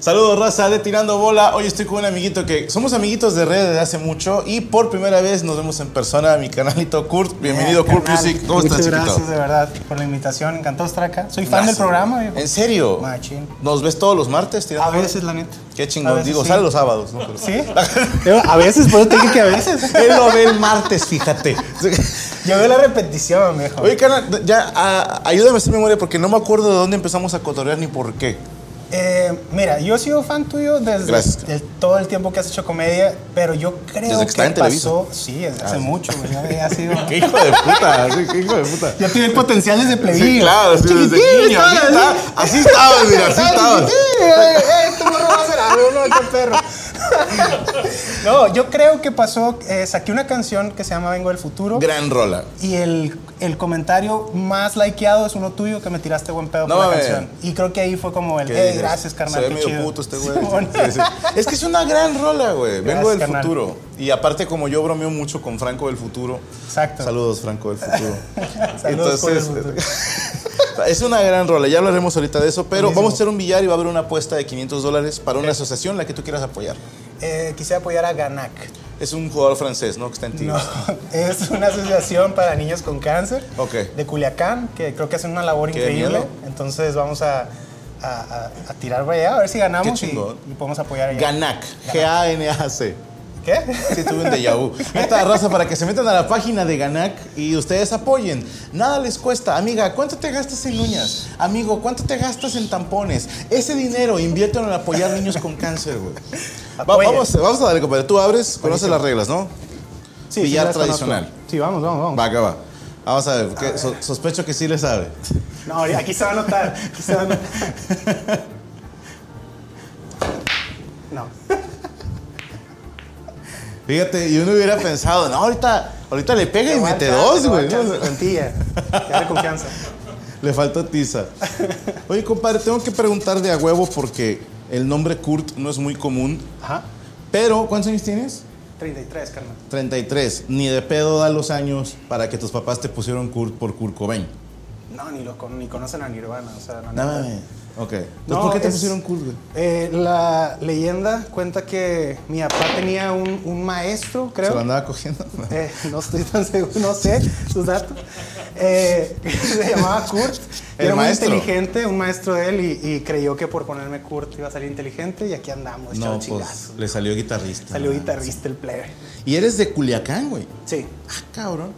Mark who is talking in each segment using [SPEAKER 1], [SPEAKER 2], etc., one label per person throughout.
[SPEAKER 1] Saludos, raza de Tirando Bola. Hoy estoy con un amiguito que somos amiguitos de redes desde hace mucho y por primera vez nos vemos en persona. Mi canalito Kurt. Bienvenido,
[SPEAKER 2] Bien,
[SPEAKER 1] Kurt
[SPEAKER 2] carnal.
[SPEAKER 1] Music. ¿Cómo estás,
[SPEAKER 2] Muchas
[SPEAKER 1] chiquito?
[SPEAKER 2] gracias de verdad por la invitación. Encantado estar acá. Soy fan
[SPEAKER 1] Gracias.
[SPEAKER 2] del programa. viejo.
[SPEAKER 1] ¿En serio?
[SPEAKER 2] Machín.
[SPEAKER 1] ¿Nos ves todos los martes tirando
[SPEAKER 2] A
[SPEAKER 1] bola?
[SPEAKER 2] veces, la neta.
[SPEAKER 1] Qué
[SPEAKER 2] A
[SPEAKER 1] chingón.
[SPEAKER 2] veces
[SPEAKER 1] Digo,
[SPEAKER 2] sí.
[SPEAKER 1] sale los sábados, ¿no? Pero-
[SPEAKER 2] ¿Sí? Yo, a veces, por eso te dije que a veces.
[SPEAKER 1] Él lo ve el martes, fíjate.
[SPEAKER 2] Yo veo la repetición, viejo.
[SPEAKER 1] Oye, canal, ya ah, ayúdame a hacer memoria porque no me acuerdo de dónde empezamos a cotorear ni por qué.
[SPEAKER 2] Eh, mira, yo he sido fan tuyo desde
[SPEAKER 1] Gracias, cara.
[SPEAKER 2] el- todo el tiempo que has hecho comedia, pero yo creo
[SPEAKER 1] Desde que estaba en Televisa.
[SPEAKER 2] pasó... Sí, desde hace
[SPEAKER 1] sí.
[SPEAKER 2] mucho, güey. Ya había sido...
[SPEAKER 1] Qué hijo de puta, sí, qué hijo de puta.
[SPEAKER 2] Ya tiene potencial desde plebillo.
[SPEAKER 1] Sí, claro, sí, desde
[SPEAKER 2] Chiquitín,
[SPEAKER 1] niño, así,
[SPEAKER 2] estaba
[SPEAKER 1] estaba,
[SPEAKER 2] así.
[SPEAKER 1] así estabas, mira, así estabas.
[SPEAKER 2] Sí, eh, eh, este morro va a hacer algo, no, qué perro. No, yo creo que pasó, eh, saqué una canción que se llama Vengo del Futuro
[SPEAKER 1] Gran rola.
[SPEAKER 2] y el, el comentario más likeado es uno tuyo que me tiraste buen pedo
[SPEAKER 1] No
[SPEAKER 2] por la
[SPEAKER 1] mames.
[SPEAKER 2] canción. Y creo que ahí fue como el,
[SPEAKER 1] ¿Qué
[SPEAKER 2] eh,
[SPEAKER 1] dices?
[SPEAKER 2] gracias carnal,
[SPEAKER 1] Se ve
[SPEAKER 2] qué
[SPEAKER 1] medio
[SPEAKER 2] chido.
[SPEAKER 1] puto este güey.
[SPEAKER 2] Simón.
[SPEAKER 1] Sí, sí. Es que es una gran rola, güey. Vengo
[SPEAKER 2] Gracias,
[SPEAKER 1] del
[SPEAKER 2] carnal.
[SPEAKER 1] futuro. Y aparte, como yo bromeo mucho con Franco del futuro.
[SPEAKER 2] Exacto.
[SPEAKER 1] Saludos, Franco del futuro.
[SPEAKER 2] Saludos, por el
[SPEAKER 1] este,
[SPEAKER 2] futuro.
[SPEAKER 1] es una gran rola. Ya hablaremos ahorita de eso. Pero vamos a hacer un billar y va a haber una apuesta de 500 dólares para una asociación la que tú quieras apoyar.
[SPEAKER 2] Eh, quise apoyar a Ganak.
[SPEAKER 1] Es un jugador francés, ¿no? Que está en ti.
[SPEAKER 2] No, es una asociación para niños con cáncer
[SPEAKER 1] Ok.
[SPEAKER 2] de Culiacán, que creo que hacen una labor
[SPEAKER 1] Qué
[SPEAKER 2] increíble.
[SPEAKER 1] miedo.
[SPEAKER 2] Entonces vamos a, a- a- a tirar para allá, a ver si ganamos
[SPEAKER 1] Qué
[SPEAKER 2] y,
[SPEAKER 1] chingón.
[SPEAKER 2] y podemos apoyar allá.
[SPEAKER 1] Ganak. G-A-N-A-C.
[SPEAKER 2] ¿Qué?
[SPEAKER 1] Sí, tuve un déjà vu. Esta raza para que se metan a la página de Ganac y ustedes apoyen. Nada les cuesta. Amiga, ¿cuánto te gastas en uñas? Amigo, ¿cuánto te gastas en tampones? Ese dinero inviértelo en apoyar niños con cáncer, güey. Va-
[SPEAKER 2] Apoyen.
[SPEAKER 1] vamos, vamos a darle, compadre. Tú abres, conoces las reglas, ¿no?
[SPEAKER 2] Sí,
[SPEAKER 1] Billar
[SPEAKER 2] las conozco.
[SPEAKER 1] tradicional.
[SPEAKER 2] Sí, vamos, vamos, vamos.
[SPEAKER 1] Va, acá va. Vamos a ver, que so- sospecho que sí le sabe.
[SPEAKER 2] No, aquí se va a notar. Aquí se va a notar. No.
[SPEAKER 1] Fíjate, y uno hubiera pensado, no, ahorita, ahorita le pega y mete
[SPEAKER 2] Aguanta,
[SPEAKER 1] dos, güey.
[SPEAKER 2] aguanta, Plantilla. Dale confianza.
[SPEAKER 1] Le falta tiza. Oye, compadre, tengo que preguntar de a huevo porque el nombre Kurt no es muy común.
[SPEAKER 2] Ajá.
[SPEAKER 1] Pero, ¿cuántos años tienes?
[SPEAKER 2] 33, carnal.
[SPEAKER 1] 33. Ni de pedo da los años para que tus papás te pusieron Kurt por Kurt Cobain.
[SPEAKER 2] No, ni, lo, con- ni conocen a Nirvana. O sea, no,
[SPEAKER 1] No mames. Ok. Entonces,
[SPEAKER 2] No,
[SPEAKER 1] ¿por qué te
[SPEAKER 2] es-
[SPEAKER 1] pusieron Kurt, güey?
[SPEAKER 2] Eh, la leyenda cuenta que mi papá tenía un, un maestro,
[SPEAKER 1] ¿Se lo
[SPEAKER 2] creo.
[SPEAKER 1] andaba cogiendo?
[SPEAKER 2] Eh, no estoy tan seguro, no sé sus datos. Eh, se llamaba Kurt.
[SPEAKER 1] El
[SPEAKER 2] era
[SPEAKER 1] maestro.
[SPEAKER 2] muy inteligente, un maestro de él, y, y creyó que por ponerme Kurt iba a salir inteligente, y aquí andamos,
[SPEAKER 1] No,
[SPEAKER 2] echando
[SPEAKER 1] pues
[SPEAKER 2] chingazos.
[SPEAKER 1] le salió guitarrista.
[SPEAKER 2] Salió
[SPEAKER 1] no mames.
[SPEAKER 2] guitarrista el plebe.
[SPEAKER 1] Y eres de Culiacán, güey.
[SPEAKER 2] Sí.
[SPEAKER 1] Ah, cabrón.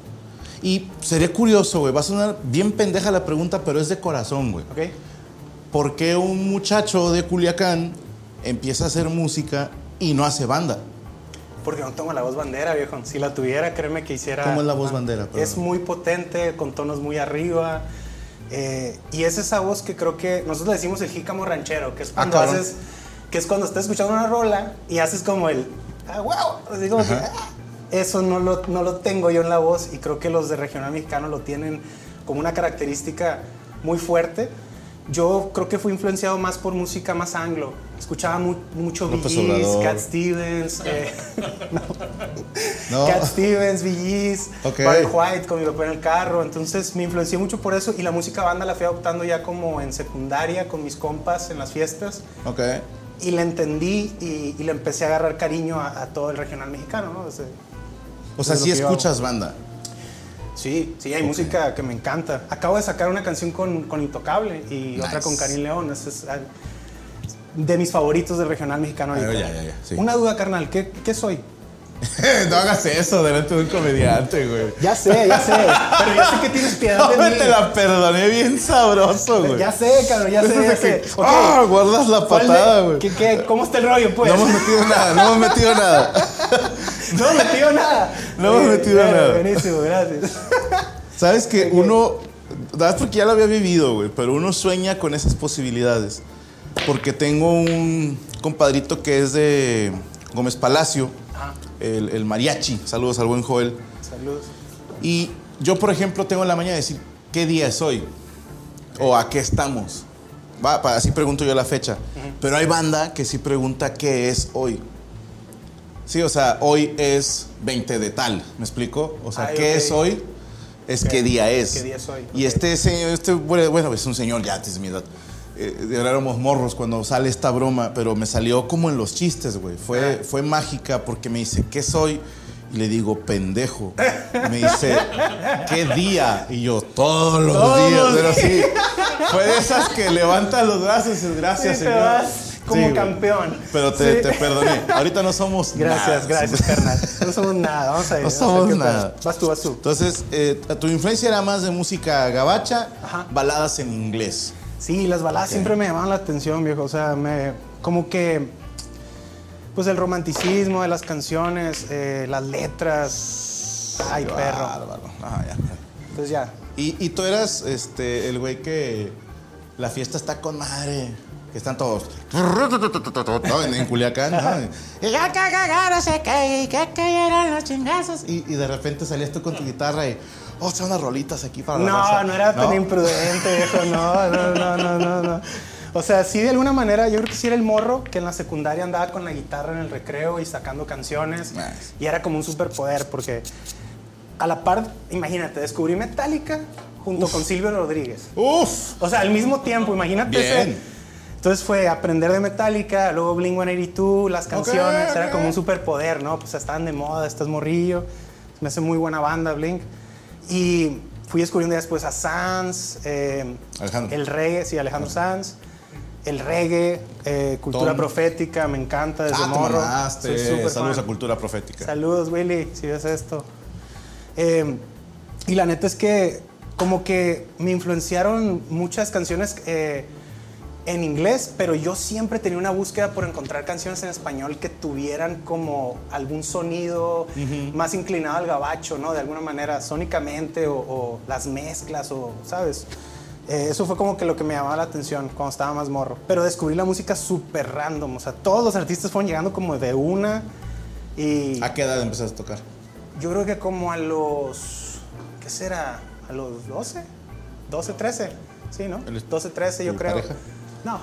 [SPEAKER 1] Y sería curioso, güey. Va a sonar bien pendeja la pregunta, pero es de corazón, güey.
[SPEAKER 2] ¿Ok?
[SPEAKER 1] ¿Por qué un muchacho de Culiacán empieza a hacer música y no hace banda?
[SPEAKER 2] Porque no tengo la voz bandera, viejo. Si la tuviera, créeme que hiciera.
[SPEAKER 1] ¿Cómo es la voz
[SPEAKER 2] Ah,
[SPEAKER 1] bandera, perdón?
[SPEAKER 2] Es muy potente, con tonos muy arriba. eh, y es esa voz que creo que nosotros le decimos el jícamo ranchero, que es cuando
[SPEAKER 1] Ah, cabrón.
[SPEAKER 2] haces, que es cuando estás escuchando una rola y haces como el ah, wow, así como que, "Ah". eso no lo, no lo tengo yo en la voz y creo que los de regional mexicano lo tienen como una característica muy fuerte. Yo creo que fui influenciado más por música más anglo. Escuchaba mu- mucho
[SPEAKER 1] López
[SPEAKER 2] Bee Gees,
[SPEAKER 1] Obrador.
[SPEAKER 2] Cat Stevens, eh,
[SPEAKER 1] No.
[SPEAKER 2] Cat Stevens, VGs,
[SPEAKER 1] Oh. Ok.
[SPEAKER 2] Barry White con mi papá en el carro. Entonces me influenció mucho por eso y la música banda la fui adoptando ya como en secundaria con mis compas en las fiestas
[SPEAKER 1] Ok.
[SPEAKER 2] y la entendí y, y le empecé a agarrar cariño a, a todo el regional mexicano, ¿no? Desde-
[SPEAKER 1] O sea,
[SPEAKER 2] Es lo
[SPEAKER 1] sí
[SPEAKER 2] que yo hago.
[SPEAKER 1] escuchas banda.
[SPEAKER 2] sí, sí, hay música que me encanta. Acabo de sacar una canción con, con Intocable y otra
[SPEAKER 1] Nice.
[SPEAKER 2] con Karim León. Esa es ah, de mis favoritos del regional mexicano.
[SPEAKER 1] Ah,
[SPEAKER 2] ahorita.
[SPEAKER 1] ya, ya, ya, sí.
[SPEAKER 2] Una duda, carnal, ¿qué, qué soy?
[SPEAKER 1] no hagas eso delante de un comediante, güey.
[SPEAKER 2] Ya sé, ya sé, pero yo sé que tienes piedad de
[SPEAKER 1] No,
[SPEAKER 2] mí.
[SPEAKER 1] te la perdoné bien sabroso, güey.
[SPEAKER 2] Ya sé, cabrón, ya sé,
[SPEAKER 1] Eso es
[SPEAKER 2] ya
[SPEAKER 1] de
[SPEAKER 2] sé.
[SPEAKER 1] que,
[SPEAKER 2] Ok,
[SPEAKER 1] Ah, guardas la
[SPEAKER 2] ¿cuál de-
[SPEAKER 1] patada, güey.
[SPEAKER 2] ¿Qué, qué? ¿Cómo está el rollo, pues?
[SPEAKER 1] No hemos metido nada, no hemos metido nada.
[SPEAKER 2] No hemos metido nada.
[SPEAKER 1] No hemos
[SPEAKER 2] Oye,
[SPEAKER 1] metido
[SPEAKER 2] bueno,
[SPEAKER 1] nada.
[SPEAKER 2] Buenísimo, gracias.
[SPEAKER 1] Sabes que uno, das porque ya lo había vivido, güey, pero uno sueña con esas posibilidades. Porque tengo un compadrito que es de Gómez Palacio,
[SPEAKER 2] Ah,
[SPEAKER 1] el, el mariachi. Saludos al buen Joel.
[SPEAKER 2] saludos.
[SPEAKER 1] Y yo, por ejemplo, tengo la maña de decir qué día es hoy o a qué estamos. Va, pa- así pregunto yo la fecha. Pero hay banda que sí pregunta qué es hoy. Sí, o sea, hoy es 20 de tal, ¿me explico? O sea,
[SPEAKER 2] Ay,
[SPEAKER 1] qué
[SPEAKER 2] Ah, ok.
[SPEAKER 1] es hoy es
[SPEAKER 2] Ok.
[SPEAKER 1] qué día es.
[SPEAKER 2] ¿Qué día es hoy?
[SPEAKER 1] Y
[SPEAKER 2] Ok.
[SPEAKER 1] este señor, este, bueno, bueno, es un señor ya, es mi edad. eh, éramos morros cuando sale esta broma, pero me salió como en los chistes, güey.
[SPEAKER 2] Ah.
[SPEAKER 1] Fue, fue mágica porque me dice, ¿qué soy? Y le digo, pendejo. Y me dice, ¿qué día? Y yo, todos los
[SPEAKER 2] Todos
[SPEAKER 1] días.
[SPEAKER 2] los
[SPEAKER 1] Pero sí, fue de esas que levantas los brazos y dices, gracias,
[SPEAKER 2] Sí, te
[SPEAKER 1] señor.
[SPEAKER 2] vas como
[SPEAKER 1] Sí, güey.
[SPEAKER 2] campeón.
[SPEAKER 1] Pero te,
[SPEAKER 2] Sí.
[SPEAKER 1] te perdoné. Ahorita no somos
[SPEAKER 2] Gracias,
[SPEAKER 1] nada.
[SPEAKER 2] gracias, carnal. No somos nada, vamos a ver.
[SPEAKER 1] No
[SPEAKER 2] vamos a ver
[SPEAKER 1] somos
[SPEAKER 2] qué
[SPEAKER 1] nada.
[SPEAKER 2] pasa. Vas tú, vas tú.
[SPEAKER 1] Entonces, eh, tu influencia era más de música gabacha,
[SPEAKER 2] Ajá.
[SPEAKER 1] baladas en inglés.
[SPEAKER 2] Sí, las baladas
[SPEAKER 1] Ok.
[SPEAKER 2] siempre me llamaban la atención, viejo. O sea, me, como que. Pues el romanticismo de las canciones, eh, las letras. Ay,
[SPEAKER 1] Qué
[SPEAKER 2] perro.
[SPEAKER 1] bárbaro. Ah, ya.
[SPEAKER 2] Entonces ya.
[SPEAKER 1] Y, y tú eras este, el güey que la fiesta está con madre. Que están todos ¿no? en, en Culiacán, ¿no? Y, ya que cagaron, se cae, y que cayeron los chingazos. Y, y de repente salías tú con tu guitarra y, oh, son unas rolitas aquí para la
[SPEAKER 2] No,
[SPEAKER 1] raza".
[SPEAKER 2] no era tan imprudente, viejo. No, no, no, no, no, no. O sea, sí, de alguna manera, yo creo que sí era el morro que en la secundaria andaba con la guitarra en el recreo y sacando canciones.
[SPEAKER 1] Nice.
[SPEAKER 2] Y era como un superpoder, porque a la par, imagínate, descubrí Metallica junto con Silvio Rodríguez.
[SPEAKER 1] Uf,
[SPEAKER 2] O sea, al mismo tiempo, imagínate ese-
[SPEAKER 1] Bien.
[SPEAKER 2] Entonces fue aprender de Metallica, luego Blink-182, las canciones,
[SPEAKER 1] Ok,
[SPEAKER 2] era
[SPEAKER 1] ok.
[SPEAKER 2] como un superpoder, ¿no? Pues estaban de moda, estás morrillo, me hace muy buena banda Blink. Y fui descubriendo ya después a Sanz, eh,
[SPEAKER 1] Alejandro.
[SPEAKER 2] el reggae, sí, Alejandro Sanz, el reggae, eh, cultura
[SPEAKER 1] Tom.
[SPEAKER 2] profética, me encanta desde
[SPEAKER 1] ah, te
[SPEAKER 2] morro.
[SPEAKER 1] mamaste.
[SPEAKER 2] Soy súper
[SPEAKER 1] Saludos
[SPEAKER 2] fan.
[SPEAKER 1] a Cultura Profética.
[SPEAKER 2] Saludos, Willy, si ves esto. Eh, y la neta es que como que me influenciaron muchas canciones eh, en inglés, pero yo siempre tenía una búsqueda por encontrar canciones en español que tuvieran como algún sonido más inclinado al gabacho, ¿no? De alguna manera, sónicamente o, o las mezclas o, ¿sabes? Eh, eso fue como que lo que me llamaba la atención cuando estaba más morro. Pero descubrí la música súper random, o sea, todos los artistas fueron llegando como de una y...
[SPEAKER 1] ¿A qué edad empezaste a tocar?
[SPEAKER 2] Yo creo que como a los. ¿Qué será? ¿A los 12? 12, 13. Sí, ¿no?
[SPEAKER 1] ¿El-
[SPEAKER 2] 12, 13, yo
[SPEAKER 1] tu
[SPEAKER 2] creo.
[SPEAKER 1] pareja? Ah.
[SPEAKER 2] No.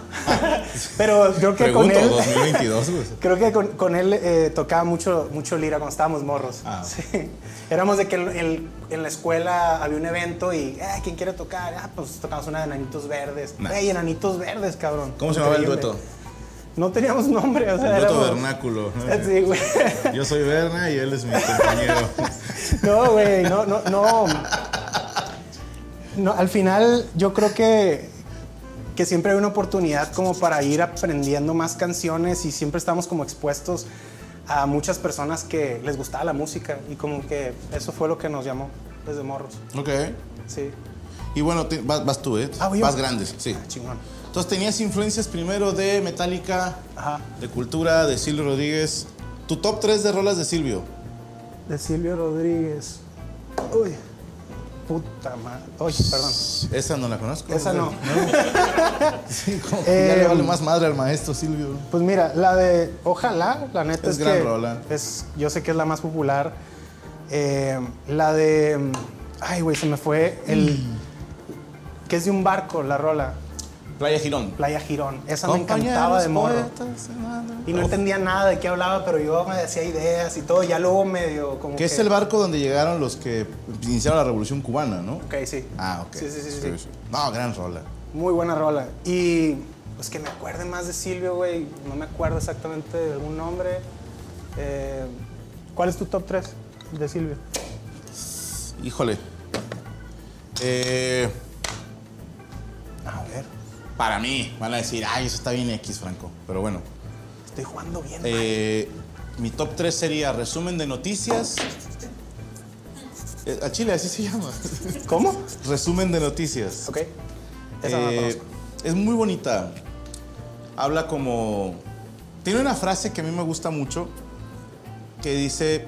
[SPEAKER 2] Pero creo que
[SPEAKER 1] Pregunto,
[SPEAKER 2] con él.
[SPEAKER 1] 2022, güey.
[SPEAKER 2] Creo que con, con él eh, tocaba mucho, mucho lira cuando estábamos morros.
[SPEAKER 1] Ah.
[SPEAKER 2] Sí. Éramos de que el- el- en la escuela había un evento y, ah, ¿quién quiere tocar? Ah, pues tocamos una de Enanitos Verdes.
[SPEAKER 1] Nice.
[SPEAKER 2] ¡Ey, Enanitos Verdes, cabrón!
[SPEAKER 1] ¿Cómo se llamaba el
[SPEAKER 2] Increíble.
[SPEAKER 1] dueto?
[SPEAKER 2] No teníamos nombre, o
[SPEAKER 1] El
[SPEAKER 2] sea,
[SPEAKER 1] dueto
[SPEAKER 2] éramos-
[SPEAKER 1] vernáculo. ¿no?
[SPEAKER 2] Sí, güey.
[SPEAKER 1] Yo soy Berna y él es mi compañero.
[SPEAKER 2] No, güey, no, no, no. No, al final yo creo que, que siempre hay una oportunidad como para ir aprendiendo más canciones y siempre estamos como expuestos a muchas personas que les gustaba la música y como que eso fue lo que nos llamó desde morros.
[SPEAKER 1] ok.
[SPEAKER 2] Sí.
[SPEAKER 1] Y bueno, te- vas, vas tú, ¿eh?
[SPEAKER 2] Ah, voy yo.
[SPEAKER 1] vas grandes, sí.
[SPEAKER 2] Ah, chingón.
[SPEAKER 1] Entonces tenías influencias primero de Metallica,
[SPEAKER 2] Ajá.
[SPEAKER 1] de Cultura, de Silvio Rodríguez. Tu top 3 de rolas de Silvio.
[SPEAKER 2] De Silvio Rodríguez. Uy. Puta madre. Uy, perdón.
[SPEAKER 1] Esa no la conozco.
[SPEAKER 2] Ah. Esa no.
[SPEAKER 1] Sí, como que ya le
[SPEAKER 2] Eh,
[SPEAKER 1] vale más madre al maestro Silvio.
[SPEAKER 2] Pues mira, la de Ojalá, la neta
[SPEAKER 1] Es
[SPEAKER 2] es,
[SPEAKER 1] gran
[SPEAKER 2] que
[SPEAKER 1] rola.
[SPEAKER 2] es, yo sé que es la más popular. Eh, la de, mm, ay güey, se me fue el
[SPEAKER 1] Mm.
[SPEAKER 2] que es de un barco, la rola
[SPEAKER 1] Playa Girón.
[SPEAKER 2] Playa Girón. Esa me encantaba de morro. Y no entendía nada de qué hablaba, pero yo me decía ideas y todo. Ya luego medio como
[SPEAKER 1] Que es el barco donde llegaron los que iniciaron la revolución cubana, ¿no?
[SPEAKER 2] Ok, sí.
[SPEAKER 1] Ah, ok.
[SPEAKER 2] Sí, sí, sí, sí, sí.
[SPEAKER 1] No, gran rola.
[SPEAKER 2] Muy buena rola. Y pues que me acuerde más de Silvio, güey. No me acuerdo exactamente de algún nombre. Eh, ¿Cuál es tu top 3 de Silvio?
[SPEAKER 1] Híjole. Eh,
[SPEAKER 2] A ver,
[SPEAKER 1] para mí, van a decir, ay, eso está bien X, Franco. Pero bueno.
[SPEAKER 2] estoy jugando bien.
[SPEAKER 1] eh, mi top 3 sería resumen de noticias. Eh, a Chile, así se llama.
[SPEAKER 2] man. ¿Cómo?
[SPEAKER 1] resumen de noticias.
[SPEAKER 2] Ok. Esa no la
[SPEAKER 1] Eh,
[SPEAKER 2] conozco.
[SPEAKER 1] es muy bonita. Habla como... Tiene una frase que a mí me gusta mucho, que dice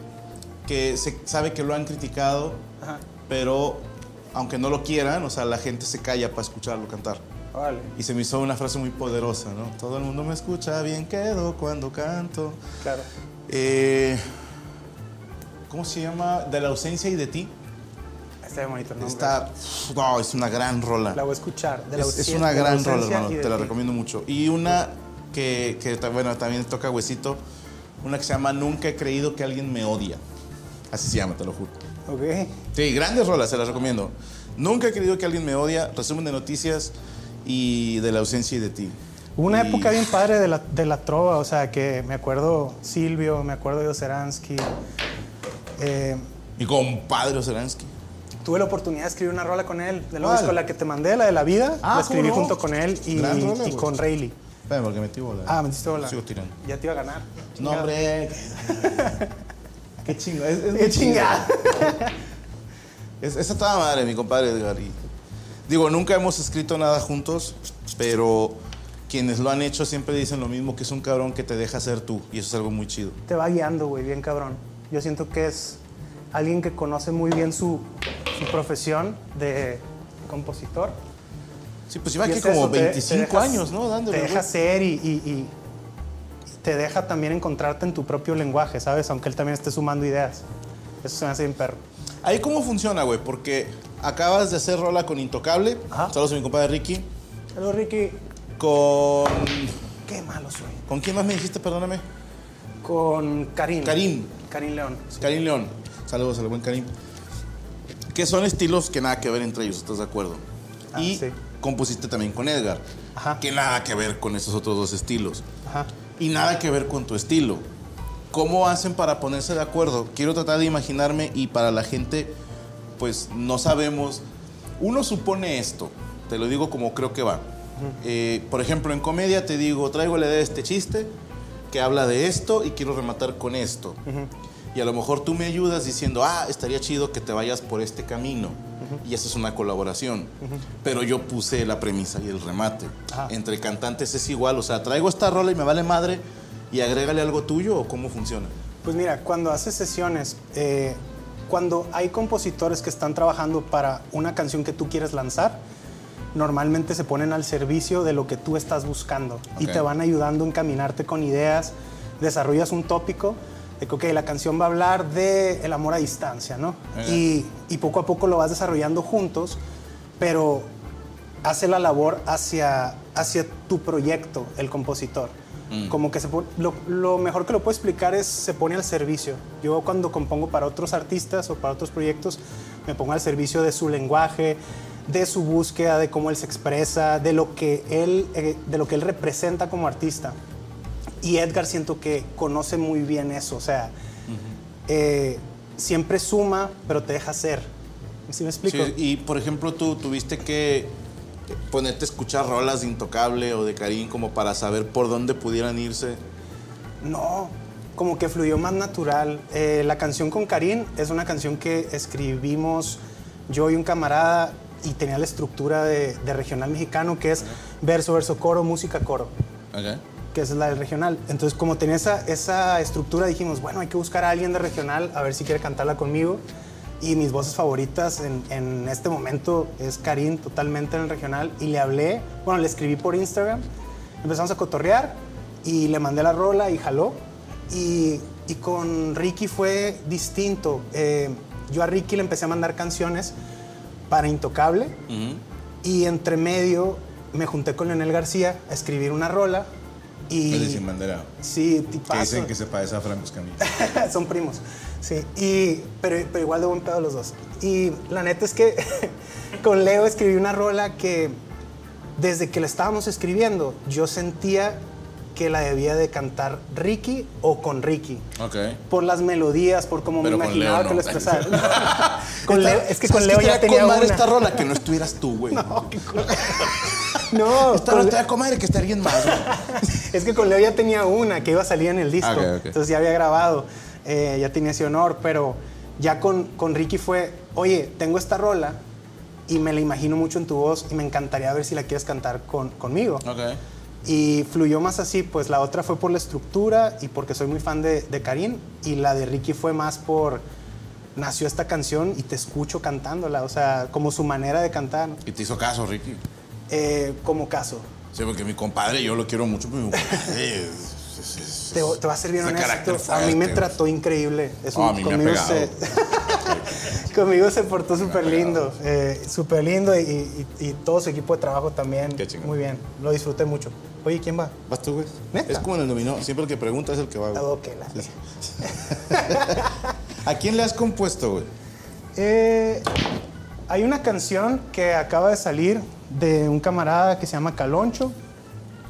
[SPEAKER 1] que se sabe que lo han criticado,
[SPEAKER 2] Ajá.
[SPEAKER 1] pero aunque no lo quieran, o sea, la gente se calla para escucharlo cantar.
[SPEAKER 2] Órale.
[SPEAKER 1] Y se me hizo una frase muy poderosa, ¿no? Todo el mundo me escucha, bien quedo cuando canto.
[SPEAKER 2] Claro.
[SPEAKER 1] Eh, ¿Cómo se llama? De la ausencia y de ti.
[SPEAKER 2] Está bien bonito el nombre.
[SPEAKER 1] Está... No, es una gran rola.
[SPEAKER 2] La voy a escuchar. De la
[SPEAKER 1] Es, es
[SPEAKER 2] ausencia-
[SPEAKER 1] una
[SPEAKER 2] de la
[SPEAKER 1] gran
[SPEAKER 2] ausencia
[SPEAKER 1] rola, hermano.
[SPEAKER 2] y de
[SPEAKER 1] Te la
[SPEAKER 2] ti.
[SPEAKER 1] recomiendo mucho. Y una que, que ta- bueno, también toca huesito. Una que se llama Nunca he creído que alguien me odia. Así se llama, te lo juro.
[SPEAKER 2] Ok.
[SPEAKER 1] Sí, grandes rolas, se las recomiendo. Nunca he creído que alguien me odia. Resumen de noticias. y de la ausencia y de ti.
[SPEAKER 2] Hubo una
[SPEAKER 1] Y-
[SPEAKER 2] época bien padre de la, de la trova, o sea, que me acuerdo Silvio, me acuerdo de Oceransky. Eh,
[SPEAKER 1] Mi compadre Oceransky.
[SPEAKER 2] tuve la oportunidad de escribir una rola con él, de
[SPEAKER 1] ¿Cuál?
[SPEAKER 2] la, con la que te mandé, la de la vida,
[SPEAKER 1] Ah,
[SPEAKER 2] la escribí
[SPEAKER 1] ¿cómo no?
[SPEAKER 2] junto con él y,
[SPEAKER 1] Gran rola,
[SPEAKER 2] y
[SPEAKER 1] güey.
[SPEAKER 2] con Rayleigh.
[SPEAKER 1] Espérame, porque metí bola.
[SPEAKER 2] Ah, me diste bola.
[SPEAKER 1] Sigo tirando.
[SPEAKER 2] Ya te iba a ganar.
[SPEAKER 1] No, hombre. Qué chingo. Es, es
[SPEAKER 2] ¡Qué chingada!
[SPEAKER 1] Es, es a toda madre, mi compadre Edgar. y- digo, nunca hemos escrito nada juntos, pero quienes lo han hecho siempre dicen lo mismo, que es un cabrón que te deja ser tú. Y eso es algo muy chido.
[SPEAKER 2] Te va guiando, güey, bien cabrón. Yo siento que es alguien que conoce muy bien su, su profesión de compositor.
[SPEAKER 1] Sí, pues lleva
[SPEAKER 2] Y
[SPEAKER 1] aquí
[SPEAKER 2] es
[SPEAKER 1] como
[SPEAKER 2] eso, te- te
[SPEAKER 1] 25
[SPEAKER 2] dejas-
[SPEAKER 1] años, ¿no? Dándole.
[SPEAKER 2] Te
[SPEAKER 1] güey.
[SPEAKER 2] deja ser y, y- y te deja también encontrarte en tu propio lenguaje, ¿sabes? Aunque él también esté sumando ideas. Eso se me hace bien perro.
[SPEAKER 1] Ahí cómo funciona, güey, porque acabas de hacer rola con Intocable.
[SPEAKER 2] Ajá.
[SPEAKER 1] Saludos a mi compadre Ricky.
[SPEAKER 2] Hello, Ricky.
[SPEAKER 1] Con.
[SPEAKER 2] Qué malo soy.
[SPEAKER 1] ¿Con quién más me dijiste? Perdóname.
[SPEAKER 2] Con Karim.
[SPEAKER 1] Karim.
[SPEAKER 2] Karim León.
[SPEAKER 1] Karim León. Saludos al buen Karim. Que son estilos que nada que ver entre ellos, ¿estás de acuerdo?
[SPEAKER 2] Ah,
[SPEAKER 1] y
[SPEAKER 2] sí.
[SPEAKER 1] compusiste también con Edgar.
[SPEAKER 2] Ajá.
[SPEAKER 1] Que nada que ver con esos otros dos estilos.
[SPEAKER 2] Ajá.
[SPEAKER 1] Y nada que ver con tu estilo. ¿Cómo hacen para ponerse de acuerdo? Quiero tratar de imaginarme y para la gente, pues no sabemos. Uno supone esto, te lo digo como creo que va. Eh, por ejemplo, en comedia te digo, traigo la idea de este chiste que habla de esto y quiero rematar con esto. Y a lo mejor tú me ayudas diciendo, ah, estaría chido que te vayas por este camino. Y eso es una colaboración. Pero yo puse la premisa y el remate.
[SPEAKER 2] Ajá.
[SPEAKER 1] Entre cantantes es igual, o sea, traigo esta rola y me vale madre y agrégale algo tuyo o cómo funciona.
[SPEAKER 2] Pues mira, cuando haces sesiones, eh, cuando hay compositores que están trabajando para una canción que tú quieres lanzar, normalmente se ponen al servicio de lo que tú estás buscando y
[SPEAKER 1] Ok.
[SPEAKER 2] te van ayudando a encaminarte con ideas, desarrollas un tópico de que, ok, la canción va a hablar de el amor a distancia, ¿no?
[SPEAKER 1] Ok.
[SPEAKER 2] Y, y poco a poco lo vas desarrollando juntos, pero hace la labor hacia, hacia tu proyecto, el compositor. Como que se pon- lo, lo mejor que lo puedo explicar es se pone al servicio. Yo cuando compongo para otros artistas o para otros proyectos, me pongo al servicio de su lenguaje, de su búsqueda, de cómo él se expresa, de lo que él, eh, de lo que él representa como artista. Y Edgar siento que conoce muy bien eso, o sea, eh, siempre suma, pero te deja ser. ¿Sí me explico?
[SPEAKER 1] Sí, y por ejemplo, tú tuviste que ponerte a escuchar rolas de Intocable o de Karim como para saber por dónde pudieran irse.
[SPEAKER 2] No, como que fluyó más natural. Eh, la canción con Karim es una canción que escribimos yo y un camarada y tenía la estructura de, de regional mexicano que es verso, verso, coro, música, coro, que esa es la del regional. Entonces como tenía esa, esa estructura dijimos, bueno, hay que buscar a alguien de regional a ver si quiere cantarla conmigo. Y mis voces favoritas en, en este momento es Karim, totalmente en el regional. Y le hablé, bueno, le escribí por Instagram, empezamos a cotorrear y le mandé la rola y jaló. Y, y con Ricky fue distinto. Eh, yo a Ricky le empecé a mandar canciones para Intocable
[SPEAKER 1] Ujú.
[SPEAKER 2] y entre medio me junté con Leonel García a escribir una rola. Y,
[SPEAKER 1] Es decir, Bandera.
[SPEAKER 2] sí, tipazo.
[SPEAKER 1] se parece a Franco Escamilla.
[SPEAKER 2] Son primos. Sí, y, pero, pero igual de buen pedo los dos. Y la neta es que con Leo escribí una rola que desde que la estábamos escribiendo, yo sentía que la debía de cantar Ricky o con Ricky.
[SPEAKER 1] ok.
[SPEAKER 2] Por las melodías, por cómo
[SPEAKER 1] Pero
[SPEAKER 2] me
[SPEAKER 1] con
[SPEAKER 2] imaginaba
[SPEAKER 1] Leo
[SPEAKER 2] que
[SPEAKER 1] no.
[SPEAKER 2] lo expresaba. con Leo, es que con
[SPEAKER 1] ¿Sabes qué
[SPEAKER 2] Leo ya
[SPEAKER 1] estaría con
[SPEAKER 2] tenía una.
[SPEAKER 1] madre esta rola que no estuvieras tú, güey.
[SPEAKER 2] No, qué cul- no,
[SPEAKER 1] Esta
[SPEAKER 2] con-
[SPEAKER 1] rola estaría con madre que estaría alguien más, güey.
[SPEAKER 2] es que con Leo ya tenía una que iba a salir en el disco.
[SPEAKER 1] Ah, Ok, ok.
[SPEAKER 2] Entonces ya había grabado, eh, ya tenía ese honor, pero ya con, con Ricky fue, oye, tengo esta rola y me la imagino mucho en tu voz y me encantaría ver si la quieres cantar con, conmigo.
[SPEAKER 1] Ok.
[SPEAKER 2] Y fluyó más así, pues la otra fue por la estructura y porque soy muy fan de, de Karim y la de Ricky fue más por, nació esta canción y te escucho cantándola, o sea, como su manera de cantar, ¿no?
[SPEAKER 1] Y te hizo caso, Ricky.
[SPEAKER 2] Eh, como caso.
[SPEAKER 1] Sí, porque mi compadre, yo lo quiero mucho, pero mi compadre es- es- es-
[SPEAKER 2] Te, te voy a ser bien
[SPEAKER 1] es de
[SPEAKER 2] honesto.
[SPEAKER 1] carácter
[SPEAKER 2] A mí me
[SPEAKER 1] fuerte,
[SPEAKER 2] trató increíble. Es
[SPEAKER 1] Ah,
[SPEAKER 2] un-
[SPEAKER 1] a mí me ha
[SPEAKER 2] conmigo,
[SPEAKER 1] pegado.
[SPEAKER 2] se, conmigo se portó
[SPEAKER 1] ha
[SPEAKER 2] súper lindo. eh, súper lindo y, y- y todo su equipo de trabajo también.
[SPEAKER 1] Qué chingón.
[SPEAKER 2] Muy bien. Lo disfruté mucho. Oye, ¿quién va?
[SPEAKER 1] ¿Vas tú, güey?
[SPEAKER 2] ¿Neta?
[SPEAKER 1] Es como en el dominó. Siempre el que pregunta es el que va, güey.
[SPEAKER 2] Ah, que la-
[SPEAKER 1] Sí, sí. ¿A quién le has compuesto, güey?
[SPEAKER 2] Eh, hay una canción que acaba de salir de un camarada que se llama Caloncho,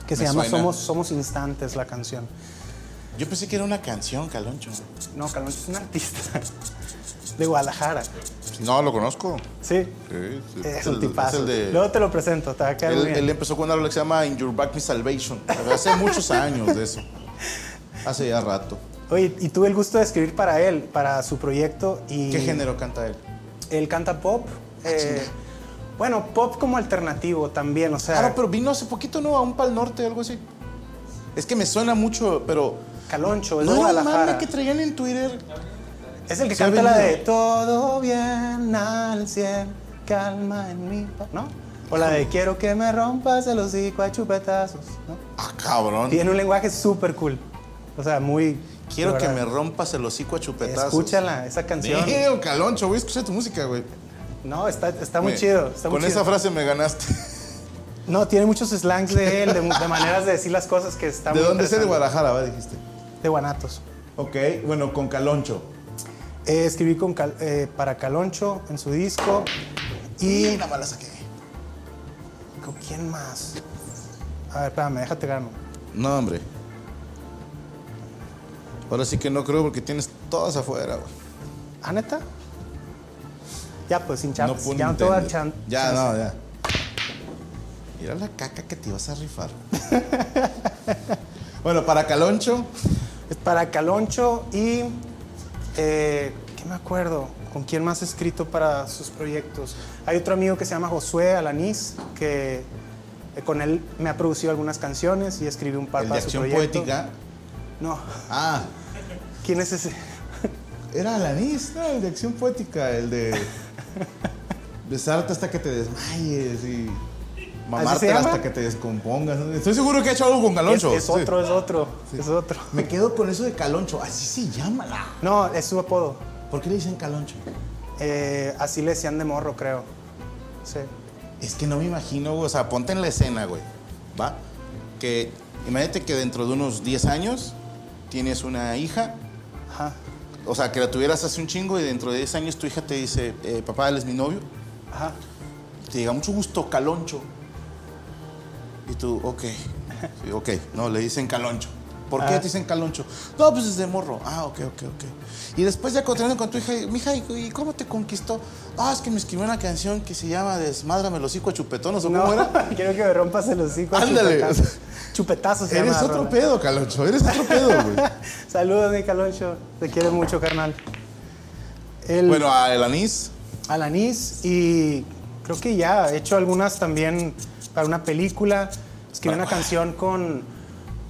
[SPEAKER 2] que se
[SPEAKER 1] Me
[SPEAKER 2] llama
[SPEAKER 1] suena.
[SPEAKER 2] Somos, Somos Instantes la canción.
[SPEAKER 1] Yo pensé que era una canción, Caloncho.
[SPEAKER 2] No, Caloncho es un artista de Guadalajara.
[SPEAKER 1] No, lo conozco.
[SPEAKER 2] Sí,
[SPEAKER 1] Sí, sí.
[SPEAKER 2] es
[SPEAKER 1] el-
[SPEAKER 2] un tipazo.
[SPEAKER 1] el de-
[SPEAKER 2] Luego te lo presento, te va a quedar muy
[SPEAKER 1] Él,
[SPEAKER 2] bien.
[SPEAKER 1] él empezó con algo que se llama In Your Back Me Salvation. Hace muchos años de eso. Hace ya rato.
[SPEAKER 2] Oye, y tuve el gusto de escribir para él, para su proyecto. Y
[SPEAKER 1] ¿Qué género Ah, canta él?
[SPEAKER 2] Él canta pop. eh, bueno, pop como alternativo también, o sea,
[SPEAKER 1] Ah, no, pero vino hace poquito, ¿no? A un Pal Norte, algo así. Es que me suena mucho, pero.
[SPEAKER 2] Caloncho, es de
[SPEAKER 1] No era el
[SPEAKER 2] Guadalajara.
[SPEAKER 1] mame que traían en Twitter.
[SPEAKER 2] Es el que
[SPEAKER 1] Se ha
[SPEAKER 2] canta la de
[SPEAKER 1] vendido.
[SPEAKER 2] Todo bien al cien, calma en mi... pa-", ¿No? O la de Quiero que me rompas el hocico a chupetazos, ¿no?
[SPEAKER 1] Ah, cabrón.
[SPEAKER 2] Tiene un lenguaje súper cool. O sea, muy...
[SPEAKER 1] Quiero
[SPEAKER 2] de
[SPEAKER 1] que me
[SPEAKER 2] verdad.
[SPEAKER 1] rompas el hocico a chupetazos.
[SPEAKER 2] Escúchala, esa canción.
[SPEAKER 1] Damn, Caloncho, voy a escuchar tu música, güey.
[SPEAKER 2] No, está, está muy
[SPEAKER 1] Me-
[SPEAKER 2] chido. Está muy
[SPEAKER 1] Con esa
[SPEAKER 2] chido.
[SPEAKER 1] frase me ganaste.
[SPEAKER 2] No, tiene muchos slangs de él, de, mu- de maneras de decir las cosas que están
[SPEAKER 1] ¿De
[SPEAKER 2] muy
[SPEAKER 1] dónde es? De
[SPEAKER 2] interesantes.
[SPEAKER 1] Guadalajara, ¿va? Dijiste.
[SPEAKER 2] De Guanatos.
[SPEAKER 1] Ok, bueno, con Caloncho.
[SPEAKER 2] Eh, escribí con Cal- eh, para Caloncho en su disco.
[SPEAKER 1] Y
[SPEAKER 2] ¿Y
[SPEAKER 1] nada más la saqué.
[SPEAKER 2] con quién más? A ver, espérame, déjate gano.
[SPEAKER 1] No, hombre. Ahora sí que no creo porque tienes todas afuera, güey.
[SPEAKER 2] ¿Ah, neta? Ya, pues, sin
[SPEAKER 1] no
[SPEAKER 2] chapas.
[SPEAKER 1] puedo
[SPEAKER 2] ya no te voy a dar
[SPEAKER 1] entender.
[SPEAKER 2] chan-
[SPEAKER 1] Ya,
[SPEAKER 2] chance.
[SPEAKER 1] no, ya. Mira la caca que te ibas a rifar. bueno, para Caloncho,
[SPEAKER 2] Es para Caloncho y... eh, ¿Qué me acuerdo? ¿Con quién más he escrito para sus proyectos? Hay otro amigo que se llama Josué Alanís, que eh, con él me ha producido algunas canciones y escribí un par
[SPEAKER 1] el de
[SPEAKER 2] para su
[SPEAKER 1] acción
[SPEAKER 2] proyecto.
[SPEAKER 1] poética.
[SPEAKER 2] No,
[SPEAKER 1] Ah,
[SPEAKER 2] ¿quién es ese?
[SPEAKER 1] era Alanis, ¿no? El de acción poética, el de. Besarte hasta que te desmayes y. Mamarte
[SPEAKER 2] llama?
[SPEAKER 1] hasta que te descompongas. ¿no? Estoy seguro que ha hecho algo con Caloncho.
[SPEAKER 2] Es, es
[SPEAKER 1] sí.
[SPEAKER 2] otro, es otro, es otro.
[SPEAKER 1] Me quedo con eso de Caloncho. Así se llama. la-
[SPEAKER 2] No, es su apodo.
[SPEAKER 1] ¿Por qué le dicen Caloncho?
[SPEAKER 2] Eh, así le decían de morro, creo. Sí.
[SPEAKER 1] Es que no me imagino, güey. O sea, ponte en la escena, güey. ¿Va? Que imagínate que dentro de unos 10 años tienes una hija.
[SPEAKER 2] Ajá.
[SPEAKER 1] O sea, que la tuvieras hace un chingo y dentro de 10 años tu hija te dice, eh, papá, él es mi novio.
[SPEAKER 2] Ajá.
[SPEAKER 1] Te diga, mucho gusto, Caloncho. Y tú, ok. Sí, ok. No, le dicen Caloncho. ¿Por qué
[SPEAKER 2] Ah.
[SPEAKER 1] te dicen Caloncho? No, pues desde morro. Ah, ok, ok, ok. Y después ya contando con tu hija, mija, ¿y y cómo te conquistó? Ah, es que me escribió una canción que se llama Desmádrame los hocico a chupetones o cómo era.
[SPEAKER 2] quiero que me rompas el hocico. a
[SPEAKER 1] Ándale.
[SPEAKER 2] Chupetazos, Chupetazos se
[SPEAKER 1] Eres
[SPEAKER 2] llama la
[SPEAKER 1] otro
[SPEAKER 2] rola.
[SPEAKER 1] pedo, Caloncho. Eres otro pedo, güey.
[SPEAKER 2] Saludos, mi Caloncho. Te quiero mucho, carnal. El
[SPEAKER 1] bueno, a El Anís.
[SPEAKER 2] Alanis y creo que ya he hecho algunas también para una película. Escribí
[SPEAKER 1] Ah.
[SPEAKER 2] una canción con...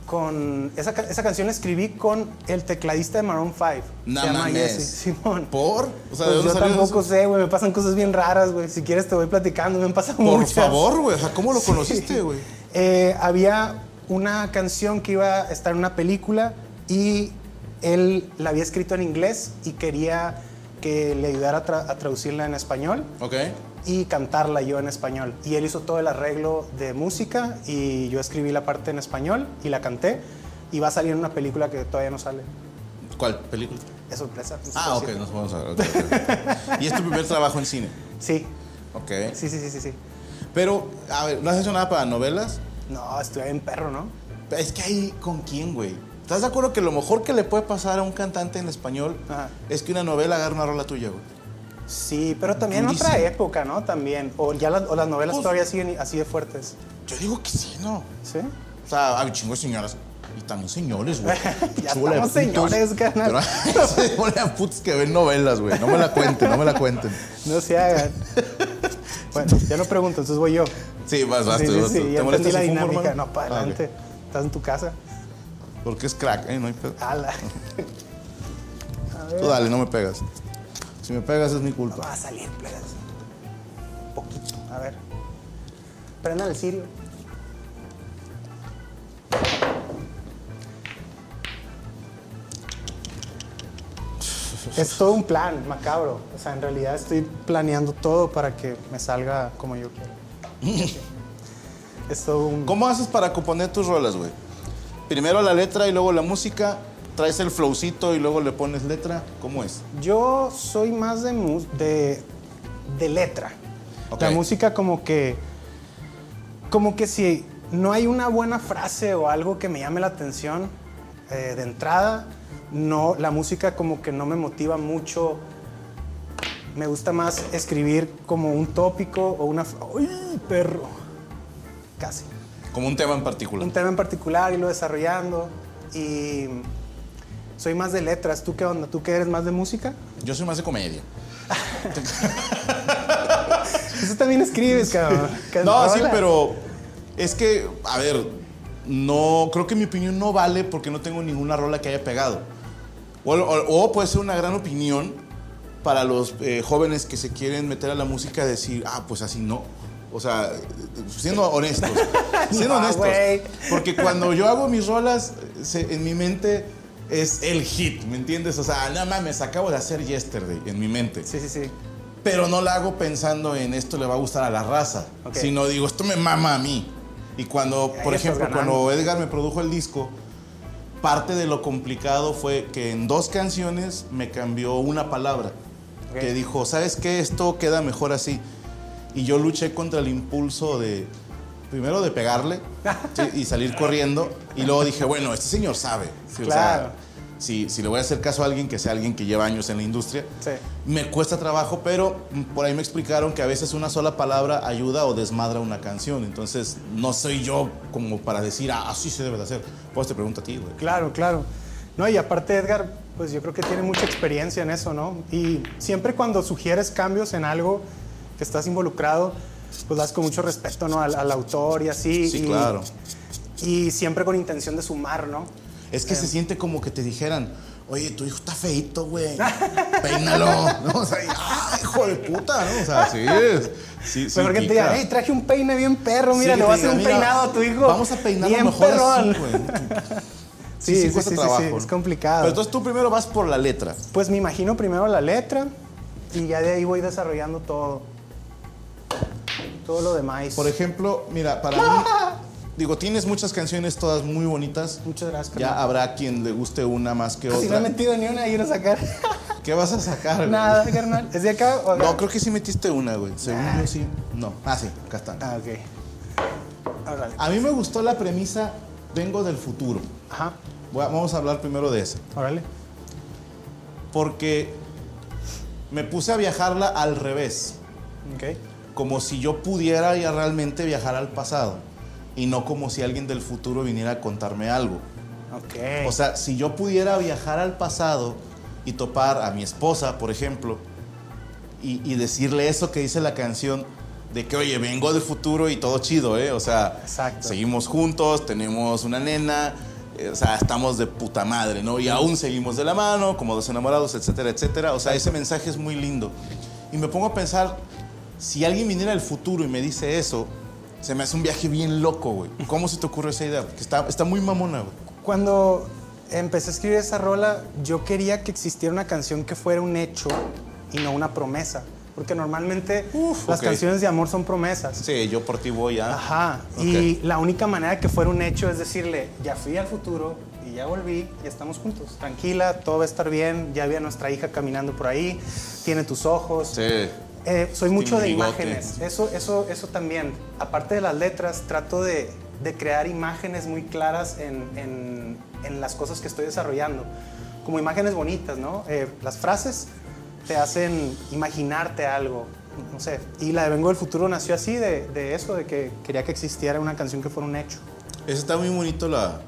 [SPEAKER 2] con esa, ca- esa canción la escribí con el tecladista de Maroon 5.
[SPEAKER 1] No
[SPEAKER 2] se llama
[SPEAKER 1] mames.
[SPEAKER 2] Jesse Simón.
[SPEAKER 1] ¿Por? O sea, ¿de
[SPEAKER 2] Pues
[SPEAKER 1] dónde
[SPEAKER 2] yo
[SPEAKER 1] salió
[SPEAKER 2] tampoco
[SPEAKER 1] eso?
[SPEAKER 2] sé, güey. Me pasan cosas bien raras, güey. Si quieres te voy platicando, me han pasado
[SPEAKER 1] Por
[SPEAKER 2] muchas.
[SPEAKER 1] favor, güey. O sea, ¿cómo lo conociste, güey?
[SPEAKER 2] Eh, había una canción que iba a estar en una película y él la había escrito en inglés y quería que le ayudara a, tra- a traducirla en español
[SPEAKER 1] Ok.
[SPEAKER 2] y cantarla yo en español. Y él hizo todo el arreglo de música y yo escribí la parte en español y la canté y va a salir en una película que todavía no sale.
[SPEAKER 1] ¿Cuál película?
[SPEAKER 2] Es sorpresa. no se
[SPEAKER 1] Ah,
[SPEAKER 2] puede
[SPEAKER 1] ok,
[SPEAKER 2] decir.
[SPEAKER 1] nos vamos a ver. ok, ok. y es tu primer trabajo en cine.
[SPEAKER 2] Sí,
[SPEAKER 1] Ok.
[SPEAKER 2] sí, sí, sí, sí, sí.
[SPEAKER 1] Pero, a ver, ¿no has hecho nada para novelas?
[SPEAKER 2] No, estuve en perro, ¿no?
[SPEAKER 1] Es que ahí, ¿con quién, güey? ¿Estás de acuerdo que lo mejor que le puede pasar a un cantante en español
[SPEAKER 2] Ajá.
[SPEAKER 1] es que una novela agarre una rola tuya, güey?
[SPEAKER 2] Sí, pero también
[SPEAKER 1] Durísimo.
[SPEAKER 2] otra época, ¿no? También. O ya las, o las novelas
[SPEAKER 1] Pues-
[SPEAKER 2] todavía siguen así de fuertes.
[SPEAKER 1] Yo digo que sí, ¿no?
[SPEAKER 2] ¿Sí?
[SPEAKER 1] O sea, hay un chingo de señoras. Y también señores, güey.
[SPEAKER 2] Ya
[SPEAKER 1] Chula de
[SPEAKER 2] estamos señores, carnal.
[SPEAKER 1] Pero hay bola de putos que ven novelas, güey. No me la cuenten, no me la cuenten.
[SPEAKER 2] No se hagan. bueno, ya no pregunto, entonces voy yo.
[SPEAKER 1] Sí, vas, vas.
[SPEAKER 2] sí,
[SPEAKER 1] tú,
[SPEAKER 2] sí,
[SPEAKER 1] vas
[SPEAKER 2] sí,
[SPEAKER 1] tú.
[SPEAKER 2] ya entendí la
[SPEAKER 1] si fumo,
[SPEAKER 2] dinámica.
[SPEAKER 1] hermano?
[SPEAKER 2] No, para
[SPEAKER 1] Ah, ok.
[SPEAKER 2] adelante. Estás en tu casa.
[SPEAKER 1] Porque es crack, ¿eh? No hay pedo.
[SPEAKER 2] Ala.
[SPEAKER 1] Tú dale, no me pegas. Si me pegas es mi culpa.
[SPEAKER 2] Va a salir, plegas. Poquito. A ver. Prendan el sirio. Es todo un plan macabro. O sea, en realidad estoy planeando todo para que me salga como yo quiero. es todo un.
[SPEAKER 1] ¿Cómo haces para componer tus rolas, güey? Primero la letra y luego la música. Traes el flowcito y luego le pones letra. ¿Cómo es?
[SPEAKER 2] Yo soy más de, mu- de, de letra.
[SPEAKER 1] Ok.
[SPEAKER 2] La música como que como que si no hay una buena frase o algo que me llame la atención eh, de entrada, no, la música como que no me motiva mucho. Me gusta más escribir como un tópico o una... f- ¡Ay, perro! Casi
[SPEAKER 1] Como un tema en particular.
[SPEAKER 2] un tema en particular y lo desarrollando. Y soy más de letras. ¿Tú qué onda? ¿Tú qué eres más de música?
[SPEAKER 1] Yo soy más de comedia.
[SPEAKER 2] Eso también escribes, cabrón.
[SPEAKER 1] No, sí,
[SPEAKER 2] Hola.
[SPEAKER 1] pero es que, a ver, no, creo que mi opinión no vale porque no tengo ninguna rola que haya pegado. O, o- o puede ser una gran opinión para los eh, jóvenes que se quieren meter a la música, decir, ah, pues así no. O sea, siendo honestos. siendo
[SPEAKER 2] No,
[SPEAKER 1] honestos.
[SPEAKER 2] güey.
[SPEAKER 1] Porque cuando yo hago mis rolas, se- en mi mente es el hit, ¿me entiendes? O sea, nada mames, acabo de hacer yesterday en mi mente
[SPEAKER 2] Sí, sí, sí.
[SPEAKER 1] pero no la hago pensando en esto le va a gustar a la raza,
[SPEAKER 2] Ok.
[SPEAKER 1] sino digo, esto me mama a mí. Y cuando,
[SPEAKER 2] Ahí
[SPEAKER 1] por
[SPEAKER 2] estás
[SPEAKER 1] ejemplo,
[SPEAKER 2] ganando.
[SPEAKER 1] cuando Edgar me produjo el disco, parte de lo complicado fue que en dos canciones me cambió una palabra,
[SPEAKER 2] Ok.
[SPEAKER 1] que dijo, ¿sabes qué? Esto queda mejor así. Y yo luché contra el impulso de, primero de pegarle sí, y salir corriendo, y luego dije, bueno, este señor sabe. Sí, o sea,
[SPEAKER 2] Claro.
[SPEAKER 1] si, si le voy a hacer caso a alguien, que sea alguien que lleva años en la industria.
[SPEAKER 2] Sí.
[SPEAKER 1] Me cuesta trabajo, pero por ahí me explicaron que a veces una sola palabra ayuda o desmadra una canción. Entonces, no soy yo como para decir, ah, así se debe de hacer. Pues te pregunto a ti, güey.
[SPEAKER 2] Claro, claro. No, y aparte Edgar, pues yo creo que tiene mucha experiencia en eso, ¿no? Y siempre cuando sugieres cambios en algo que estás involucrado, pues das con mucho respeto, ¿no? Al, al autor y así.
[SPEAKER 1] Sí,
[SPEAKER 2] y-
[SPEAKER 1] claro.
[SPEAKER 2] Y siempre con intención de sumar, ¿no?
[SPEAKER 1] Es que se siente como que te dijeran, oye, tu hijo está feito, güey. Peínalo. ¿no? O sea, y, ah, hijo de puta, ¿no? O sea, sí es. Sí, sí
[SPEAKER 2] Mejor que te
[SPEAKER 1] pica.
[SPEAKER 2] digan, hey, traje un peine bien perro,
[SPEAKER 1] Sí,
[SPEAKER 2] mira,
[SPEAKER 1] que
[SPEAKER 2] le
[SPEAKER 1] te
[SPEAKER 2] voy a hacer
[SPEAKER 1] digan,
[SPEAKER 2] un
[SPEAKER 1] "Mira,
[SPEAKER 2] peinado a tu hijo.
[SPEAKER 1] Vamos a peinarlo
[SPEAKER 2] bien
[SPEAKER 1] mejor
[SPEAKER 2] perrón".
[SPEAKER 1] así, güey.
[SPEAKER 2] Sí, sí, sí, sí, sí, es complicado.
[SPEAKER 1] Pero entonces tú primero vas por la letra.
[SPEAKER 2] Pues me imagino primero la letra y ya de ahí voy desarrollando todo. Todo lo demás.
[SPEAKER 1] Por ejemplo, mira, para mí, digo, tienes muchas canciones, todas muy bonitas.
[SPEAKER 2] Muchas gracias,
[SPEAKER 1] Ya
[SPEAKER 2] carnal.
[SPEAKER 1] habrá quien le guste una más que
[SPEAKER 2] Si no he
[SPEAKER 1] otra.
[SPEAKER 2] metido ni una, quiero sacar
[SPEAKER 1] ¿Qué vas a sacar? güey?
[SPEAKER 2] nada, carnal. ¿Es de acá o acá?
[SPEAKER 1] No, creo que sí metiste una, güey. Según yo sí. No. Ah, sí, acá están.
[SPEAKER 2] Ah, ok. Órale.
[SPEAKER 1] A mí me gustó la premisa, vengo del futuro.
[SPEAKER 2] Ajá,
[SPEAKER 1] Voy a- Vamos a hablar primero de esa.
[SPEAKER 2] órale.
[SPEAKER 1] Porque me puse a viajarla al revés.
[SPEAKER 2] Ok.
[SPEAKER 1] como si yo pudiera ya realmente viajar al pasado y no como si alguien del futuro viniera a contarme algo.
[SPEAKER 2] Ok.
[SPEAKER 1] O sea, si yo pudiera viajar al pasado y topar a mi esposa, por ejemplo, y, y decirle eso que dice la canción de que, oye, vengo del futuro y todo chido, ¿eh? O sea,
[SPEAKER 2] Exacto.
[SPEAKER 1] seguimos juntos, tenemos una nena, eh, o sea, estamos de puta madre, ¿no? Y aún seguimos de la mano, como dos enamorados, etcétera, etcétera. O sea, ese mensaje es muy lindo. Y me pongo a pensar, si alguien viniera del futuro y me dice eso, se me hace un viaje bien loco, güey. ¿Cómo se te ocurre esa idea? Porque está, está muy mamona, güey.
[SPEAKER 2] Cuando empecé a escribir esa rola, yo quería que existiera una canción que fuera un hecho y no una promesa. Porque normalmente
[SPEAKER 1] Uf,
[SPEAKER 2] las
[SPEAKER 1] ok.
[SPEAKER 2] canciones de amor son promesas.
[SPEAKER 1] Sí, yo por ti voy a.
[SPEAKER 2] Ajá.
[SPEAKER 1] Ok.
[SPEAKER 2] Y la única manera de que fuera un hecho es decirle, ya fui al futuro y ya volví y estamos juntos. Tranquila, todo va a estar bien. Ya vi a nuestra hija caminando por ahí. Tiene tus ojos.
[SPEAKER 1] Sí.
[SPEAKER 2] Eh,
[SPEAKER 1] Este
[SPEAKER 2] soy mucho de
[SPEAKER 1] Tiene bigote.
[SPEAKER 2] imágenes. Eso, eso, eso también. Aparte de las letras, trato de, de crear imágenes muy claras en, en- en las cosas que estoy desarrollando. Como imágenes bonitas, ¿no? Eh, las frases te hacen imaginarte algo. No sé. Y la de Vengo del Futuro nació así, de, de eso, de que quería que existiera una canción que fuera un hecho.
[SPEAKER 1] Eso está muy bonito la.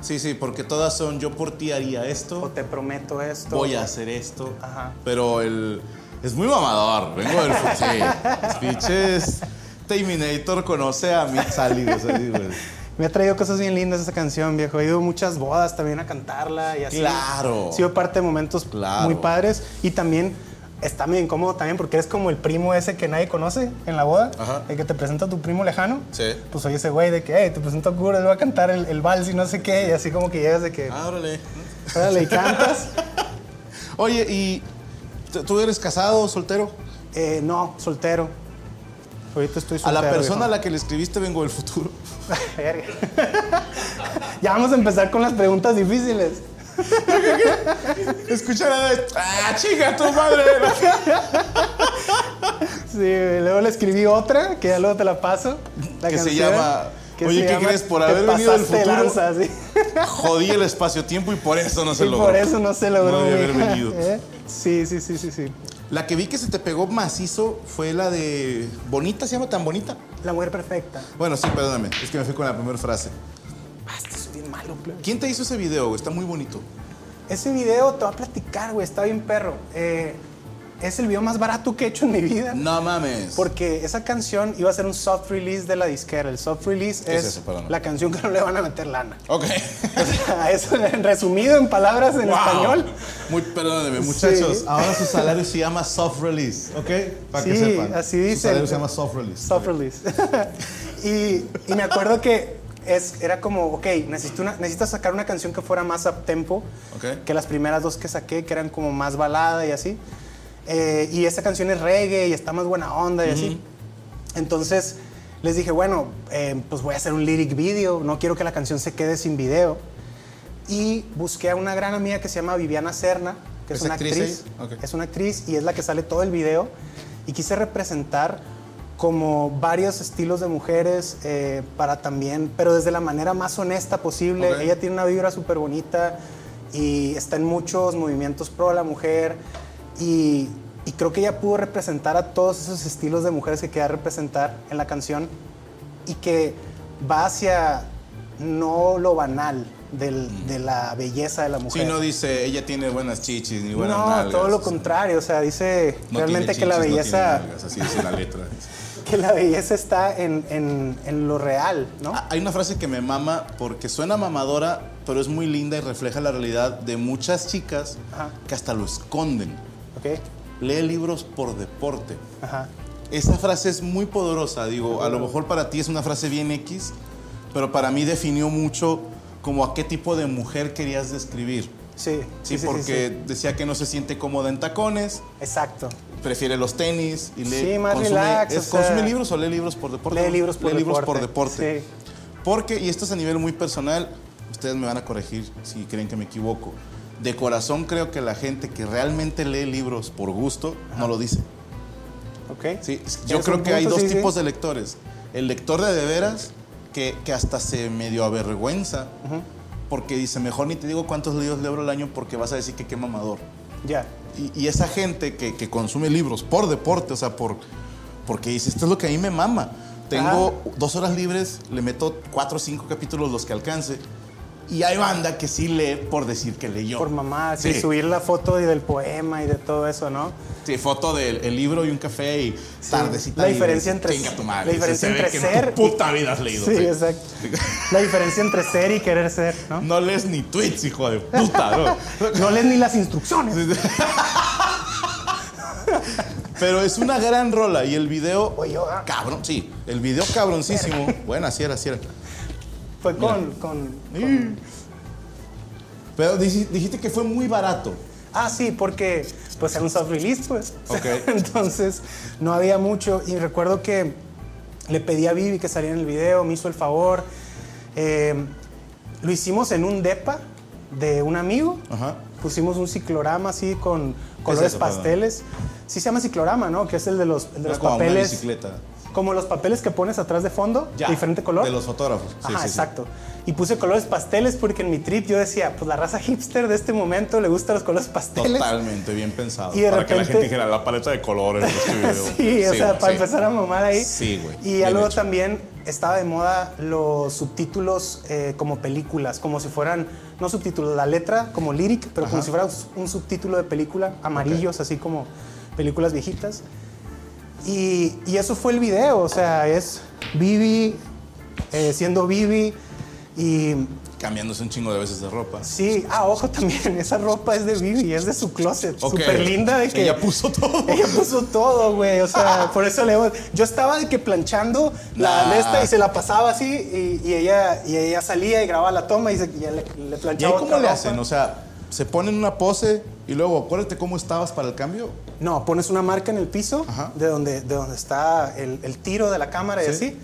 [SPEAKER 1] Sí, sí, porque todas son yo por ti haría
[SPEAKER 2] O
[SPEAKER 1] esto,
[SPEAKER 2] te prometo esto.
[SPEAKER 1] voy a hacer esto.
[SPEAKER 2] Ajá.
[SPEAKER 1] Pero el. Es muy mamador, vengo del. fu- Sí. Los Pinches. Terminator conoce a Mid Sally, o sea, sí, güey.
[SPEAKER 2] Me ha traído cosas bien lindas esa canción, viejo. He ido a muchas bodas también a cantarla y así.
[SPEAKER 1] Claro.
[SPEAKER 2] Ha sido parte de momentos
[SPEAKER 1] Claro.
[SPEAKER 2] muy padres. Y también está bien incómodo también porque eres como el primo ese que nadie conoce en la boda.
[SPEAKER 1] Ajá.
[SPEAKER 2] El que te presenta a tu primo lejano.
[SPEAKER 1] Sí.
[SPEAKER 2] Pues oye ese güey de que, hey, te presento a Cura, él va a cantar el, el vals y no sé qué. Y así como que llegas de que,
[SPEAKER 1] Ah, órale.
[SPEAKER 2] órale, y cantas.
[SPEAKER 1] Oye, ¿y t- tú eres casado, soltero?
[SPEAKER 2] Eh, no, soltero. Ahorita estoy
[SPEAKER 1] A
[SPEAKER 2] soltero.
[SPEAKER 1] la persona a
[SPEAKER 2] viejo.
[SPEAKER 1] la que le escribiste vengo del futuro.
[SPEAKER 2] Verga. ya vamos a empezar con las preguntas difíciles.
[SPEAKER 1] Escucha nada de. ¡Ah, chica, tu madre!
[SPEAKER 2] Sí, güey, luego le escribí otra, que ya luego te la paso. La
[SPEAKER 1] que se
[SPEAKER 2] canción
[SPEAKER 1] llama.
[SPEAKER 2] que
[SPEAKER 1] Oye,
[SPEAKER 2] se
[SPEAKER 1] ¿qué
[SPEAKER 2] llama
[SPEAKER 1] crees? Por
[SPEAKER 2] Te
[SPEAKER 1] haber venido del
[SPEAKER 2] pasaste de
[SPEAKER 1] futuro,
[SPEAKER 2] lanza, sí.
[SPEAKER 1] jodí el espacio-tiempo y por eso no se
[SPEAKER 2] Y
[SPEAKER 1] logró.
[SPEAKER 2] por eso no se logró.
[SPEAKER 1] No debía haber
[SPEAKER 2] mija,
[SPEAKER 1] venido.
[SPEAKER 2] ¿eh? Sí, sí, sí, sí, sí.
[SPEAKER 1] La que vi que se te pegó macizo fue la de. ¿Bonita se llama tan bonita?
[SPEAKER 2] La mujer perfecta.
[SPEAKER 1] Bueno, sí, perdóname. Es que me fui con la primera frase.
[SPEAKER 2] Ah, este es bien malo, plebe.
[SPEAKER 1] ¿Quién te hizo ese video? güey? Está muy bonito.
[SPEAKER 2] Ese video te voy a platicar, güey. Está bien perro. Eh, es el video más barato que he hecho en mi vida.
[SPEAKER 1] No mames.
[SPEAKER 2] Porque esa canción iba a ser un soft release de la disquera. El soft release
[SPEAKER 1] ¿Qué es
[SPEAKER 2] es,
[SPEAKER 1] eso? Perdón.
[SPEAKER 2] la canción que no le van a meter lana.
[SPEAKER 1] Ok.
[SPEAKER 2] O sea, eso en resumido en palabras en
[SPEAKER 1] Wow.
[SPEAKER 2] español.
[SPEAKER 1] Muy, perdónenme, muchachos.
[SPEAKER 2] Sí.
[SPEAKER 3] Ahora su salario se llama soft release, ¿ok? Para que
[SPEAKER 2] Sí,
[SPEAKER 3] sepan.
[SPEAKER 2] así
[SPEAKER 3] Su
[SPEAKER 2] dicen.
[SPEAKER 3] salario se llama soft release.
[SPEAKER 2] Soft release. y, y me acuerdo que es, era como, ok, necesito, una, necesito sacar una canción que fuera más up tempo
[SPEAKER 1] Ok.
[SPEAKER 2] que las primeras dos que saqué, que eran como más balada y así. Eh, y esa canción es reggae y está más buena onda y así. Entonces les dije, bueno, eh, pues voy a hacer un lyric video, no quiero que la canción se quede sin video. Y busqué a una gran amiga que se llama Viviana Serna, que es,
[SPEAKER 1] ¿Es
[SPEAKER 2] una
[SPEAKER 1] actriz
[SPEAKER 2] actriz.
[SPEAKER 1] ahí? Ok.
[SPEAKER 2] Es una actriz y es la que sale todo el video. Y quise representar como varios estilos de mujeres eh, para también, pero desde la manera más honesta posible.
[SPEAKER 1] Ok.
[SPEAKER 2] Ella tiene una vibra súper bonita y está en muchos movimientos pro la mujer. Y, y creo que ella pudo representar a todos esos estilos de mujeres que quería representar en la canción y que va hacia no lo banal del- de la belleza de la
[SPEAKER 1] Si
[SPEAKER 2] mujer.
[SPEAKER 1] no dice, ella tiene buenas chichis ni
[SPEAKER 2] no,
[SPEAKER 1] buenas nalgas.
[SPEAKER 2] todo lo contrario, o sea, dice
[SPEAKER 1] No
[SPEAKER 2] realmente
[SPEAKER 1] tiene
[SPEAKER 2] que la
[SPEAKER 1] chichis, no tiene
[SPEAKER 2] belleza
[SPEAKER 1] nalgas, así dice la letra.
[SPEAKER 2] que la belleza está en, en- en lo real, ¿no?
[SPEAKER 1] Ah, Hay una frase que me mama porque suena mamadora, pero es muy linda y refleja la realidad de muchas chicas
[SPEAKER 2] Ajá.
[SPEAKER 1] que hasta lo esconden.
[SPEAKER 2] Ok.
[SPEAKER 1] Lee libros por deporte.
[SPEAKER 2] Ajá.
[SPEAKER 1] Esa frase es muy poderosa, digo, a lo mejor para ti es una frase bien X, pero para mí definió mucho como a qué tipo de mujer querías describir.
[SPEAKER 2] Sí.
[SPEAKER 1] Sí,
[SPEAKER 2] sí,
[SPEAKER 1] porque
[SPEAKER 2] sí.
[SPEAKER 1] decía que no se siente cómoda en tacones,
[SPEAKER 2] Exacto.
[SPEAKER 1] prefiere los tenis y lee.
[SPEAKER 2] Sí, más relax,
[SPEAKER 1] es-
[SPEAKER 2] o sea,
[SPEAKER 1] ¿Consume libros o lee libros por deporte?
[SPEAKER 2] Lee libros por
[SPEAKER 1] Lee
[SPEAKER 2] deporte.
[SPEAKER 1] deporte. Porque, y esto es a nivel muy personal, ustedes me van a corregir si creen que me equivoco. De corazón creo que la gente que realmente lee libros por gusto no lo dice.
[SPEAKER 2] Sí. Ok.
[SPEAKER 1] Sí, yo
[SPEAKER 2] Tienes
[SPEAKER 1] creo
[SPEAKER 2] un
[SPEAKER 1] que hay
[SPEAKER 2] punto,
[SPEAKER 1] dos
[SPEAKER 2] sí, sí.
[SPEAKER 1] tipos de lectores. El lector de de veras, que, que hasta se medio avergüenza, porque dice, mejor ni te digo cuántos libros leo al año porque vas a decir que qué mamador.
[SPEAKER 2] Ya.
[SPEAKER 1] Y, y esa gente que, que consume libros por deporte, o sea, por, porque dice, esto es lo que a mí me mama. Tengo dos horas libres, le meto cuatro o cinco capítulos los que alcance. Y hay banda que sí lee por decir que leyó.
[SPEAKER 2] Por mamá, sí.
[SPEAKER 1] Sí.
[SPEAKER 2] subir la foto y del poema y de todo eso, ¿no?
[SPEAKER 1] Sí, foto del el libro y un café y tardecita.
[SPEAKER 2] La
[SPEAKER 1] libre.
[SPEAKER 2] diferencia entre-
[SPEAKER 1] Chinga tu madre.
[SPEAKER 2] la diferencia
[SPEAKER 1] Se ve
[SPEAKER 2] entre
[SPEAKER 1] que
[SPEAKER 2] ser
[SPEAKER 1] En tu puta vida has leído.
[SPEAKER 2] Sí,
[SPEAKER 1] sí.
[SPEAKER 2] exacto. La diferencia entre ser y querer ser, ¿no?
[SPEAKER 1] No lees ni tweets, hijo de puta, ¿no?
[SPEAKER 2] No lees ni las instrucciones.
[SPEAKER 1] Pero es una gran rola y el video.
[SPEAKER 2] Oye, ah.
[SPEAKER 1] Cabrón, sí. El video cabroncísimo. Buena, así era, así era.
[SPEAKER 2] Fue con, con,
[SPEAKER 1] Pero dici- dijiste que fue muy barato.
[SPEAKER 2] Ah, sí, porque pues era un soft release, pues.
[SPEAKER 1] Ok.
[SPEAKER 2] Entonces no había mucho. Y recuerdo que le pedí a Vivi que saliera en el video, me hizo el favor. Eh, lo hicimos en un depa de un amigo.
[SPEAKER 1] Ajá.
[SPEAKER 2] Pusimos un ciclorama así con colores
[SPEAKER 1] eso, perdón?
[SPEAKER 2] pasteles. Sí se llama ciclorama, ¿no? Que es el de los, el
[SPEAKER 1] Era
[SPEAKER 2] de los
[SPEAKER 1] como una
[SPEAKER 2] papeles.
[SPEAKER 1] bicicleta.
[SPEAKER 2] Como los papeles que pones atrás de fondo,
[SPEAKER 1] Ya,
[SPEAKER 2] de diferente color.
[SPEAKER 1] De los fotógrafos. Sí,
[SPEAKER 2] Ajá,
[SPEAKER 1] sí, sí.
[SPEAKER 2] exacto. Y puse colores pasteles porque en mi trip yo decía, pues la raza hipster de este momento le gusta los colores pasteles.
[SPEAKER 1] Totalmente bien pensado.
[SPEAKER 2] Y de
[SPEAKER 1] para que la
[SPEAKER 2] repente-
[SPEAKER 1] gente dijera la paleta de colores de este video.
[SPEAKER 2] Sí, o sea,
[SPEAKER 1] güey,
[SPEAKER 2] para
[SPEAKER 1] sí.
[SPEAKER 2] empezar a mamar ahí.
[SPEAKER 1] Sí, güey,
[SPEAKER 2] Y
[SPEAKER 1] bien
[SPEAKER 2] ya luego
[SPEAKER 1] hecho.
[SPEAKER 2] también estaba de moda los subtítulos eh, como películas, como si fueran, no subtítulos, la letra como lyric, pero
[SPEAKER 1] Ajá.
[SPEAKER 2] como si fuera un subtítulo de película, amarillos, así como películas viejitas. Y, y eso fue el video, o sea, es Vivi eh, siendo Vivi y
[SPEAKER 1] Cambiándose un chingo de veces de ropa.
[SPEAKER 2] Sí, ah, ojo también, esa ropa es de Vivi, es de su closet,
[SPEAKER 1] Ok.
[SPEAKER 2] súper linda de que
[SPEAKER 1] Ella puso todo.
[SPEAKER 2] Ella puso todo, güey, o sea, por eso le yo estaba de que planchando la
[SPEAKER 1] Nah.
[SPEAKER 2] de esta y se la pasaba así y, y ella y ella salía y grababa la toma y, se, y ya le, le
[SPEAKER 1] ¿Y ahí
[SPEAKER 2] planchaba
[SPEAKER 1] cómo
[SPEAKER 2] otra
[SPEAKER 1] le
[SPEAKER 2] ropa.
[SPEAKER 1] hacen? O sea, se ponen una pose y luego acuérdate cómo estabas para el cambio.
[SPEAKER 2] No, pones una marca en el piso
[SPEAKER 1] Ajá.
[SPEAKER 2] de donde, de donde está el, el tiro de la cámara
[SPEAKER 1] Sí.
[SPEAKER 2] y así.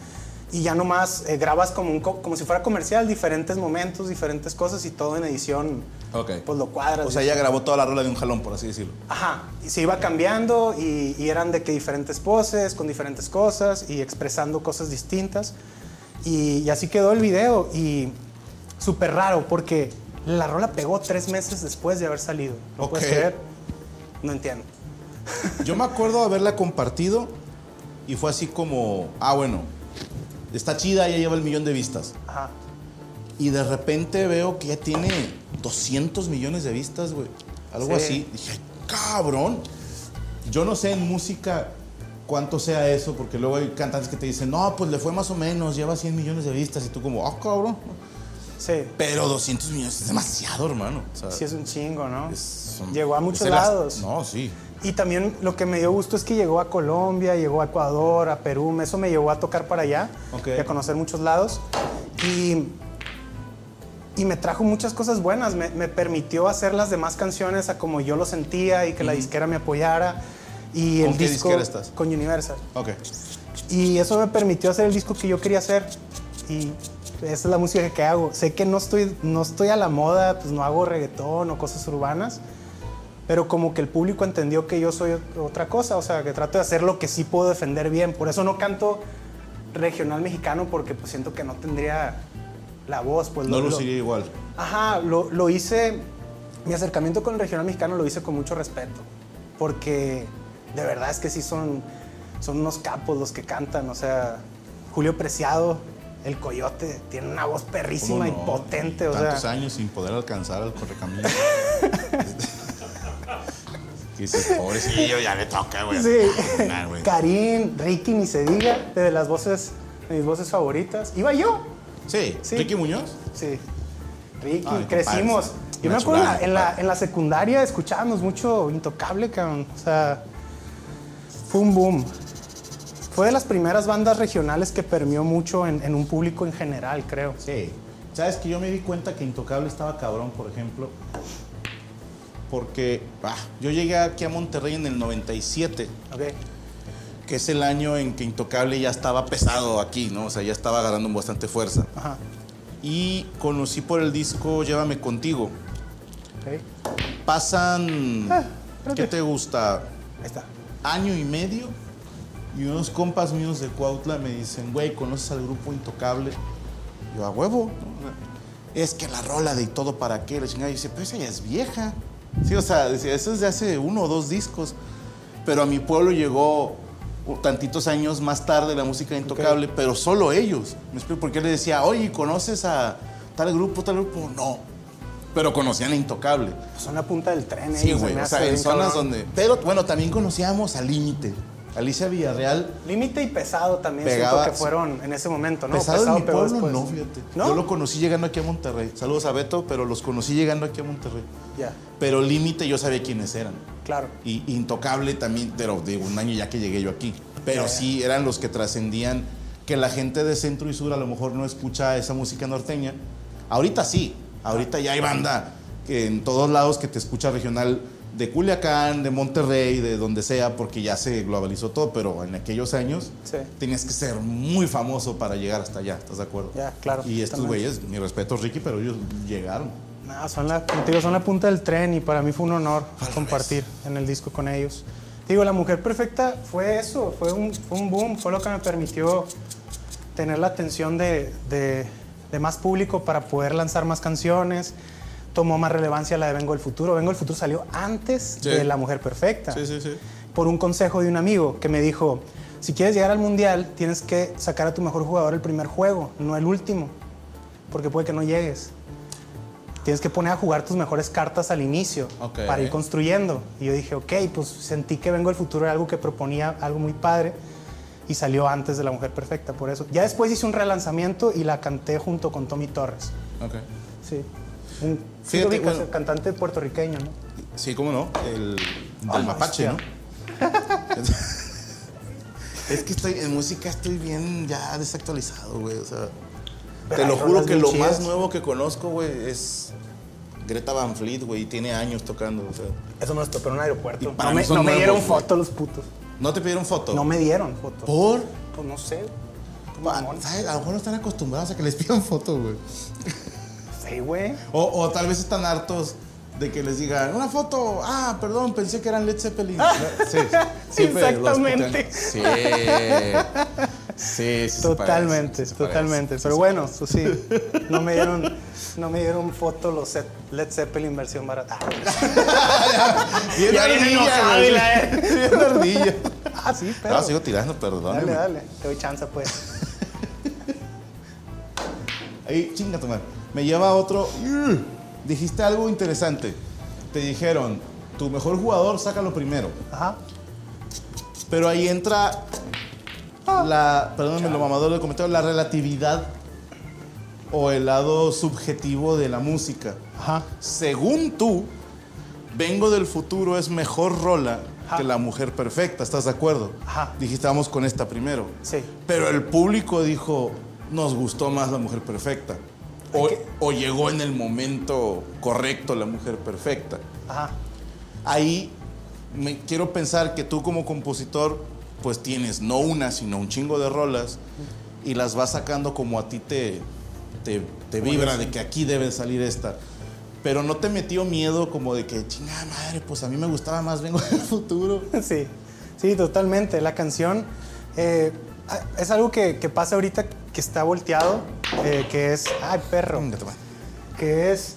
[SPEAKER 2] Y ya nomás eh, grabas como, un co- como si fuera comercial, diferentes momentos, diferentes cosas y todo en edición
[SPEAKER 1] Ok.
[SPEAKER 2] pues lo cuadras.
[SPEAKER 1] O sea, ella grabó toda la rola de un jalón, por así decirlo.
[SPEAKER 2] Ajá, y se iba cambiando y, y eran de que diferentes poses, con diferentes cosas y expresando cosas distintas. Y, y así quedó el video y súper raro porque la rola pegó tres meses después de haber salido. ¿No puedes
[SPEAKER 1] Ok.
[SPEAKER 2] creer? No entiendo.
[SPEAKER 1] Yo me acuerdo haberla compartido y fue así como, ah, bueno, está chida, ya lleva el millón de vistas.
[SPEAKER 2] Ajá.
[SPEAKER 1] Y de repente veo que ya tiene 200 millones de vistas, güey. Algo
[SPEAKER 2] Sí.
[SPEAKER 1] así. Dije, cabrón. Yo no sé en música cuánto sea eso, porque luego hay cantantes que te dicen, no, pues le fue más o menos, lleva 100 millones de vistas. Y tú como, ah, cabrón.
[SPEAKER 2] Sí,
[SPEAKER 1] Pero 200 millones es demasiado, hermano. O sea,
[SPEAKER 2] sí es un chingo, ¿no?
[SPEAKER 1] es un-
[SPEAKER 2] Llegó a
[SPEAKER 1] es
[SPEAKER 2] muchos
[SPEAKER 1] el as-
[SPEAKER 2] lados.
[SPEAKER 1] No, sí.
[SPEAKER 2] Y también lo que me dio gusto es que llegó a Colombia, llegó a Ecuador, a Perú, eso me llevó a tocar para allá
[SPEAKER 1] Ok.
[SPEAKER 2] y a conocer muchos lados. Y, y me trajo muchas cosas buenas, me, me permitió hacer las demás canciones a como yo lo sentía y que la disquera me apoyara. Y
[SPEAKER 1] ¿Con
[SPEAKER 2] el
[SPEAKER 1] qué
[SPEAKER 2] disco
[SPEAKER 1] disquera estás?
[SPEAKER 2] con Universal.
[SPEAKER 1] Ok.
[SPEAKER 2] Y eso me permitió hacer el disco que yo quería hacer. Y esa es la música que hago. Sé que no estoy, no estoy a la moda, pues no hago reggaetón o cosas urbanas. Pero como que el público entendió que yo soy ot- otra cosa. O sea, que trato de hacer lo que sí puedo defender bien. Por eso no canto regional mexicano porque pues siento que no tendría la voz. Pues
[SPEAKER 1] No
[SPEAKER 2] lo- lo-
[SPEAKER 1] luciría igual.
[SPEAKER 2] Ajá, lo, lo hice, mi acercamiento con el regional mexicano lo hice con mucho respeto, porque de verdad es que sí son, son unos capos los que cantan, o sea, Julio Preciado, el coyote, tiene una voz
[SPEAKER 1] ¿Cómo
[SPEAKER 2] perrísima y
[SPEAKER 1] no?
[SPEAKER 2] potente, o
[SPEAKER 1] Tantos
[SPEAKER 2] sea,
[SPEAKER 1] años sin poder alcanzar al correcamino. Que dices, Este, pobrecillo, ya le toca, güey.
[SPEAKER 2] sí,
[SPEAKER 1] Nah, güey.
[SPEAKER 2] Karim, Ricky, ni se diga, de las voces, de mis voces favoritas, iba yo,
[SPEAKER 1] Sí,
[SPEAKER 2] Sí.
[SPEAKER 1] Ricky Muñoz.
[SPEAKER 2] Sí. Ricky,
[SPEAKER 1] Ay,
[SPEAKER 2] crecimos.
[SPEAKER 1] compadre,
[SPEAKER 2] Yo
[SPEAKER 1] una
[SPEAKER 2] me acuerdo en la-
[SPEAKER 1] chulada,
[SPEAKER 2] en la,
[SPEAKER 1] compadre.
[SPEAKER 2] en la secundaria escuchábamos mucho Intocable, cabrón. O sea, fue un boom. Fue de las primeras bandas regionales que permeó mucho en, en un público en general, creo.
[SPEAKER 3] Sí.
[SPEAKER 1] ¿Sabes que yo me di cuenta que Intocable estaba cabrón, por ejemplo? Porque ah, yo llegué aquí a Monterrey en el 97,
[SPEAKER 2] Ok.
[SPEAKER 1] que es el año en que Intocable ya estaba pesado aquí, ¿no? O sea, ya estaba ganando bastante fuerza.
[SPEAKER 2] Ajá.
[SPEAKER 1] Y conocí por el disco Llévame Contigo.
[SPEAKER 2] ok. Ahí
[SPEAKER 1] Pasan,
[SPEAKER 2] Ah, espérate.
[SPEAKER 1] ¿qué te gusta?
[SPEAKER 2] está.
[SPEAKER 1] Año y medio. Y unos compas míos de Cuautla me dicen, güey, ¿conoces al grupo Intocable? Yo, a huevo. ¿no? Es que la rola de y todo para qué, la chingada. Y dice, pero esa ya es vieja. Sí, o sea, decía, eso es de hace uno o dos discos. Pero a mi pueblo llegó tantitos años más tarde la música de Intocable, pero solo ellos. Me explico, porque le decía, oye, ¿conoces a tal grupo, tal grupo? No. Pero conocían a Intocable.
[SPEAKER 2] Pues Son la punta del tren.
[SPEAKER 1] Sí,
[SPEAKER 2] ellos, se
[SPEAKER 1] güey,
[SPEAKER 2] me
[SPEAKER 1] o
[SPEAKER 2] hace
[SPEAKER 1] sea, en
[SPEAKER 2] bien
[SPEAKER 1] zonas
[SPEAKER 2] cabrón.
[SPEAKER 1] donde... Pero bueno, también conocíamos a Límite. Alicia Villarreal.
[SPEAKER 2] Límite y pesado también
[SPEAKER 1] Pegaba-
[SPEAKER 2] siento que fueron en ese momento, ¿no?
[SPEAKER 1] pesado, en mi
[SPEAKER 2] pegó
[SPEAKER 1] pueblo,
[SPEAKER 2] después.
[SPEAKER 1] no, fíjate.
[SPEAKER 2] ¿No?
[SPEAKER 1] Yo lo conocí llegando aquí a Monterrey. Saludos a Beto, pero los conocí llegando aquí a Monterrey.
[SPEAKER 2] Ya,
[SPEAKER 1] Pero Límite yo sabía quiénes eran.
[SPEAKER 2] claro.
[SPEAKER 1] Y Intocable también, pero de un año ya que llegué yo aquí. Pero
[SPEAKER 2] Ya, ya.
[SPEAKER 1] sí eran los que trascendían que la gente de centro y sur a lo mejor no escucha esa música norteña. Ahorita sí, ahorita ya hay banda que en todos lados que te escucha regional de Culiacán, de Monterrey, de donde sea, porque ya se globalizó todo, pero en aquellos años
[SPEAKER 2] Sí.
[SPEAKER 1] tenías que ser muy famoso para llegar hasta allá, ¿estás de acuerdo?
[SPEAKER 2] Ya, claro,
[SPEAKER 1] Y estos
[SPEAKER 2] totalmente.
[SPEAKER 1] güeyes, mi respeto Ricky, pero ellos llegaron.
[SPEAKER 2] No, son la, como te digo, son la punta del tren y para mí fue un honor compartir en el disco con ellos. Te Digo, La Mujer Perfecta fue eso, fue un, fue un boom, fue lo que me permitió tener la atención de, de- de más público para poder lanzar más canciones. Tomó más relevancia la de Vengo el Futuro. Vengo el Futuro salió antes
[SPEAKER 1] Sí.
[SPEAKER 2] de La Mujer Perfecta
[SPEAKER 1] sí, sí.
[SPEAKER 2] por un consejo de un amigo que me dijo, si quieres llegar al mundial, tienes que sacar a tu mejor jugador el primer juego, no el último, porque puede que no llegues. Tienes que poner a jugar tus mejores cartas al inicio
[SPEAKER 1] Ok.
[SPEAKER 2] para ir construyendo. Y yo dije, ok, pues sentí que Vengo el Futuro era algo que proponía algo muy padre y salió antes de La Mujer Perfecta, por eso. Ya después hice un relanzamiento y la canté junto con Tommy Torres.
[SPEAKER 1] Okay.
[SPEAKER 2] Sí. Un sí,
[SPEAKER 1] Fíjate
[SPEAKER 2] lo ubicas,
[SPEAKER 1] que-
[SPEAKER 2] el cantante puertorriqueño, ¿no?
[SPEAKER 1] Sí, cómo no. El
[SPEAKER 2] Ay,
[SPEAKER 1] del mapache,
[SPEAKER 2] hostia.
[SPEAKER 1] ¿no? es que estoy en música estoy bien ya desactualizado, güey. O sea,
[SPEAKER 2] Pero
[SPEAKER 1] te
[SPEAKER 2] hay
[SPEAKER 1] lo juro
[SPEAKER 2] rolas
[SPEAKER 1] que
[SPEAKER 2] bien
[SPEAKER 1] lo
[SPEAKER 2] chidas.
[SPEAKER 1] más nuevo que conozco, güey, es Greta Van Fleet, güey, y tiene años tocando. O sea,
[SPEAKER 2] Eso me lo topé en un aeropuerto.
[SPEAKER 1] Y para
[SPEAKER 2] No
[SPEAKER 1] mí
[SPEAKER 2] me,
[SPEAKER 1] son
[SPEAKER 2] no me
[SPEAKER 1] nuevos, Oh.
[SPEAKER 2] dieron
[SPEAKER 1] güey.
[SPEAKER 2] foto los putos.
[SPEAKER 1] ¿no te pidieron foto?
[SPEAKER 2] No me dieron foto.
[SPEAKER 1] ¿Por?
[SPEAKER 2] Pues no sé.
[SPEAKER 1] Pa- ¿sabes? A lo mejor no están acostumbrados a que les pidan foto, güey.
[SPEAKER 2] Sí, güey.
[SPEAKER 1] O, o tal vez están hartos de que les digan una foto. Ah, perdón, pensé que eran Led Zeppelin. Eh,
[SPEAKER 3] Sí.
[SPEAKER 1] Siempre pues, los putean.
[SPEAKER 2] Ah. Exactamente.
[SPEAKER 1] Sí. Sí, sí se
[SPEAKER 2] Totalmente,
[SPEAKER 1] parece, sí se
[SPEAKER 2] totalmente.
[SPEAKER 1] parece, sí
[SPEAKER 2] Pero
[SPEAKER 1] se
[SPEAKER 2] bueno, pues sí, no me dieron, no me dieron foto los Ze- Led Zeppelin versión barata.
[SPEAKER 1] parece. Bien
[SPEAKER 2] Ya viene
[SPEAKER 1] ardilla,
[SPEAKER 2] enojado,
[SPEAKER 1] Ah, güey.
[SPEAKER 2] Ávila,
[SPEAKER 1] Bien ardilla.
[SPEAKER 2] Ah, sí, pero.
[SPEAKER 1] No, sigo tirando, perdón.
[SPEAKER 2] dale, dale, te doy chance pues.
[SPEAKER 1] Ahí, chinga tomar. Me lleva a otro. "Ur". Dijiste algo interesante. Te dijeron, tu mejor jugador, sácalo primero.
[SPEAKER 2] Ajá.
[SPEAKER 1] Pero ahí entra la, perdóname lo mamador del comentario, la relatividad o el lado subjetivo de la música.
[SPEAKER 2] Ajá.
[SPEAKER 1] Según tú, Vengo del futuro es mejor rola
[SPEAKER 2] Ajá.
[SPEAKER 1] que La Mujer Perfecta, ¿estás de acuerdo?
[SPEAKER 2] Ajá.
[SPEAKER 1] Dijiste, vamos con esta primero.
[SPEAKER 2] Sí.
[SPEAKER 1] Pero el público dijo, nos gustó más La Mujer Perfecta. O, o llegó en el momento correcto La Mujer Perfecta
[SPEAKER 2] Ajá.
[SPEAKER 1] ahí me quiero pensar que tú como compositor pues tienes no una sino un chingo de rolas y las vas sacando como a ti te, te, te vibra de que aquí debe salir esta. Pero no te metió miedo como de que, chingada madre, pues a mí me gustaba más Vengo del Futuro.
[SPEAKER 2] Sí, sí, totalmente. La canción eh, ah, es algo que, que pasa ahorita que está volteado, eh, que es, ay perro,
[SPEAKER 1] Venga, toma.
[SPEAKER 2] que es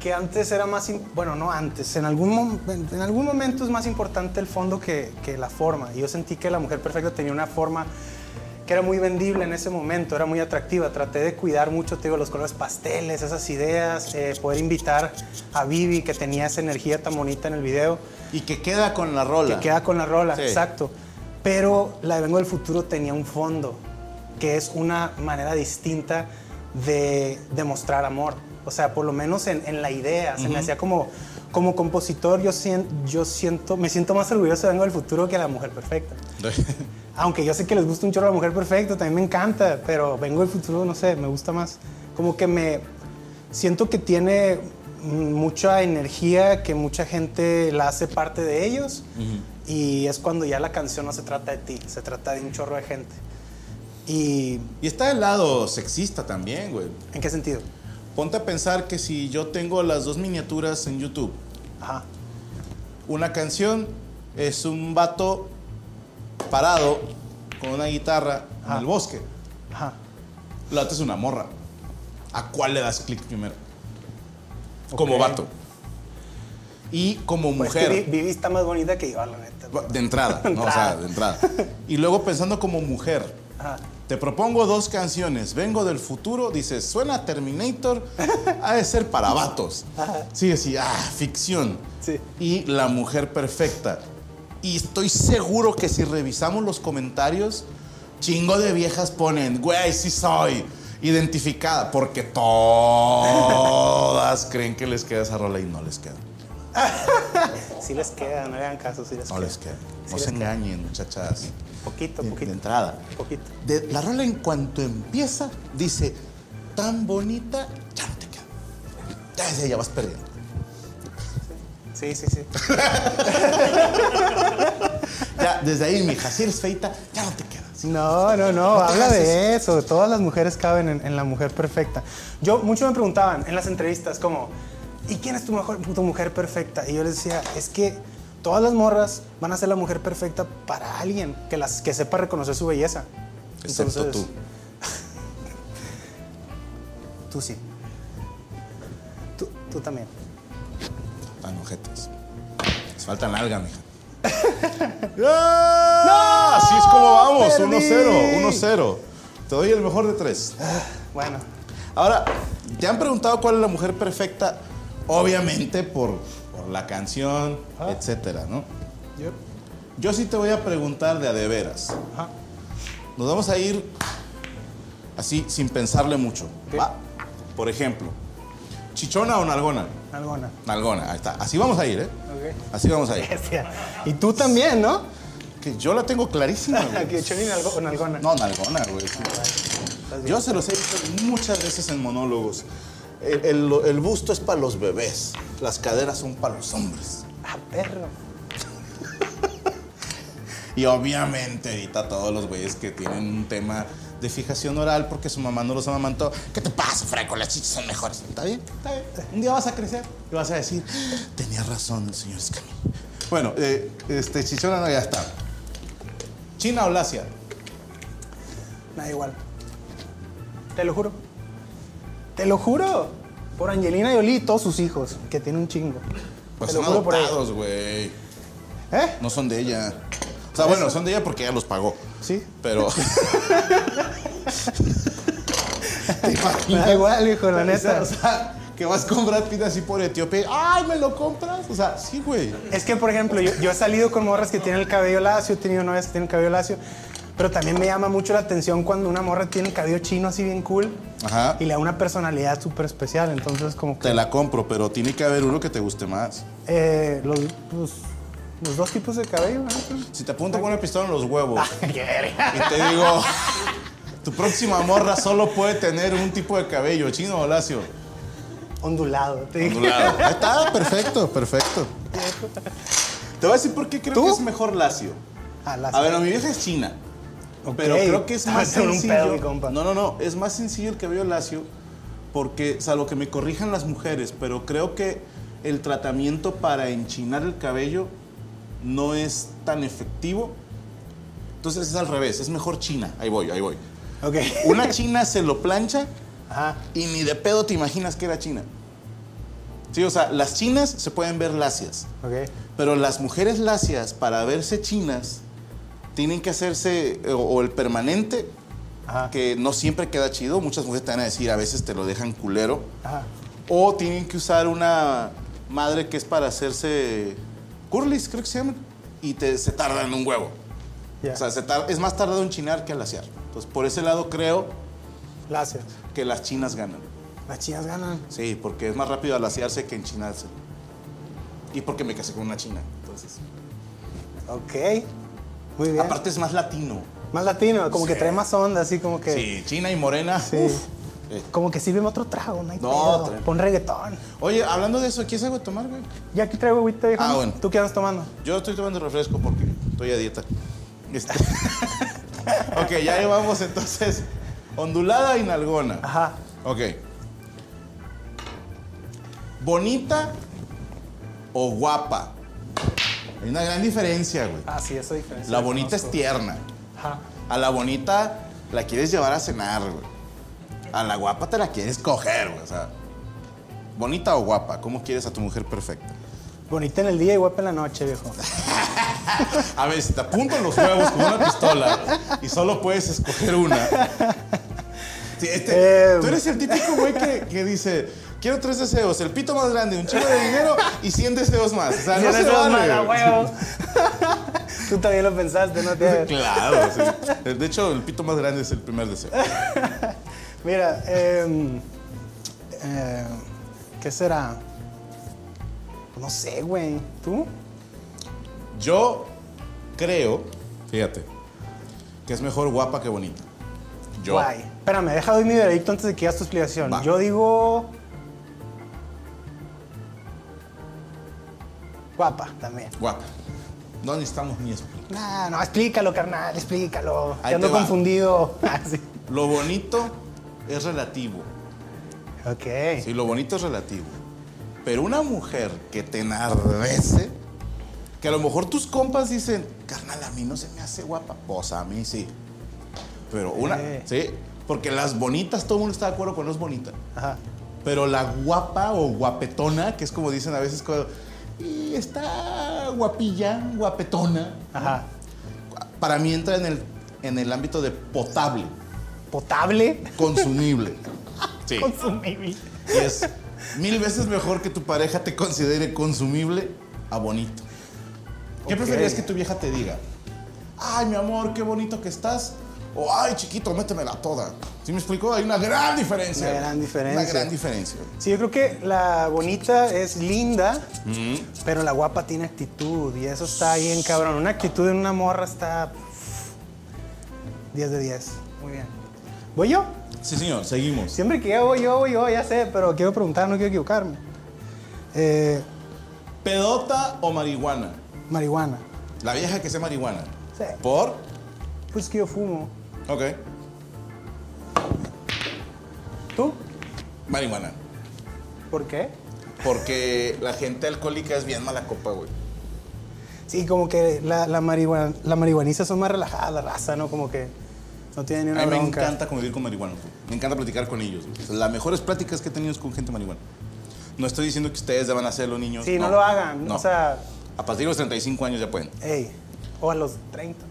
[SPEAKER 2] que antes era más, im- bueno, no antes, en algún, mom- en en algún momento es más importante el fondo que, que la forma. Y yo sentí que la mujer perfecta tenía una forma que era muy vendible en ese momento, era muy atractiva. Traté de cuidar mucho, te digo, los colores pasteles, esas ideas, eh, poder invitar a Vivi, que tenía esa energía tan bonita en el video.
[SPEAKER 1] Y que queda con la rola.
[SPEAKER 2] Que queda con la rola,
[SPEAKER 1] Sí.
[SPEAKER 2] exacto. Pero la de Vengo del Futuro tenía un fondo, que es una manera distinta de demostrar amor. O sea, por lo menos en, en la idea. Se me hacía como, como compositor, yo, sien- yo siento, me siento más orgulloso de Vengo del Futuro que de la mujer perfecta. Aunque yo sé que les gusta un chorro la mujer perfecta, también me encanta, pero Vengo del Futuro, no sé, me gusta más. Como que me siento que tiene mucha energía, que mucha gente la hace parte de ellos y es cuando ya la canción no se trata de ti, se trata de un chorro de gente. ¿Y
[SPEAKER 1] y está el lado sexista también, güey.
[SPEAKER 2] en qué sentido?
[SPEAKER 1] Ponte a pensar que si yo tengo las dos miniaturas en YouTube,
[SPEAKER 2] Ajá,
[SPEAKER 1] una canción es un vato parado con una guitarra en
[SPEAKER 2] Ah.
[SPEAKER 1] el bosque.
[SPEAKER 2] ajá.
[SPEAKER 1] La otra es una morra. ¿A cuál le das clic primero? Como
[SPEAKER 2] Ok.
[SPEAKER 1] vato. Y como
[SPEAKER 2] Pues
[SPEAKER 1] mujer.
[SPEAKER 2] es que Vi- Vivi está más bonita que yo, la neta.
[SPEAKER 1] De entrada, ¿no? o sea, de entrada. Y luego pensando como mujer.
[SPEAKER 2] Ajá.
[SPEAKER 1] Te propongo dos canciones. Vengo del futuro, dices, suena Terminator, ha de ser para vatos. Sí, sí, ah, ficción.
[SPEAKER 2] Sí.
[SPEAKER 1] Y La Mujer Perfecta. Y estoy seguro que si revisamos los comentarios, chingo de viejas ponen, güey, sí soy. Identificada, porque todas creen que les queda esa rola y no les queda.
[SPEAKER 2] Sí les queda, no le hagan caso, sí les
[SPEAKER 1] No
[SPEAKER 2] queda.
[SPEAKER 1] les queda.
[SPEAKER 2] Sí
[SPEAKER 1] No
[SPEAKER 2] les
[SPEAKER 1] se
[SPEAKER 2] queda.
[SPEAKER 1] engañen, muchachas.
[SPEAKER 2] Poquito,
[SPEAKER 1] De- de
[SPEAKER 2] poquito,
[SPEAKER 1] entrada.
[SPEAKER 2] poquito.
[SPEAKER 1] De- la rola en cuanto empieza, dice, tan bonita, ya no te queda. Ya, desde ahí ya vas perdiendo.
[SPEAKER 2] Sí, sí, sí.
[SPEAKER 1] Ya, desde ahí, mija, si eres feita, ya no te quedas.
[SPEAKER 2] No, no, no,
[SPEAKER 1] te
[SPEAKER 2] habla
[SPEAKER 1] hagas
[SPEAKER 2] de eso. Todas las mujeres caben en, en la mujer perfecta. Yo, muchos me preguntaban en las entrevistas, como, ¿y quién es tu, mejor, tu mujer perfecta? Y yo les decía, es que todas las morras van a ser la mujer perfecta para alguien que, las, que sepa reconocer su belleza.
[SPEAKER 1] Excepto
[SPEAKER 2] Entonces,
[SPEAKER 1] tú.
[SPEAKER 2] Tú sí. Tú, tú también.
[SPEAKER 1] Tan ojetes. Les falta nalga, mija. ¡Ah! Así es como vamos,
[SPEAKER 2] Perdí.
[SPEAKER 1] 1-0, 1-0. Te doy el mejor de tres.
[SPEAKER 2] Bueno,
[SPEAKER 1] Ahora, te han preguntado cuál es la mujer perfecta, obviamente por, por la canción,
[SPEAKER 2] Ah.
[SPEAKER 1] etcétera, ¿no?
[SPEAKER 2] yo.
[SPEAKER 1] Yo sí te voy a preguntar de a de veras.
[SPEAKER 2] Ajá.
[SPEAKER 1] Nos vamos a ir así sin pensarle mucho.
[SPEAKER 2] Ok.
[SPEAKER 1] ¿va? Por ejemplo, chichona o nalgona.
[SPEAKER 2] Alguna.
[SPEAKER 1] Nalgona, ahí está. Así vamos a ir, ¿eh?
[SPEAKER 2] Ok.
[SPEAKER 1] Así vamos a ir.
[SPEAKER 2] Y tú también, ¿no?
[SPEAKER 1] Que yo la tengo clarísima. güey.
[SPEAKER 2] Aquí, Choni, algo- en alguna.
[SPEAKER 1] No, nalgona, güey.
[SPEAKER 2] Estás bien.
[SPEAKER 1] Yo se los he dicho muchas veces en monólogos. El, el- el busto es para los bebés, las caderas son para los hombres.
[SPEAKER 2] Ah, perro.
[SPEAKER 1] Y obviamente ahorita todos los güeyes que tienen un tema de fijación oral porque su mamá no los amamantó. ¿Qué te pasa, Franco? Las chichas son mejores. Está bien, está bien. Un día vas a crecer y vas a decir, tenía razón el señor Escamilla. Bueno, eh, este, chichona no, ya está. ¿China o Lacia?
[SPEAKER 2] Nada igual. Te lo juro. Te lo juro. Por Angelina Jolie y todos sus hijos, que tiene un chingo.
[SPEAKER 1] Pues
[SPEAKER 2] Te lo
[SPEAKER 1] son
[SPEAKER 2] juro por ella.
[SPEAKER 1] adoptados, güey.
[SPEAKER 2] ¿Eh?
[SPEAKER 1] No son de ella. O sea, bueno, son de ella porque ella los pagó.
[SPEAKER 2] Sí.
[SPEAKER 1] Pero. ¿Te
[SPEAKER 2] Me
[SPEAKER 1] imaginas?
[SPEAKER 2] da igual, hijo, la
[SPEAKER 1] O sea,
[SPEAKER 2] neta.
[SPEAKER 1] o sea, que vas con Brad Pitt así por Etiopía. ¡Ay, me lo compras! O sea, sí, güey.
[SPEAKER 2] Es que, por ejemplo, yo, yo he salido con morras que tienen el cabello lacio, he tenido novias que tienen el cabello lacio, pero también me llama mucho la atención cuando una morra tiene el cabello chino así bien cool
[SPEAKER 1] Ajá.
[SPEAKER 2] y le da una personalidad súper especial. Entonces, como que
[SPEAKER 1] Te la compro, pero tiene que haber uno que te guste más.
[SPEAKER 2] eh, los, los- los dos tipos de cabello. ¿no?
[SPEAKER 1] Si te apunto con una pistola en los huevos
[SPEAKER 2] Qué verga.
[SPEAKER 1] y te digo, tu próxima morra solo puede tener un tipo de cabello, chino o lacio.
[SPEAKER 2] Ondulado. te dije.
[SPEAKER 1] Ondulado. Ahí está, perfecto, perfecto. Te voy a decir por qué creo
[SPEAKER 2] ¿Tú?
[SPEAKER 1] que es mejor lacio.
[SPEAKER 2] Ah, lacio.
[SPEAKER 1] A ver, no, mi vieja es china.
[SPEAKER 2] Ok.
[SPEAKER 1] Pero creo que es
[SPEAKER 2] Ah,
[SPEAKER 1] más
[SPEAKER 2] con un
[SPEAKER 1] sencillo.
[SPEAKER 2] pedo, mi compa.
[SPEAKER 1] No, no, no. Es más sencillo el cabello lacio porque, salvo que me corrijan las mujeres, pero creo que el tratamiento para enchinar el cabello no es tan efectivo. Entonces es al revés. Es mejor china. Ahí voy, ahí voy.
[SPEAKER 2] Ok.
[SPEAKER 1] Una china se lo plancha
[SPEAKER 2] Ajá.
[SPEAKER 1] y ni de pedo te imaginas que era china. Sí, o sea, las chinas se pueden ver lacias.
[SPEAKER 2] Ok.
[SPEAKER 1] Pero las mujeres lacias, para verse chinas, tienen que hacerse eh, o, o el permanente,
[SPEAKER 2] Ajá.
[SPEAKER 1] que no siempre queda chido. Muchas mujeres te van a decir, a veces te lo dejan culero.
[SPEAKER 2] Ajá.
[SPEAKER 1] O tienen que usar una madre que es para hacerse curlis, creo que se llaman. Y te, se tardan un huevo.
[SPEAKER 2] Ya.
[SPEAKER 1] O sea, se tar- es más tardado en chinar que al laciar. Entonces, por ese lado creo
[SPEAKER 2] Lacio.
[SPEAKER 1] que las chinas ganan.
[SPEAKER 2] Las chinas ganan.
[SPEAKER 1] Sí, porque es más rápido alaciarse que enchinarse. Y porque me casé con una china. Entonces,
[SPEAKER 2] Ok. Muy bien.
[SPEAKER 1] aparte es más latino.
[SPEAKER 2] Más latino, como que
[SPEAKER 1] Sí.
[SPEAKER 2] trae más onda, así como que.
[SPEAKER 1] Sí, China y Morena. uf. Eh,
[SPEAKER 2] Como que sirve otro trago, no hay
[SPEAKER 1] No,
[SPEAKER 2] pedo.
[SPEAKER 1] tra-
[SPEAKER 2] Pon reggaetón.
[SPEAKER 1] Oye, hablando de eso, ¿quieres algo de tomar, güey?
[SPEAKER 2] Ya aquí traigo agüita, viejo.
[SPEAKER 1] Ah, bueno.
[SPEAKER 2] ¿Tú qué andas tomando?
[SPEAKER 1] Yo estoy tomando refresco porque estoy a dieta. Este. ok, ya llevamos entonces ondulada y nalgona.
[SPEAKER 2] Ajá.
[SPEAKER 1] Ok. ¿Bonita o guapa? Hay una gran diferencia, güey.
[SPEAKER 2] Ah, sí, eso es diferente.
[SPEAKER 1] La bonita es tierna.
[SPEAKER 2] Ajá.
[SPEAKER 1] A la bonita la quieres llevar a cenar, güey. A la guapa te la quieres coger, güey. O sea, bonita o guapa, ¿cómo quieres a tu mujer perfecta?
[SPEAKER 2] Bonita en el día y guapa en la noche, viejo.
[SPEAKER 1] A ver, si te apuntan los huevos con una pistola güey, y solo puedes escoger una. Sí, este,
[SPEAKER 2] Eh,
[SPEAKER 1] tú eres el típico güey que, que dice, quiero tres deseos, el pito más grande, un chico de dinero y 100 deseos más. O sea, no
[SPEAKER 2] Tienes
[SPEAKER 1] se vale,
[SPEAKER 2] dos malas,
[SPEAKER 1] güey.
[SPEAKER 2] huevo. Tú también lo pensaste, ¿no? Te...
[SPEAKER 1] Claro, sí. De hecho, el pito más grande es el primer deseo.
[SPEAKER 2] Mira, eh, eh, ¿qué será? No sé, güey. ¿Tú?
[SPEAKER 1] Yo creo, fíjate, que es mejor guapa que bonita. Yo.
[SPEAKER 2] Guay. Espérame, deja doy mi veredicto antes de que hagas tu explicación.
[SPEAKER 1] Va.
[SPEAKER 2] Yo digo. Guapa también.
[SPEAKER 1] Guapa. No necesitamos ni eso.
[SPEAKER 2] Nah, no, explícalo, carnal, explícalo.
[SPEAKER 1] Ahí
[SPEAKER 2] Te ando
[SPEAKER 1] te va.
[SPEAKER 2] confundido. Ah, sí.
[SPEAKER 1] Lo bonito es relativo.
[SPEAKER 2] Ok.
[SPEAKER 1] Sí, lo bonito es relativo. Pero una mujer que te enardece, que a lo mejor tus compas dicen, carnal, a mí no se me hace guapa. Pues a mí sí. Pero una,
[SPEAKER 2] Eh.
[SPEAKER 1] sí. Porque las bonitas, todo el mundo está de acuerdo con los bonitas.
[SPEAKER 2] Ajá.
[SPEAKER 1] Pero la guapa o guapetona, que es como dicen a veces, cuando, y está guapilla, guapetona,
[SPEAKER 2] Ajá.
[SPEAKER 1] para mí entra en el, en el ámbito de potable,
[SPEAKER 2] Potable.
[SPEAKER 1] consumible. Sí.
[SPEAKER 2] Consumible.
[SPEAKER 1] Y es mil veces mejor que tu pareja te considere consumible a bonito. ¿Qué
[SPEAKER 2] Ok.
[SPEAKER 1] preferirías que tu vieja te diga? Ay, mi amor, qué bonito que estás. O, ay, chiquito, métemela toda. ¿Sí me explico? Hay una gran diferencia.
[SPEAKER 2] Una gran diferencia.
[SPEAKER 1] Una gran diferencia.
[SPEAKER 2] Sí, yo creo que la bonita es linda, pero la guapa tiene actitud y eso está bien cabrón. Una actitud en una morra está pff, 10 de 10. Muy bien. ¿Voy yo?
[SPEAKER 1] Sí, señor, seguimos.
[SPEAKER 2] Siempre que yo voy yo, voy yo, ya sé, pero quiero preguntar, no quiero equivocarme. Eh,
[SPEAKER 1] ¿Pedota o marihuana?
[SPEAKER 2] marihuana.
[SPEAKER 1] La vieja que sea marihuana.
[SPEAKER 2] Sí.
[SPEAKER 1] ¿Por?
[SPEAKER 2] Pues que yo fumo.
[SPEAKER 1] Ok.
[SPEAKER 2] ¿Tú?
[SPEAKER 1] Marihuana.
[SPEAKER 2] ¿Por qué?
[SPEAKER 1] Porque la gente alcohólica es bien mala copa, güey.
[SPEAKER 2] Sí, como que la, la, marihuana, la marihuaniza son más relajadas, la raza, ¿no? Como que no tienen ni
[SPEAKER 1] A
[SPEAKER 2] una
[SPEAKER 1] mí me
[SPEAKER 2] bronca.
[SPEAKER 1] encanta convivir con marihuanos. güey. Me encanta platicar con ellos. güey. O sea, Las mejores pláticas que he tenido es con gente marihuana. No estoy diciendo que ustedes deban hacerlo, niños.
[SPEAKER 2] Sí, no, lo hagan.
[SPEAKER 1] no.
[SPEAKER 2] O sea,
[SPEAKER 1] A partir de los 35 años ya pueden.
[SPEAKER 2] ey, o a los 30.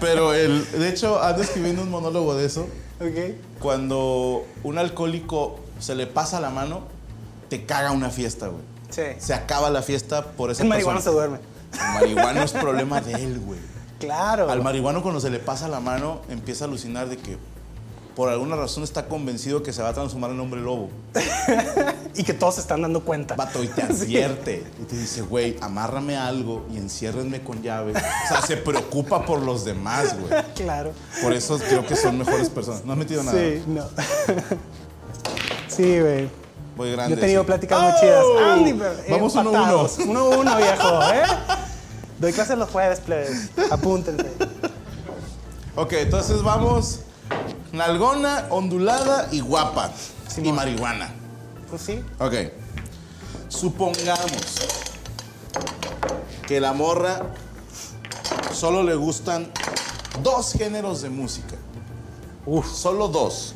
[SPEAKER 1] Pero el...
[SPEAKER 3] De hecho, ando escribiendo un monólogo de eso.
[SPEAKER 2] ¿Ok?
[SPEAKER 1] Cuando un alcohólico se le pasa la mano, te caga una fiesta, güey.
[SPEAKER 2] Sí.
[SPEAKER 1] Se acaba la fiesta por esa
[SPEAKER 2] El marihuana se
[SPEAKER 1] persona.
[SPEAKER 2] duerme.
[SPEAKER 1] El marihuano es problema de él, güey.
[SPEAKER 2] Claro.
[SPEAKER 1] Al marihuano cuando se le pasa la mano empieza a alucinar de que por alguna razón está convencido que se va a transformar en hombre lobo.
[SPEAKER 2] y que todos se están dando cuenta.
[SPEAKER 1] Vato, y te advierte. Y te dice, güey, amárrame algo y enciérrenme con llave. O sea, se preocupa por los demás, güey.
[SPEAKER 2] Claro.
[SPEAKER 1] Por eso creo que son mejores personas. No has metido nada.
[SPEAKER 2] Sí, no. sí, güey.
[SPEAKER 1] Voy
[SPEAKER 2] Yo
[SPEAKER 1] grande.
[SPEAKER 2] he tenido
[SPEAKER 1] sí.
[SPEAKER 2] pláticas
[SPEAKER 1] ¡Oh!
[SPEAKER 2] muy chidas. Andy, pero eh,
[SPEAKER 1] Vamos uno a uno.
[SPEAKER 2] empatados. uno. a uno, viejo, ¿eh? Doy clases los jueves, plebes. Apúntense.
[SPEAKER 1] Ok, entonces vamos. Nalgona, ondulada y guapa. Y marihuana.
[SPEAKER 2] Pues sí.
[SPEAKER 1] Ok. Supongamos que la morra solo le gustan dos géneros de música. Solo dos.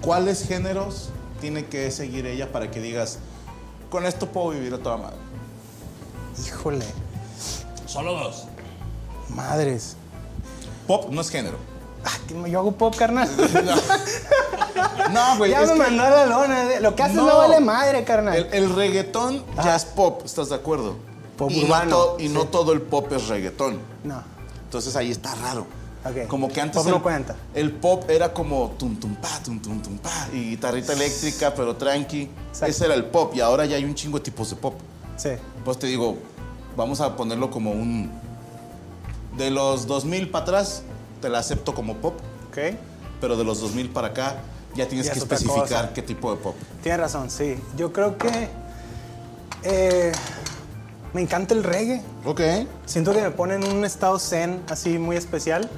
[SPEAKER 1] ¿Cuáles géneros tiene que seguir ella para que digas, con esto puedo vivir a toda madre?
[SPEAKER 2] Híjole.
[SPEAKER 1] Solo dos.
[SPEAKER 2] Madres.
[SPEAKER 1] Pop no es género.
[SPEAKER 2] Ah, que yo hago pop, carnal.
[SPEAKER 1] No, güey.
[SPEAKER 2] ya
[SPEAKER 1] es
[SPEAKER 2] me
[SPEAKER 1] que
[SPEAKER 2] mandó la lona. eh. Lo que haces no,
[SPEAKER 1] No.
[SPEAKER 2] vale madre, carnal.
[SPEAKER 1] el, el reggaetón ya es pop, ¿estás de acuerdo?
[SPEAKER 2] Pop
[SPEAKER 1] y no
[SPEAKER 2] urbano,
[SPEAKER 1] to- y no
[SPEAKER 2] sí.
[SPEAKER 1] todo el pop es reggaetón.
[SPEAKER 2] No.
[SPEAKER 1] Entonces ahí está raro.
[SPEAKER 2] Ok.
[SPEAKER 1] Como que antes
[SPEAKER 2] Pop no
[SPEAKER 1] el,
[SPEAKER 2] cuenta.
[SPEAKER 1] el pop era como tum tum pa, tum tum tum pa, y guitarrita eléctrica, pero tranqui.
[SPEAKER 2] Exacto.
[SPEAKER 1] Ese era el pop y ahora ya hay un chingo de tipos de pop.
[SPEAKER 2] Sí.
[SPEAKER 1] Pues te digo, vamos a ponerlo como un... De los 2000 para atrás, te la acepto como pop,
[SPEAKER 2] Ok.
[SPEAKER 1] pero de los 2000 para acá ya tienes
[SPEAKER 2] Ya
[SPEAKER 1] que
[SPEAKER 2] es otra
[SPEAKER 1] especificar
[SPEAKER 2] cosa.
[SPEAKER 1] qué tipo de pop.
[SPEAKER 2] Tienes razón, sí. Yo creo que. eh, me encanta el reggae.
[SPEAKER 1] Ok.
[SPEAKER 2] Siento que me pone en un estado zen así muy especial.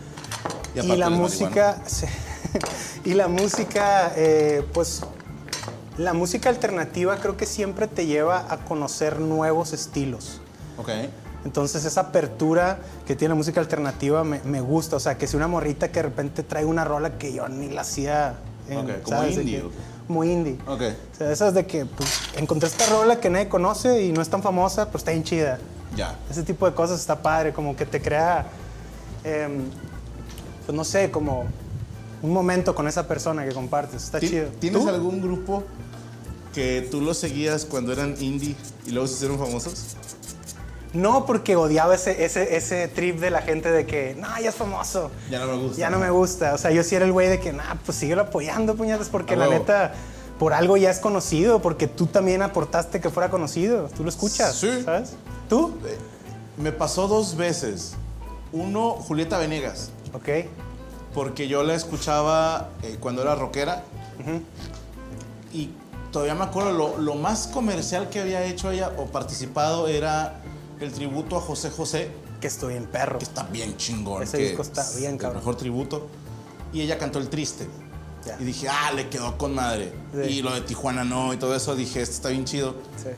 [SPEAKER 1] Y
[SPEAKER 2] Y,
[SPEAKER 1] aparte
[SPEAKER 2] la
[SPEAKER 1] eres
[SPEAKER 2] música. sí. y la música, eh, pues. La música alternativa creo que siempre te lleva a conocer nuevos estilos.
[SPEAKER 1] Ok.
[SPEAKER 2] Entonces esa apertura que tiene la música alternativa me, me gusta. O sea, que si una morrita que de repente trae una rola que yo ni la hacía.
[SPEAKER 1] Ok, como
[SPEAKER 2] ¿sabes? De
[SPEAKER 1] indie,
[SPEAKER 2] que-
[SPEAKER 1] ok.
[SPEAKER 2] muy indie.
[SPEAKER 1] Ok.
[SPEAKER 2] O sea, esas de que pues, encontré esta rola que nadie conoce y no es tan famosa, pero está bien chida.
[SPEAKER 1] Ya.
[SPEAKER 2] Ese tipo de cosas está padre, como que te crea, em, pues no sé, como un momento con esa persona que compartes. Está
[SPEAKER 1] Ti-
[SPEAKER 2] chido.
[SPEAKER 1] ¿Tienes
[SPEAKER 2] ¿Tú?
[SPEAKER 1] algún grupo que tú los seguías cuando eran indie y luego se hicieron famosos?
[SPEAKER 2] No, porque odiaba ese, ese, ese trip de la gente de que, no, ya es famoso.
[SPEAKER 1] Ya no me gusta.
[SPEAKER 2] Ya no me gusta. O sea, yo sí era el güey de que, nah, pues síguelo apoyando, puñetas, porque
[SPEAKER 1] A
[SPEAKER 2] la
[SPEAKER 1] Ah, huevo.
[SPEAKER 2] neta, por algo ya es conocido, porque tú también aportaste que fuera conocido. Tú lo escuchas,
[SPEAKER 1] Sí.
[SPEAKER 2] ¿sabes? ¿Tú?
[SPEAKER 1] Eh, Me pasó dos veces. Uno, Julieta Venegas,
[SPEAKER 2] Ok.
[SPEAKER 1] porque yo la escuchaba eh, cuando era rockera. Y todavía me acuerdo, lo, lo más comercial que había hecho ella o participado era el tributo a José José,
[SPEAKER 2] Que estoy en perro.
[SPEAKER 1] que está bien chingón.
[SPEAKER 2] Ese
[SPEAKER 1] que
[SPEAKER 2] disco está
[SPEAKER 1] es
[SPEAKER 2] bien,
[SPEAKER 1] el
[SPEAKER 2] cabrón.
[SPEAKER 1] mejor tributo. Y ella cantó El Triste.
[SPEAKER 2] Ya.
[SPEAKER 1] Y dije, ah, le quedó con madre.
[SPEAKER 2] Sí.
[SPEAKER 1] Y lo de Tijuana no, y todo eso, dije, esto está bien chido.
[SPEAKER 2] Sí.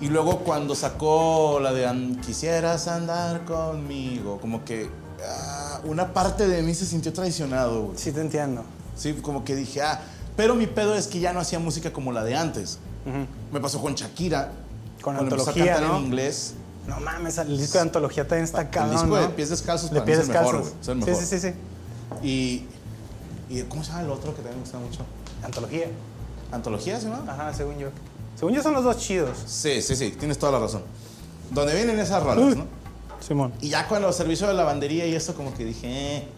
[SPEAKER 1] Y luego cuando sacó la de an- Quisieras andar conmigo, como que ah, una parte de mí se sintió traicionado, güey.
[SPEAKER 2] Sí, te entiendo.
[SPEAKER 1] Sí, como que dije, ah, pero mi pedo es que ya no hacía música como la de antes. Me pasó con Shakira.
[SPEAKER 2] Con
[SPEAKER 1] cuando empezó a
[SPEAKER 2] Antología,
[SPEAKER 1] cantar
[SPEAKER 2] ¿no?
[SPEAKER 1] en inglés.
[SPEAKER 2] No mames, el disco de antología también está cabrón.
[SPEAKER 1] disco de
[SPEAKER 2] ¿no?
[SPEAKER 1] Pies Descalzos
[SPEAKER 2] de
[SPEAKER 1] para mí
[SPEAKER 2] pies
[SPEAKER 1] es el mejor,
[SPEAKER 2] descalzos.
[SPEAKER 1] güey. Es el mejor.
[SPEAKER 2] Sí, sí, sí, sí.
[SPEAKER 1] Y, y ¿cómo se llama el otro que también me gusta mucho?
[SPEAKER 2] Antología.
[SPEAKER 1] ¿Antología se llama?
[SPEAKER 2] Ajá, según yo. Según yo son los dos chidos.
[SPEAKER 1] Sí, sí, sí, tienes toda la razón. Donde vienen esas rolas, ¿no?
[SPEAKER 2] Simón.
[SPEAKER 1] Y ya cuando servicio de lavandería y eso, como que dije. "Eh".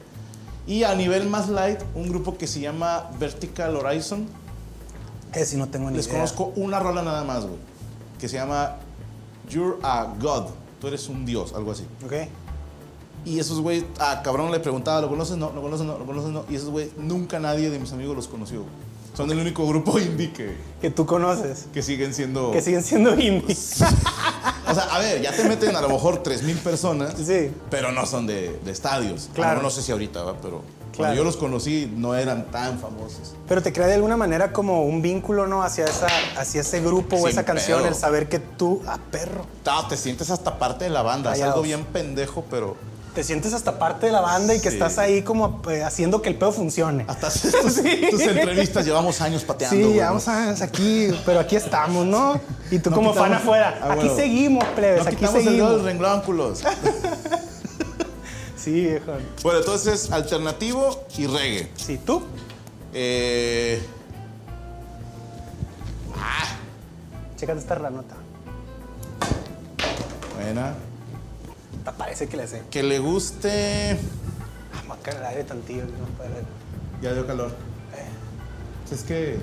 [SPEAKER 1] Y a nivel más light, un grupo que se llama Vertical Horizon.
[SPEAKER 2] Que si no tengo ni
[SPEAKER 1] Les
[SPEAKER 2] idea.
[SPEAKER 1] conozco una rola nada más, güey. Que se llama You're a God. Tú eres un dios, algo así.
[SPEAKER 2] Ok.
[SPEAKER 1] Y esos güey, a cabrón le preguntaba, ¿lo conoces? No, lo conoces, no, lo conoces, no. Y esos güey, nunca nadie de mis amigos los conoció. güey. Son el único grupo indie que,
[SPEAKER 2] Que tú conoces.
[SPEAKER 1] que siguen siendo.
[SPEAKER 2] Que siguen siendo indies.
[SPEAKER 1] O sea, a ver, ya te meten a lo mejor 3.000 personas,
[SPEAKER 2] Sí.
[SPEAKER 1] pero no son de, de estadios.
[SPEAKER 2] Claro.
[SPEAKER 1] No, no sé si ahorita, ¿va? pero Cuando
[SPEAKER 2] Claro.
[SPEAKER 1] yo los conocí, no eran tan famosos.
[SPEAKER 2] Pero te crea de alguna manera como un vínculo, ¿no? Hacia, esa, hacia ese grupo o
[SPEAKER 1] Sin
[SPEAKER 2] esa canción,
[SPEAKER 1] pedo.
[SPEAKER 2] el saber que tú, ah, perro,
[SPEAKER 1] Ta, te sientes hasta parte de la banda. Es
[SPEAKER 2] Callados.
[SPEAKER 1] algo bien pendejo, pero
[SPEAKER 2] te sientes hasta parte de la banda y que
[SPEAKER 1] Sí.
[SPEAKER 2] estás ahí como eh, haciendo que el pedo funcione.
[SPEAKER 1] hasta haces tus,
[SPEAKER 2] Sí.
[SPEAKER 1] tus entrevistas llevamos años pateando.
[SPEAKER 2] Sí,
[SPEAKER 1] güey, ¿no?
[SPEAKER 2] vamos a aquí, pero aquí estamos, ¿no? Y tú
[SPEAKER 1] No
[SPEAKER 2] como fan
[SPEAKER 1] quitamos-
[SPEAKER 2] afuera,
[SPEAKER 1] Ah,
[SPEAKER 2] aquí
[SPEAKER 1] huevo.
[SPEAKER 2] seguimos, plebes,
[SPEAKER 1] No
[SPEAKER 2] aquí
[SPEAKER 1] quitamos el dedo del
[SPEAKER 2] seguimos.
[SPEAKER 1] renglón, culos.
[SPEAKER 2] Sí, viejo.
[SPEAKER 1] bueno, entonces, alternativo y reggae.
[SPEAKER 2] Sí, tú.
[SPEAKER 1] Eh,
[SPEAKER 2] Chécate esta ranota.
[SPEAKER 1] buena.
[SPEAKER 2] Te parece que le sé.
[SPEAKER 1] Que le guste.
[SPEAKER 2] Ah, me va a caer el aire tantillo, ¿no? Pero-
[SPEAKER 3] Ya dio calor. Es que.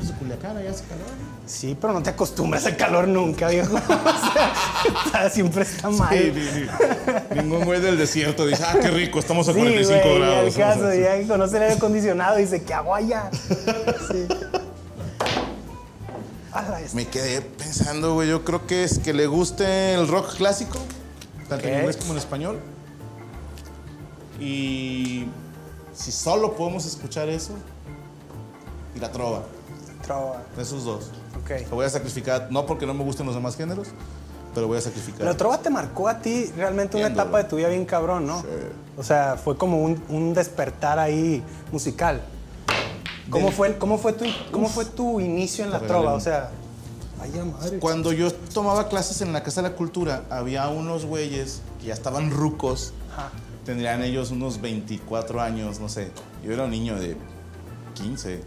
[SPEAKER 3] Es de Culiacán, ya hace calor.
[SPEAKER 2] Sí, pero no te acostumbras al calor nunca, viejo. O sea, está- siempre está mal.
[SPEAKER 1] Sí, sí, sí. Ningún güey del desierto dice, ah, qué rico, estamos a
[SPEAKER 2] Sí,
[SPEAKER 1] 45
[SPEAKER 2] güey,
[SPEAKER 1] grados.
[SPEAKER 2] Al caso,
[SPEAKER 1] ¿no? Sí.
[SPEAKER 2] ya que conoce el aire acondicionado y dice, ¿qué hago allá? Sí. Ah, A la bestia.
[SPEAKER 1] Me quedé pensando, güey, yo creo que es que le guste el rock clásico, tanto
[SPEAKER 2] Ok.
[SPEAKER 1] en inglés como en español. Y si solo podemos escuchar eso, y la trova,
[SPEAKER 2] Trova.
[SPEAKER 1] esos dos.
[SPEAKER 2] Ok.
[SPEAKER 1] Lo voy a sacrificar, no porque no me gusten los demás géneros, pero voy a sacrificar.
[SPEAKER 2] La trova te marcó a ti realmente una
[SPEAKER 1] Bien
[SPEAKER 2] etapa
[SPEAKER 1] duro.
[SPEAKER 2] de tu vida bien cabrón, ¿no?
[SPEAKER 1] Sí.
[SPEAKER 2] O sea, fue como un, un despertar ahí musical. ¿Cómo,
[SPEAKER 1] Del-
[SPEAKER 2] fue, el- cómo, fue, tu, ¿Cómo fue tu inicio en la
[SPEAKER 1] Te
[SPEAKER 2] trova?
[SPEAKER 1] regalé
[SPEAKER 2] O sea, vaya madre.
[SPEAKER 1] Cuando yo tomaba clases en la Casa de la Cultura, había unos güeyes que ya estaban rucos,
[SPEAKER 2] Ajá.
[SPEAKER 1] tendrían ellos unos 24 años, no sé. Yo era un niño de 15,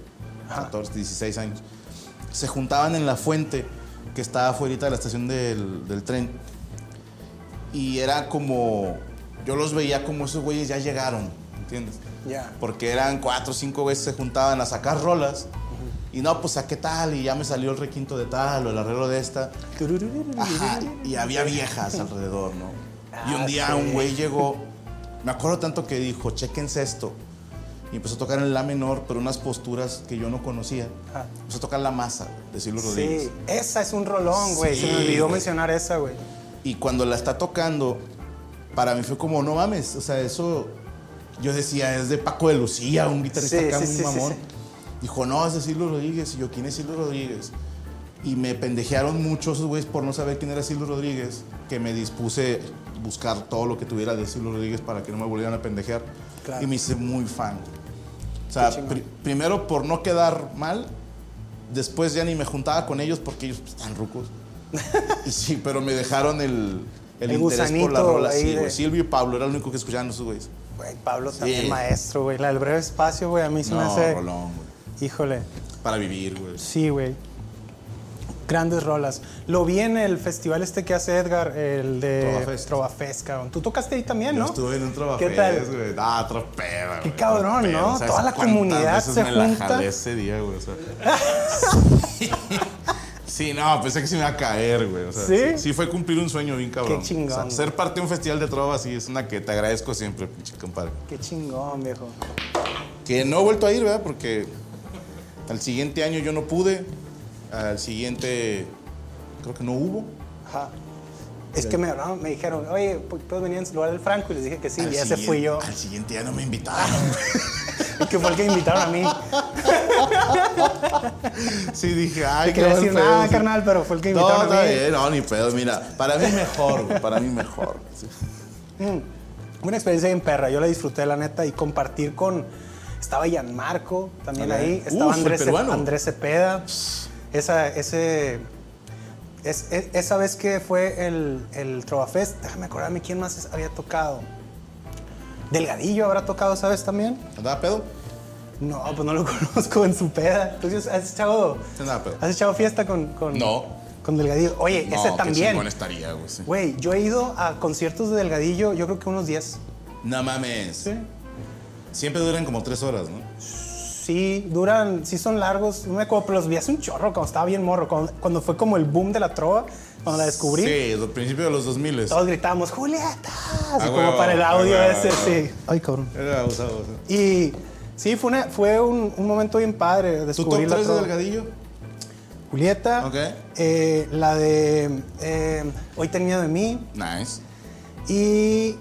[SPEAKER 1] 14, 16 años. Se juntaban en la fuente que estaba afuera de la estación del, del tren. Y era como. Yo los veía como esos güeyes ya llegaron, ¿entiendes?
[SPEAKER 2] Ya.
[SPEAKER 1] Porque eran cuatro o cinco veces se juntaban a sacar rolas. Y no, pues saqué tal, y ya me salió el requinto de tal, o el arreglo de esta. Ajá, Ah, y había viejas alrededor, ¿no? Y
[SPEAKER 2] Ah,
[SPEAKER 1] un día
[SPEAKER 2] sí.
[SPEAKER 1] un güey llegó, me acuerdo tanto que dijo, chequense esto. Y empezó a tocar en la menor, pero unas posturas que yo no conocía.
[SPEAKER 2] Ajá.
[SPEAKER 1] Empezó a tocar la masa, decirlo Rodríguez.
[SPEAKER 2] Sí, esa es un rolón, güey. Se me
[SPEAKER 1] Sí,
[SPEAKER 2] olvidó
[SPEAKER 1] güey.
[SPEAKER 2] mencionar esa, güey.
[SPEAKER 1] Y cuando la está tocando, para mí fue como, no mames, o sea, eso yo decía, es de Paco de Lucía, un guitarrista
[SPEAKER 2] Sí,
[SPEAKER 1] acá,
[SPEAKER 2] sí,
[SPEAKER 1] muy
[SPEAKER 2] sí, sí,
[SPEAKER 1] mamón.
[SPEAKER 2] sí.
[SPEAKER 1] Dijo, no, es de Silvio Rodríguez. Y yo, ¿quién es Silvio Rodríguez? Y me pendejearon mucho esos güeyes por no saber quién era Silvio Rodríguez, que me dispuse buscar todo lo que tuviera de Silvio Rodríguez para que no me volvieran a pendejear.
[SPEAKER 2] Claro.
[SPEAKER 1] Y me hice muy fan. O sea,
[SPEAKER 2] Qué chingón.
[SPEAKER 1] pri- primero por no quedar mal, después ya ni me juntaba con ellos porque ellos pues, están rucos. Y sí, pero me dejaron el, el
[SPEAKER 2] El
[SPEAKER 1] interés por la
[SPEAKER 2] gusanito
[SPEAKER 1] rola.
[SPEAKER 2] ahí
[SPEAKER 1] Sí, güey.
[SPEAKER 2] de-
[SPEAKER 1] Silvio y Pablo era lo único que escuchaban esos güeyes.
[SPEAKER 2] Güey, Pablo también
[SPEAKER 1] Sí.
[SPEAKER 2] maestro, güey. La del breve espacio, güey, a mí se me
[SPEAKER 1] No,
[SPEAKER 2] hace...
[SPEAKER 1] rolón, güey.
[SPEAKER 2] Híjole.
[SPEAKER 1] Para vivir, güey.
[SPEAKER 2] Sí, güey. Grandes rolas. Lo vi en el festival este que hace Edgar, el de
[SPEAKER 1] Trovafest.
[SPEAKER 2] Trovafest, cabrón. Tú tocaste ahí también,
[SPEAKER 1] Yo
[SPEAKER 2] ¿no?
[SPEAKER 1] estuve en un trabajo.
[SPEAKER 2] ¿Qué tal?
[SPEAKER 1] güey. Ah, tropeda, güey.
[SPEAKER 2] Qué cabrón,
[SPEAKER 1] Tropeda.
[SPEAKER 2] ¿no?
[SPEAKER 1] ¿Sabes
[SPEAKER 2] Toda la
[SPEAKER 1] cuántas
[SPEAKER 2] comunidad
[SPEAKER 1] veces
[SPEAKER 2] se
[SPEAKER 1] me la
[SPEAKER 2] junta.
[SPEAKER 1] jalé ese día, güey. O sea. sí, no, pensé que se me iba a caer, güey. O sea,
[SPEAKER 2] ¿Sí?
[SPEAKER 1] ¿Sí? fue cumplir un sueño bien cabrón.
[SPEAKER 2] Qué chingón,
[SPEAKER 1] O sea,
[SPEAKER 2] güey.
[SPEAKER 1] ser parte de un festival de trova sí es una que te agradezco siempre, pinche compadre.
[SPEAKER 2] Qué chingón, viejo.
[SPEAKER 1] Que no he vuelto a ir, ¿verdad? Porque al siguiente año yo no pude. Al siguiente creo que no hubo.
[SPEAKER 2] Ajá. Es que me hablaron, me dijeron, oye, ¿pu- ¿puedo venir en su lugar del Franco? Y les dije que sí,
[SPEAKER 1] Al
[SPEAKER 2] y ese
[SPEAKER 1] siguiente-
[SPEAKER 2] fui yo.
[SPEAKER 1] Al siguiente año no me invitaron.
[SPEAKER 2] Y que fue el que me invitaron a mí.
[SPEAKER 1] sí, dije, ay,
[SPEAKER 2] No quería
[SPEAKER 1] qué mal
[SPEAKER 2] decir
[SPEAKER 1] pedo,
[SPEAKER 2] nada,
[SPEAKER 1] sí.
[SPEAKER 2] carnal, pero fue el que me
[SPEAKER 1] No, eh,
[SPEAKER 2] invitaron a
[SPEAKER 1] está
[SPEAKER 2] mí.
[SPEAKER 1] bien, no, ni pedo. Mira, para mí mejor, güey, para mí mejor. Sí.
[SPEAKER 2] Mm. Una experiencia bien perra, yo la disfruté la neta y compartir con... Estaba Gianmarco también
[SPEAKER 1] Ok.
[SPEAKER 2] ahí,
[SPEAKER 1] Uf,
[SPEAKER 2] estaba
[SPEAKER 1] el
[SPEAKER 2] Andrés,
[SPEAKER 1] peruano.
[SPEAKER 2] Andrés Cepeda, esa, ese, es- es- esa vez que fue el, el Trovafest, déjame acordarme quién más es- había tocado. Delgadillo habrá tocado, ¿sabes también?
[SPEAKER 1] ¿Andaba pedo?
[SPEAKER 2] No, pues no lo conozco en su peda. ¿Tú sí has has echado,
[SPEAKER 1] Nada, pero-
[SPEAKER 2] has echado fiesta con, con,
[SPEAKER 1] No.
[SPEAKER 2] con Delgadillo? Oye,
[SPEAKER 1] No,
[SPEAKER 2] ese
[SPEAKER 1] qué
[SPEAKER 2] también.
[SPEAKER 1] chingón estaría, güey. sí.
[SPEAKER 2] Güey, yo he ido a conciertos de Delgadillo, yo creo que unos 10.
[SPEAKER 1] No mames. Siempre duran como tres horas, ¿no?
[SPEAKER 2] Sí, duran, sí son largos. No me acuerdo, pero los vi hace un chorro cuando estaba bien morro. Cuando, cuando fue como el boom de la trova, cuando la descubrí,
[SPEAKER 1] Sí, al principio de los 2000.
[SPEAKER 2] todos gritábamos, ¡Julieta! Así
[SPEAKER 1] Ah,
[SPEAKER 2] como
[SPEAKER 1] huevo,
[SPEAKER 2] para el
[SPEAKER 1] ah,
[SPEAKER 2] audio
[SPEAKER 1] huevo,
[SPEAKER 2] ese,
[SPEAKER 1] ah, huevo.
[SPEAKER 2] sí. Ay, cabrón.
[SPEAKER 1] Era abusado. o sea.
[SPEAKER 2] Y sí, fue, una, fue un, un momento bien padre
[SPEAKER 1] ¿Tu
[SPEAKER 2] descubrir
[SPEAKER 1] top
[SPEAKER 2] la
[SPEAKER 1] 3 de
[SPEAKER 2] trova.
[SPEAKER 1] Delgadillo?
[SPEAKER 2] Julieta,
[SPEAKER 1] Ok.
[SPEAKER 2] eh, la de eh, Hoy ten miedo de mí
[SPEAKER 1] Nice.
[SPEAKER 2] y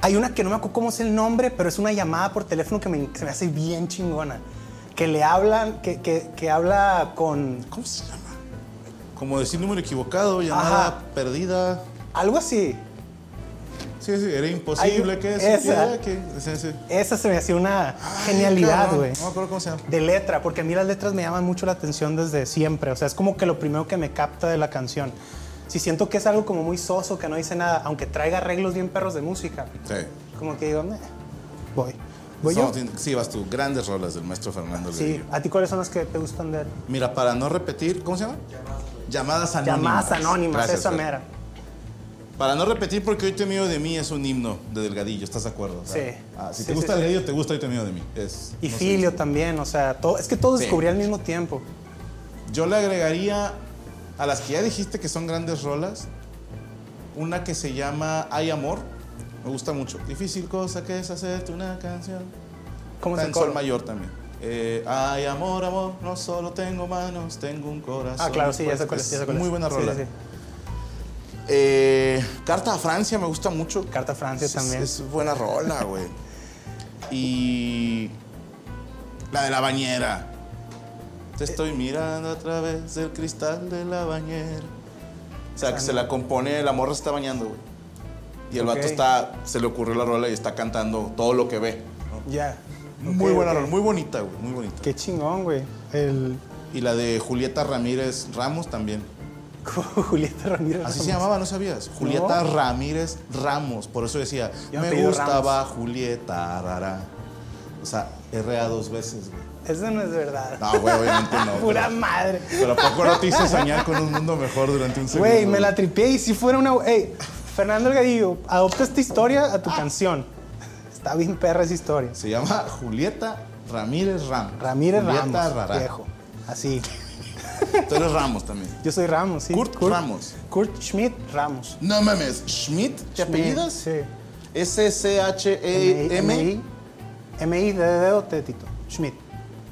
[SPEAKER 2] Hay una que no me acuerdo cómo es el nombre, pero es una llamada por teléfono que me, se me hace bien chingona. Que le hablan, que, que, que habla con
[SPEAKER 1] ¿Cómo se llama? Como decir número equivocado, llamada
[SPEAKER 2] Ajá.
[SPEAKER 1] perdida.
[SPEAKER 2] algo así.
[SPEAKER 1] Sí, sí, era imposible
[SPEAKER 2] Ay,
[SPEAKER 1] que eso.
[SPEAKER 2] esa.
[SPEAKER 1] que- que- sí, sí.
[SPEAKER 2] Esa se me hacía una
[SPEAKER 1] Ay,
[SPEAKER 2] genialidad,
[SPEAKER 1] cabrón,
[SPEAKER 2] güey.
[SPEAKER 1] No pues. me acuerdo cómo se llama.
[SPEAKER 2] De letra, porque a mí las letras me llaman mucho la atención desde siempre. O sea, es como que lo primero que me capta de la canción. Si siento que es algo como muy soso, que no dice nada, aunque traiga arreglos bien perros de música,
[SPEAKER 1] Sí.
[SPEAKER 2] como que digo, "Meh, voy. ¿Voy yo?
[SPEAKER 1] Something- Sí, vas tú. Grandes rolas del maestro Fernando
[SPEAKER 2] Sí.
[SPEAKER 1] Levy.
[SPEAKER 2] ¿A ti cuáles son las que te gustan de él?
[SPEAKER 1] Mira, para no repetir, ¿cómo se llama? Llamadas anónimas.
[SPEAKER 2] Llamadas anónimas,
[SPEAKER 1] Gracias,
[SPEAKER 2] esa
[SPEAKER 1] Fer.
[SPEAKER 2] mera.
[SPEAKER 1] Para no repetir, porque hoy te mío de mí es un himno de Delgadillo, ¿estás de acuerdo?
[SPEAKER 2] Sí.
[SPEAKER 1] Ah, si
[SPEAKER 2] Sí,
[SPEAKER 1] te gusta
[SPEAKER 2] sí, sí.
[SPEAKER 1] Delgadillo, te gusta hoy te mío de mí. Es,
[SPEAKER 2] Y
[SPEAKER 1] no sé,
[SPEAKER 2] Filio también, o sea, todo, es que todos
[SPEAKER 1] Sí.
[SPEAKER 2] descubrí al mismo tiempo.
[SPEAKER 1] Yo le agregaría a las que ya dijiste que son grandes rolas, una que se llama Hay Amor. Me gusta mucho. Difícil cosa que es hacerte una canción.
[SPEAKER 2] ¿Cómo
[SPEAKER 1] Está
[SPEAKER 2] se
[SPEAKER 1] en sol
[SPEAKER 2] coro?
[SPEAKER 1] mayor también. Eh, Ay, amor, amor, no solo tengo manos, tengo un corazón.
[SPEAKER 2] Ah, claro, sí, ya sé
[SPEAKER 1] Pues,
[SPEAKER 2] cuál es, ya sé cuál es.
[SPEAKER 1] Muy buena
[SPEAKER 2] Sí,
[SPEAKER 1] rola.
[SPEAKER 2] sí, sí.
[SPEAKER 1] Eh, Carta a Francia me gusta mucho.
[SPEAKER 2] Carta a Francia
[SPEAKER 1] Es-
[SPEAKER 2] también.
[SPEAKER 1] Es, buena rola, güey. y la de la bañera. Te
[SPEAKER 2] Eh.
[SPEAKER 1] estoy mirando a través del cristal de la bañera. O sea, que se la compone, la morra se está bañando, güey. Y el
[SPEAKER 2] Ok.
[SPEAKER 1] vato está, se le ocurrió la rola y está cantando todo lo que ve.
[SPEAKER 2] Ya.
[SPEAKER 1] muy
[SPEAKER 2] Ok,
[SPEAKER 1] buena
[SPEAKER 2] ok.
[SPEAKER 1] rola, muy bonita, güey, muy bonita.
[SPEAKER 2] Qué chingón, güey. El
[SPEAKER 1] Y la de Julieta Ramírez Ramos también.
[SPEAKER 2] Julieta Ramírez.
[SPEAKER 1] Así
[SPEAKER 2] Ramos.
[SPEAKER 1] se llamaba, ¿no sabías? Julieta Ramírez Ramos. Por eso decía,
[SPEAKER 2] Yo me
[SPEAKER 1] me
[SPEAKER 2] apellido
[SPEAKER 1] gustaba Julieta. Rara. O sea, errea dos veces, güey.
[SPEAKER 2] Eso no es verdad.
[SPEAKER 1] No, güey, obviamente no.
[SPEAKER 2] Pura
[SPEAKER 1] pero,
[SPEAKER 2] madre.
[SPEAKER 1] pero ¿a poco no te hizo soñar con un mundo mejor durante un segundo?
[SPEAKER 2] Güey, me la tripié y si fuera una. Ey, Fernando Elgadillo, adopta esta historia a tu canción. Está bien perra esa historia.
[SPEAKER 1] Se llama Julieta Ramírez Ramos.
[SPEAKER 2] Ramírez
[SPEAKER 1] Julieta
[SPEAKER 2] Ramos.
[SPEAKER 1] Rara.
[SPEAKER 2] Viejo. Así.
[SPEAKER 1] Tú eres Ramos también.
[SPEAKER 2] Yo soy Ramos, sí.
[SPEAKER 1] Kurt Ramos.
[SPEAKER 2] Kurt Schmidt Ramos.
[SPEAKER 1] No mames, Schmidt, ¿te apellidas? Eh,
[SPEAKER 2] Sí.
[SPEAKER 1] S-C-H-E-M.
[SPEAKER 2] M-I. M-I de dedo, tetito. Schmidt.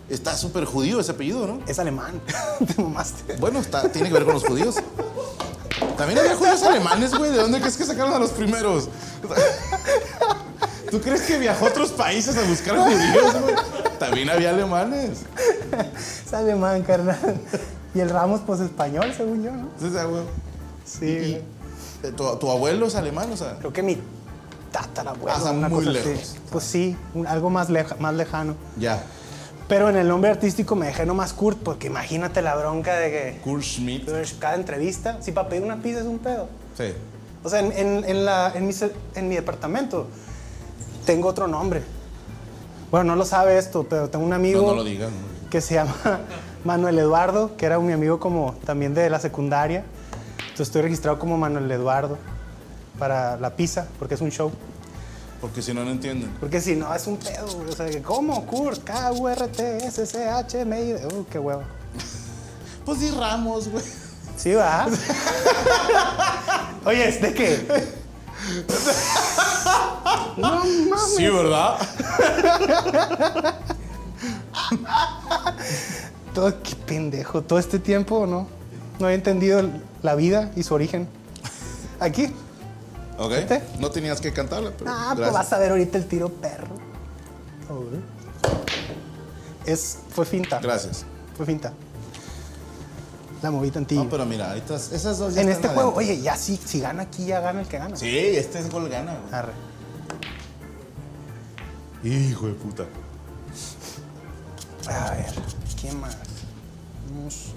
[SPEAKER 1] Está súper judío ese apellido, ¿no?
[SPEAKER 2] Es alemán. Te mamaste.
[SPEAKER 1] Bueno, está- tiene que ver con los judíos. También había judíos alemanes, güey. ¿De dónde crees que sacaron a los primeros? ¿Tú crees que viajó a otros países a buscar judíos, güey? También había alemanes.
[SPEAKER 2] Es alemán, carnal. Y el Ramos, pues español, según yo, ¿no?
[SPEAKER 1] O sea, ah, güey,
[SPEAKER 2] Sí.
[SPEAKER 1] y-
[SPEAKER 2] güey.
[SPEAKER 1] eh, tu, tu abuelo es alemán, o sea.
[SPEAKER 2] Creo que mi tatarabuelo.
[SPEAKER 1] Ah, o sea,
[SPEAKER 2] una
[SPEAKER 1] muy
[SPEAKER 2] cosa así.
[SPEAKER 1] lejos.
[SPEAKER 2] Pues sí, un- algo más, leja- más lejano.
[SPEAKER 1] Ya.
[SPEAKER 2] Pero en el nombre artístico me dejé nomás Kurt, porque imagínate la bronca de que
[SPEAKER 1] Kurt Schmidt.
[SPEAKER 2] cada entrevista, si para pedir una pizza es un pedo.
[SPEAKER 1] Sí.
[SPEAKER 2] O sea, en, en- en la- en mi, se- en mi departamento tengo otro nombre. Bueno, no lo sabe esto, pero tengo un amigo
[SPEAKER 1] No, no lo digas. no lo digas.
[SPEAKER 2] que se llama Manuel Eduardo, que era mi amigo como también de la secundaria. Entonces estoy registrado como Manuel Eduardo para la pizza, porque es un show.
[SPEAKER 1] Porque si no, no entienden.
[SPEAKER 2] Porque si no, es un pedo. güey. O sea, que, ¿cómo? Kurt, K-U-R-T-S-C-H-M-I. Uh, qué huevo.
[SPEAKER 1] Pues sí, Ramos, güey.
[SPEAKER 2] Sí, va. Oye, ¿de qué? no mames.
[SPEAKER 1] Sí, ¿verdad?
[SPEAKER 2] Todo, qué pendejo. Todo este tiempo, ¿no? No he entendido la vida y su origen. Aquí.
[SPEAKER 1] Ok.
[SPEAKER 2] ¿Viste?
[SPEAKER 1] No tenías que cantarla, pero.
[SPEAKER 2] ¿Este? Ah, pues
[SPEAKER 1] gracias.
[SPEAKER 2] vas a ver ahorita el tiro perro. Es, fue finta.
[SPEAKER 1] Gracias.
[SPEAKER 2] Fue finta. La moví tantillo.
[SPEAKER 1] No, pero mira, ahorita esas dos ya
[SPEAKER 2] En
[SPEAKER 1] están
[SPEAKER 2] este juego,
[SPEAKER 1] adentro.
[SPEAKER 2] oye, ya sí, si gana aquí, ya gana el que gana.
[SPEAKER 1] Sí, este es gol gana, güey.
[SPEAKER 2] Arre.
[SPEAKER 1] Hijo de puta.
[SPEAKER 2] A ver, ¿qué más? Vamos.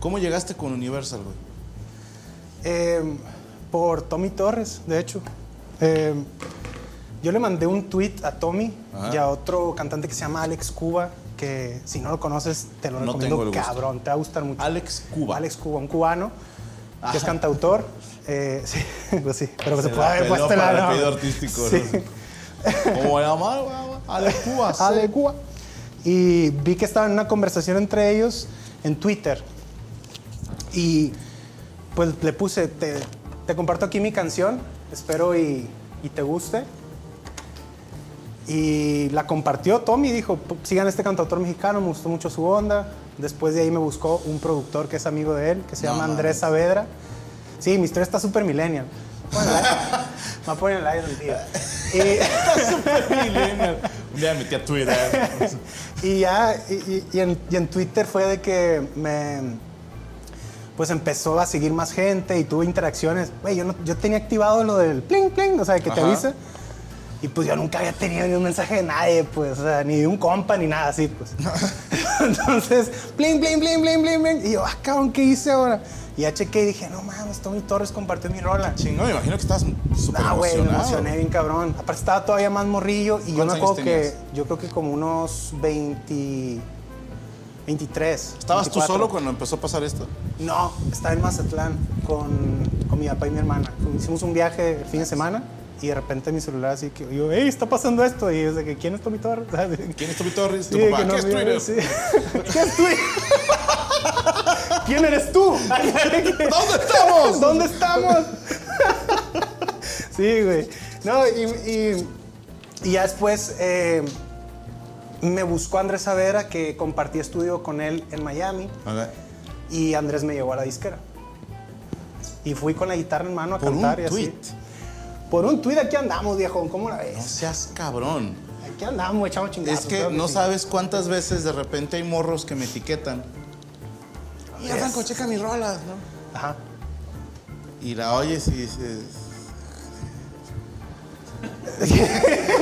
[SPEAKER 1] ¿Cómo llegaste con Universal, güey?
[SPEAKER 2] Eh, por Tommy Torres, de hecho. Eh, yo le mandé un tweet a Tommy
[SPEAKER 1] Ajá.
[SPEAKER 2] y a otro cantante que se llama Alex Cuba, que si no lo conoces, te lo
[SPEAKER 1] No tengo el
[SPEAKER 2] recomiendo
[SPEAKER 1] gusto. Ah,
[SPEAKER 2] cabrón, te va a gustar mucho.
[SPEAKER 1] Alex Cuba.
[SPEAKER 2] Alex Cuba, un cubano que es
[SPEAKER 1] Ajá.
[SPEAKER 2] cantautor. Eh, sí, pues sí, pero que se,
[SPEAKER 1] Se
[SPEAKER 2] puede
[SPEAKER 1] la
[SPEAKER 2] haber
[SPEAKER 1] peló
[SPEAKER 2] puesto
[SPEAKER 1] para el
[SPEAKER 2] la
[SPEAKER 1] apellido artístico,
[SPEAKER 2] Sí.
[SPEAKER 1] ¿no? ¿Cómo voy a llamar, güey? Alex Cuba. sí.
[SPEAKER 2] Ale Cuba. Y vi que estaban en una conversación entre ellos en Twitter. Y pues le puse, te, te comparto aquí mi canción, espero y, y te guste. Y la compartió Tommy y dijo, "P- sigan a este cantautor mexicano, me gustó mucho su onda. Después de ahí me buscó un productor que es amigo de él, que se
[SPEAKER 1] No
[SPEAKER 2] llama
[SPEAKER 1] mames.
[SPEAKER 2] Andrés Saavedra. Sí, mi historia está súper millennial. Bueno, me ponen el aire el día.
[SPEAKER 1] Ya metí a Twitter.
[SPEAKER 2] Y, y ya, y, y- y en, y en Twitter fue de que me... Pues empezó a seguir más gente y tuve interacciones. Güey, yo, no- yo tenía activado lo del pling, pling, o sea, que te
[SPEAKER 1] Ajá.
[SPEAKER 2] avisa. Y pues yo nunca había tenido ni un mensaje de nadie, pues, o sea, ni de un compa, ni nada así, pues. Entonces, bling, bling, bling, bling, bling, bling. Y yo, ah, cabrón, ¿qué hice ahora? Y ya chequé y dije, no mames, Tommy Torres compartió mi rola.
[SPEAKER 1] Chingón, me imagino que estabas súper
[SPEAKER 2] Ah, güey, me
[SPEAKER 1] emocionado.
[SPEAKER 2] emocioné bien cabrón. Aparte estaba todavía más morrillo y yo
[SPEAKER 1] ¿Cuántos
[SPEAKER 2] me acuerdo
[SPEAKER 1] años
[SPEAKER 2] que,
[SPEAKER 1] tenías?
[SPEAKER 2] yo creo que como unos 20, 23.
[SPEAKER 1] ¿Estabas tú
[SPEAKER 2] 24.
[SPEAKER 1] solo cuando empezó a pasar esto?
[SPEAKER 2] No, estaba en Mazatlán con, con mi papá y mi hermana. Hicimos un viaje el fin de semana y de repente mi celular así que yo, hey, está pasando esto. Y es de que, ¿quién es Tommy Torres?
[SPEAKER 1] ¿Quién es Tommy Torres?
[SPEAKER 2] Sí,
[SPEAKER 1] ¿Tu
[SPEAKER 2] de
[SPEAKER 1] papá?
[SPEAKER 2] que no
[SPEAKER 1] ¿Qué es
[SPEAKER 2] me-
[SPEAKER 1] Twitter?
[SPEAKER 2] sí. ¿Qué es Twitter? ¿Quién eres tú?
[SPEAKER 1] ¿Dónde estamos?
[SPEAKER 2] ¿Dónde estamos? sí, güey. No, y, y- y ya después eh, me buscó Andrés Savera, que compartí estudio con él en Miami,
[SPEAKER 1] A ver,
[SPEAKER 2] y Andrés me llevó a la disquera. Y fui con la guitarra en mano a
[SPEAKER 1] Por un
[SPEAKER 2] cantar y así.
[SPEAKER 1] tweet.
[SPEAKER 2] Por un tweet aquí andamos, viejo. ¿Cómo la ves?
[SPEAKER 1] No seas cabrón.
[SPEAKER 2] Aquí andamos, echamos chingados.
[SPEAKER 1] Es que no sabes cuántas veces de repente hay morros que me etiquetan. Mira,
[SPEAKER 2] Yes.
[SPEAKER 1] Franco, checa mis rolas, ¿no?
[SPEAKER 2] Ajá.
[SPEAKER 1] Y la oyes y dices.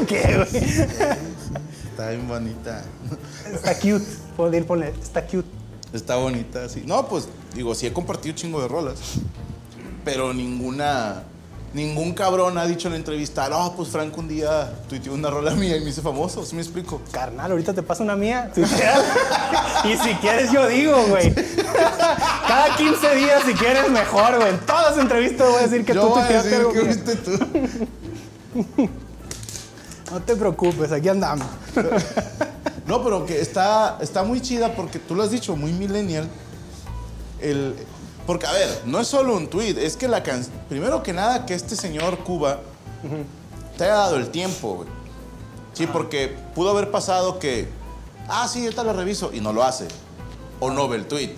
[SPEAKER 2] ¿Qué, güey?
[SPEAKER 1] Está bien bonita.
[SPEAKER 2] Está cute. Puedo ir ponle. Está cute.
[SPEAKER 1] Está bonita, sí. No, pues digo, sí he compartido chingo de rolas. Pero ninguna. Ningún cabrón ha dicho en la entrevista, no, pues Franco un día tuiteó una rola mía y me hice famoso, ¿sí me explico?
[SPEAKER 2] Carnal, ahorita te pasa una mía. si quieres. y si quieres, yo digo, güey. Cada 15 días, si quieres, mejor, güey. En todas las entrevistas voy a decir que
[SPEAKER 1] Yo
[SPEAKER 2] tú
[SPEAKER 1] voy
[SPEAKER 2] te
[SPEAKER 1] a
[SPEAKER 2] quedaste
[SPEAKER 1] decir
[SPEAKER 2] algo
[SPEAKER 1] que
[SPEAKER 2] mío.
[SPEAKER 1] viste tú.
[SPEAKER 2] No te preocupes, aquí andamos.
[SPEAKER 1] No, pero que está, está muy chida porque tú lo has dicho, muy millennial. El, porque, a ver, no es solo un tweet, es que la canción. Primero que nada, que este señor Cuba te haya dado el tiempo, güey. Sí, porque pudo haber pasado que. Ah, sí, ahorita la reviso. Y no lo hace. O no ve el tweet.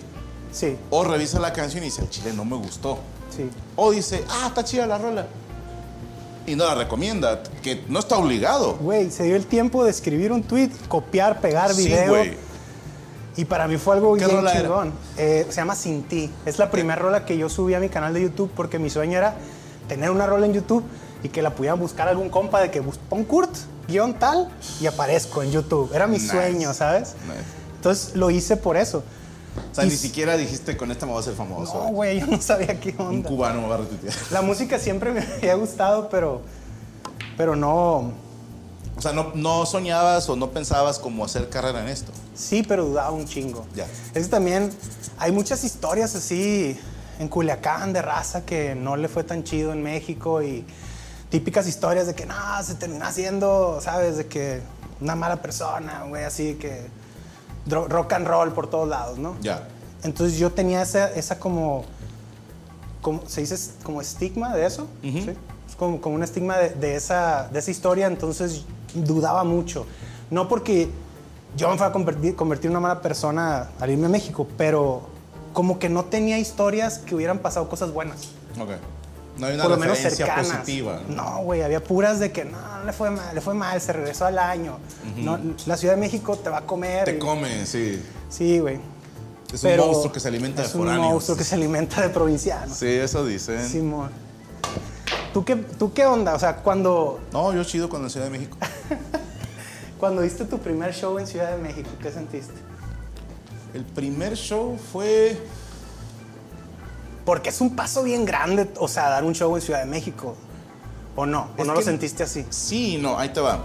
[SPEAKER 2] Sí,
[SPEAKER 1] O revisa la canción y dice, el chile no me gustó.
[SPEAKER 2] sí.
[SPEAKER 1] O dice, ah, está chida la rola. Y no la recomienda, que no está obligado.
[SPEAKER 2] Güey, se dio el tiempo de escribir un tweet, copiar, pegar
[SPEAKER 1] Sí,
[SPEAKER 2] video.
[SPEAKER 1] güey.
[SPEAKER 2] y para mí fue algo
[SPEAKER 1] ¿Qué
[SPEAKER 2] bien
[SPEAKER 1] rola era?
[SPEAKER 2] chingón. Eh, se llama Sin Ti. Es la primera rola que yo subí a mi canal de YouTube porque mi sueño era tener una rola en YouTube y que la pudieran buscar algún compa de que bus- pon Kurt, guión tal, y aparezco en YouTube. Era mi
[SPEAKER 1] Nice.
[SPEAKER 2] sueño, ¿sabes?
[SPEAKER 1] Nice.
[SPEAKER 2] Entonces lo hice por eso.
[SPEAKER 1] O sea,
[SPEAKER 2] Y
[SPEAKER 1] ni
[SPEAKER 2] s-
[SPEAKER 1] siquiera dijiste con esta me voy a hacer famoso.
[SPEAKER 2] No, güey, yo no sabía qué
[SPEAKER 1] Un
[SPEAKER 2] onda.
[SPEAKER 1] cubano me va a retuitear.
[SPEAKER 2] La música siempre me había gustado, pero, pero no.
[SPEAKER 1] O sea, no, no soñabas o no pensabas como hacer carrera en esto.
[SPEAKER 2] Sí, pero dudaba un chingo.
[SPEAKER 1] Ya.
[SPEAKER 2] Es que también hay muchas historias así en Culiacán de raza que no le fue tan chido en México y típicas historias de que no, se termina haciendo, ¿sabes? De que una mala persona, güey, así que dro- rock and roll por todos lados, ¿no?
[SPEAKER 1] Ya.
[SPEAKER 2] Entonces yo tenía esa, esa como, como- se dice es- como estigma de eso, ¿sí? Es como, como un estigma de, de esa, de esa historia, entonces dudaba mucho. No porque yo me fuera a convertir, convertir en una mala persona al irme a México, pero como que no tenía historias que hubieran pasado cosas buenas
[SPEAKER 1] Ok. No hay una
[SPEAKER 2] por lo menos
[SPEAKER 1] referencia
[SPEAKER 2] cercanas.
[SPEAKER 1] positiva.
[SPEAKER 2] No, güey, había puras de que no, no le fue mal, le fue mal, se regresó al año. No, la Ciudad de México te va a comer.
[SPEAKER 1] Te
[SPEAKER 2] y-
[SPEAKER 1] come, sí.
[SPEAKER 2] Sí, güey.
[SPEAKER 1] Es
[SPEAKER 2] Pero
[SPEAKER 1] un monstruo que se alimenta de
[SPEAKER 2] es un
[SPEAKER 1] foráneos.
[SPEAKER 2] monstruo que se alimenta de provincianos.
[SPEAKER 1] Sí, eso dicen.
[SPEAKER 2] Simón. ¿Tú qué, ¿Tú qué onda? O sea, cuando,
[SPEAKER 1] No, yo chido con la Ciudad de México.
[SPEAKER 2] cuando diste tu primer show en Ciudad de México, ¿qué sentiste?
[SPEAKER 1] El primer show fue.
[SPEAKER 2] Porque es un paso bien grande, o sea, dar un show en Ciudad de México. ¿O no? ¿O
[SPEAKER 1] Es
[SPEAKER 2] no
[SPEAKER 1] que-
[SPEAKER 2] lo sentiste así?
[SPEAKER 1] Sí, no, ahí te va.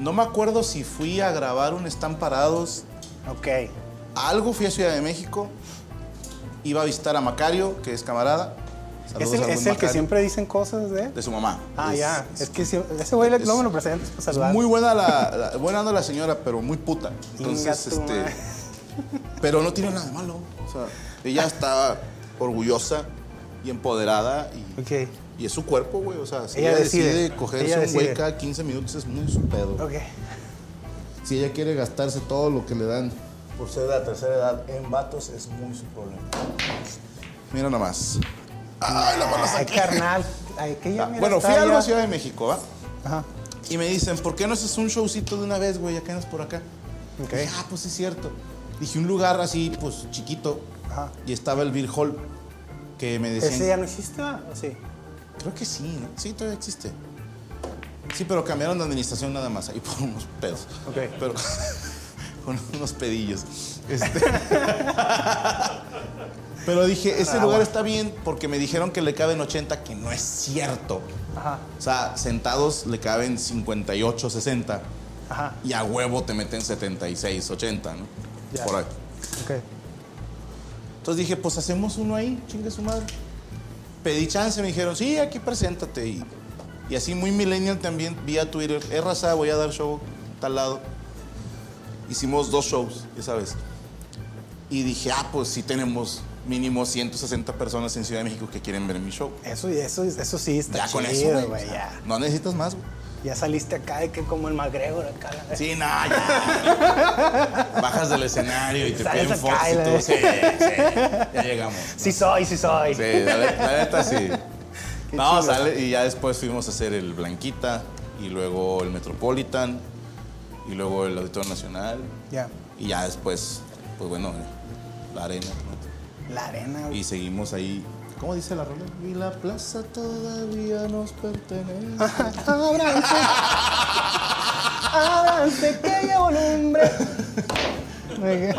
[SPEAKER 1] No me acuerdo si fui a grabar un Están Parados
[SPEAKER 2] Ok.
[SPEAKER 1] A algo fui a Ciudad de México, iba a visitar a Macario, que es camarada.
[SPEAKER 2] ¿Es
[SPEAKER 1] Saludos
[SPEAKER 2] el,
[SPEAKER 1] al buen
[SPEAKER 2] es el que
[SPEAKER 1] Macario,
[SPEAKER 2] siempre dicen cosas de él?
[SPEAKER 1] De su mamá.
[SPEAKER 2] Ah,
[SPEAKER 1] Es-
[SPEAKER 2] ya.
[SPEAKER 1] es-
[SPEAKER 2] Es que si- ese güey le-
[SPEAKER 1] es-
[SPEAKER 2] no me lo presentas para saludar.
[SPEAKER 1] Muy buena la, la- buena onda la señora, pero muy puta. Entonces,
[SPEAKER 2] Inga tu
[SPEAKER 1] este.
[SPEAKER 2] madre.
[SPEAKER 1] Pero no tiene nada de malo. O sea, ella está orgullosa y empoderada y
[SPEAKER 2] Ok.
[SPEAKER 1] Y es su cuerpo, güey. O sea, si
[SPEAKER 2] Ella
[SPEAKER 1] ella,
[SPEAKER 2] decide.
[SPEAKER 1] decide, cogerse
[SPEAKER 2] Ella
[SPEAKER 1] un
[SPEAKER 2] decide.
[SPEAKER 1] güey cada 15 minutos es muy su pedo.
[SPEAKER 2] Ok.
[SPEAKER 1] Si ella quiere gastarse todo lo que le dan por ser de la tercera edad en vatos, es muy su problema. Mira nomás. Ay, la mala
[SPEAKER 2] Ay,
[SPEAKER 1] saqué. Ah,
[SPEAKER 2] carnal. Ay, que ya, mira,
[SPEAKER 1] Bueno,
[SPEAKER 2] está
[SPEAKER 1] fui a algo
[SPEAKER 2] ya-
[SPEAKER 1] a Ciudad de México, ¿va?
[SPEAKER 2] Ajá.
[SPEAKER 1] Y me dicen, ¿por qué no haces un showcito de una vez, güey? Acá andas por acá.
[SPEAKER 2] Ok.
[SPEAKER 1] Dije, ah, pues es cierto. Dije, un lugar así, pues chiquito.
[SPEAKER 2] Ajá.
[SPEAKER 1] Y estaba el Beer Hall. Que me decían.
[SPEAKER 2] ¿Ese ya no existe ¿o sí?
[SPEAKER 1] Creo que sí, ¿no? Sí, todavía existe. Sí, pero cambiaron de administración nada más, ahí por unos pedos.
[SPEAKER 2] Ok.
[SPEAKER 1] Pero con unos pedillos. Este. pero dije, ese lugar está bien porque me dijeron que le caben 80, que no es cierto.
[SPEAKER 2] Ajá,
[SPEAKER 1] O sea, sentados le caben 58, 60
[SPEAKER 2] ajá,
[SPEAKER 1] y a huevo te meten 76, 80, ¿no?
[SPEAKER 2] Ya.
[SPEAKER 1] Por ahí.
[SPEAKER 2] ok.
[SPEAKER 1] Entonces dije, pues hacemos uno ahí, chingue su madre. Pedí chance, me dijeron, sí, aquí preséntate. Y, y así muy millennial también, vía Twitter, es raza, voy a dar show, tal lado. Hicimos dos shows, ya sabes. Y dije, ah, pues sí tenemos mínimo 160 personas en Ciudad de México que quieren ver mi show.
[SPEAKER 2] Eso, eso, eso sí está
[SPEAKER 1] Ya
[SPEAKER 2] chido,
[SPEAKER 1] con eso, güey.
[SPEAKER 2] güey,
[SPEAKER 1] o sea,
[SPEAKER 2] ya.
[SPEAKER 1] No necesitas más, güey.
[SPEAKER 2] Ya saliste acá de que como el McGregor acá. la-
[SPEAKER 1] Sí, no, ya. Bajas del escenario y te
[SPEAKER 2] Sales
[SPEAKER 1] piden
[SPEAKER 2] acá
[SPEAKER 1] fotos
[SPEAKER 2] y
[SPEAKER 1] y
[SPEAKER 2] la-
[SPEAKER 1] todo. Sí, sí, ya llegamos.
[SPEAKER 2] Sí soy, sí soy.
[SPEAKER 1] Sí, la, ne- la neta sí.
[SPEAKER 2] Qué
[SPEAKER 1] No,
[SPEAKER 2] chido.
[SPEAKER 1] sale y ya después fuimos a hacer el Blanquita y luego el Metropolitan y luego el Auditorio Nacional
[SPEAKER 2] Ya.
[SPEAKER 1] y ya después, pues bueno, la arena.
[SPEAKER 2] La arena, güey.
[SPEAKER 1] Y seguimos ahí. ¿Cómo dice la rola? Y la plaza todavía nos pertenece.
[SPEAKER 2] Ábranse. Ábranse que llevo lumbre.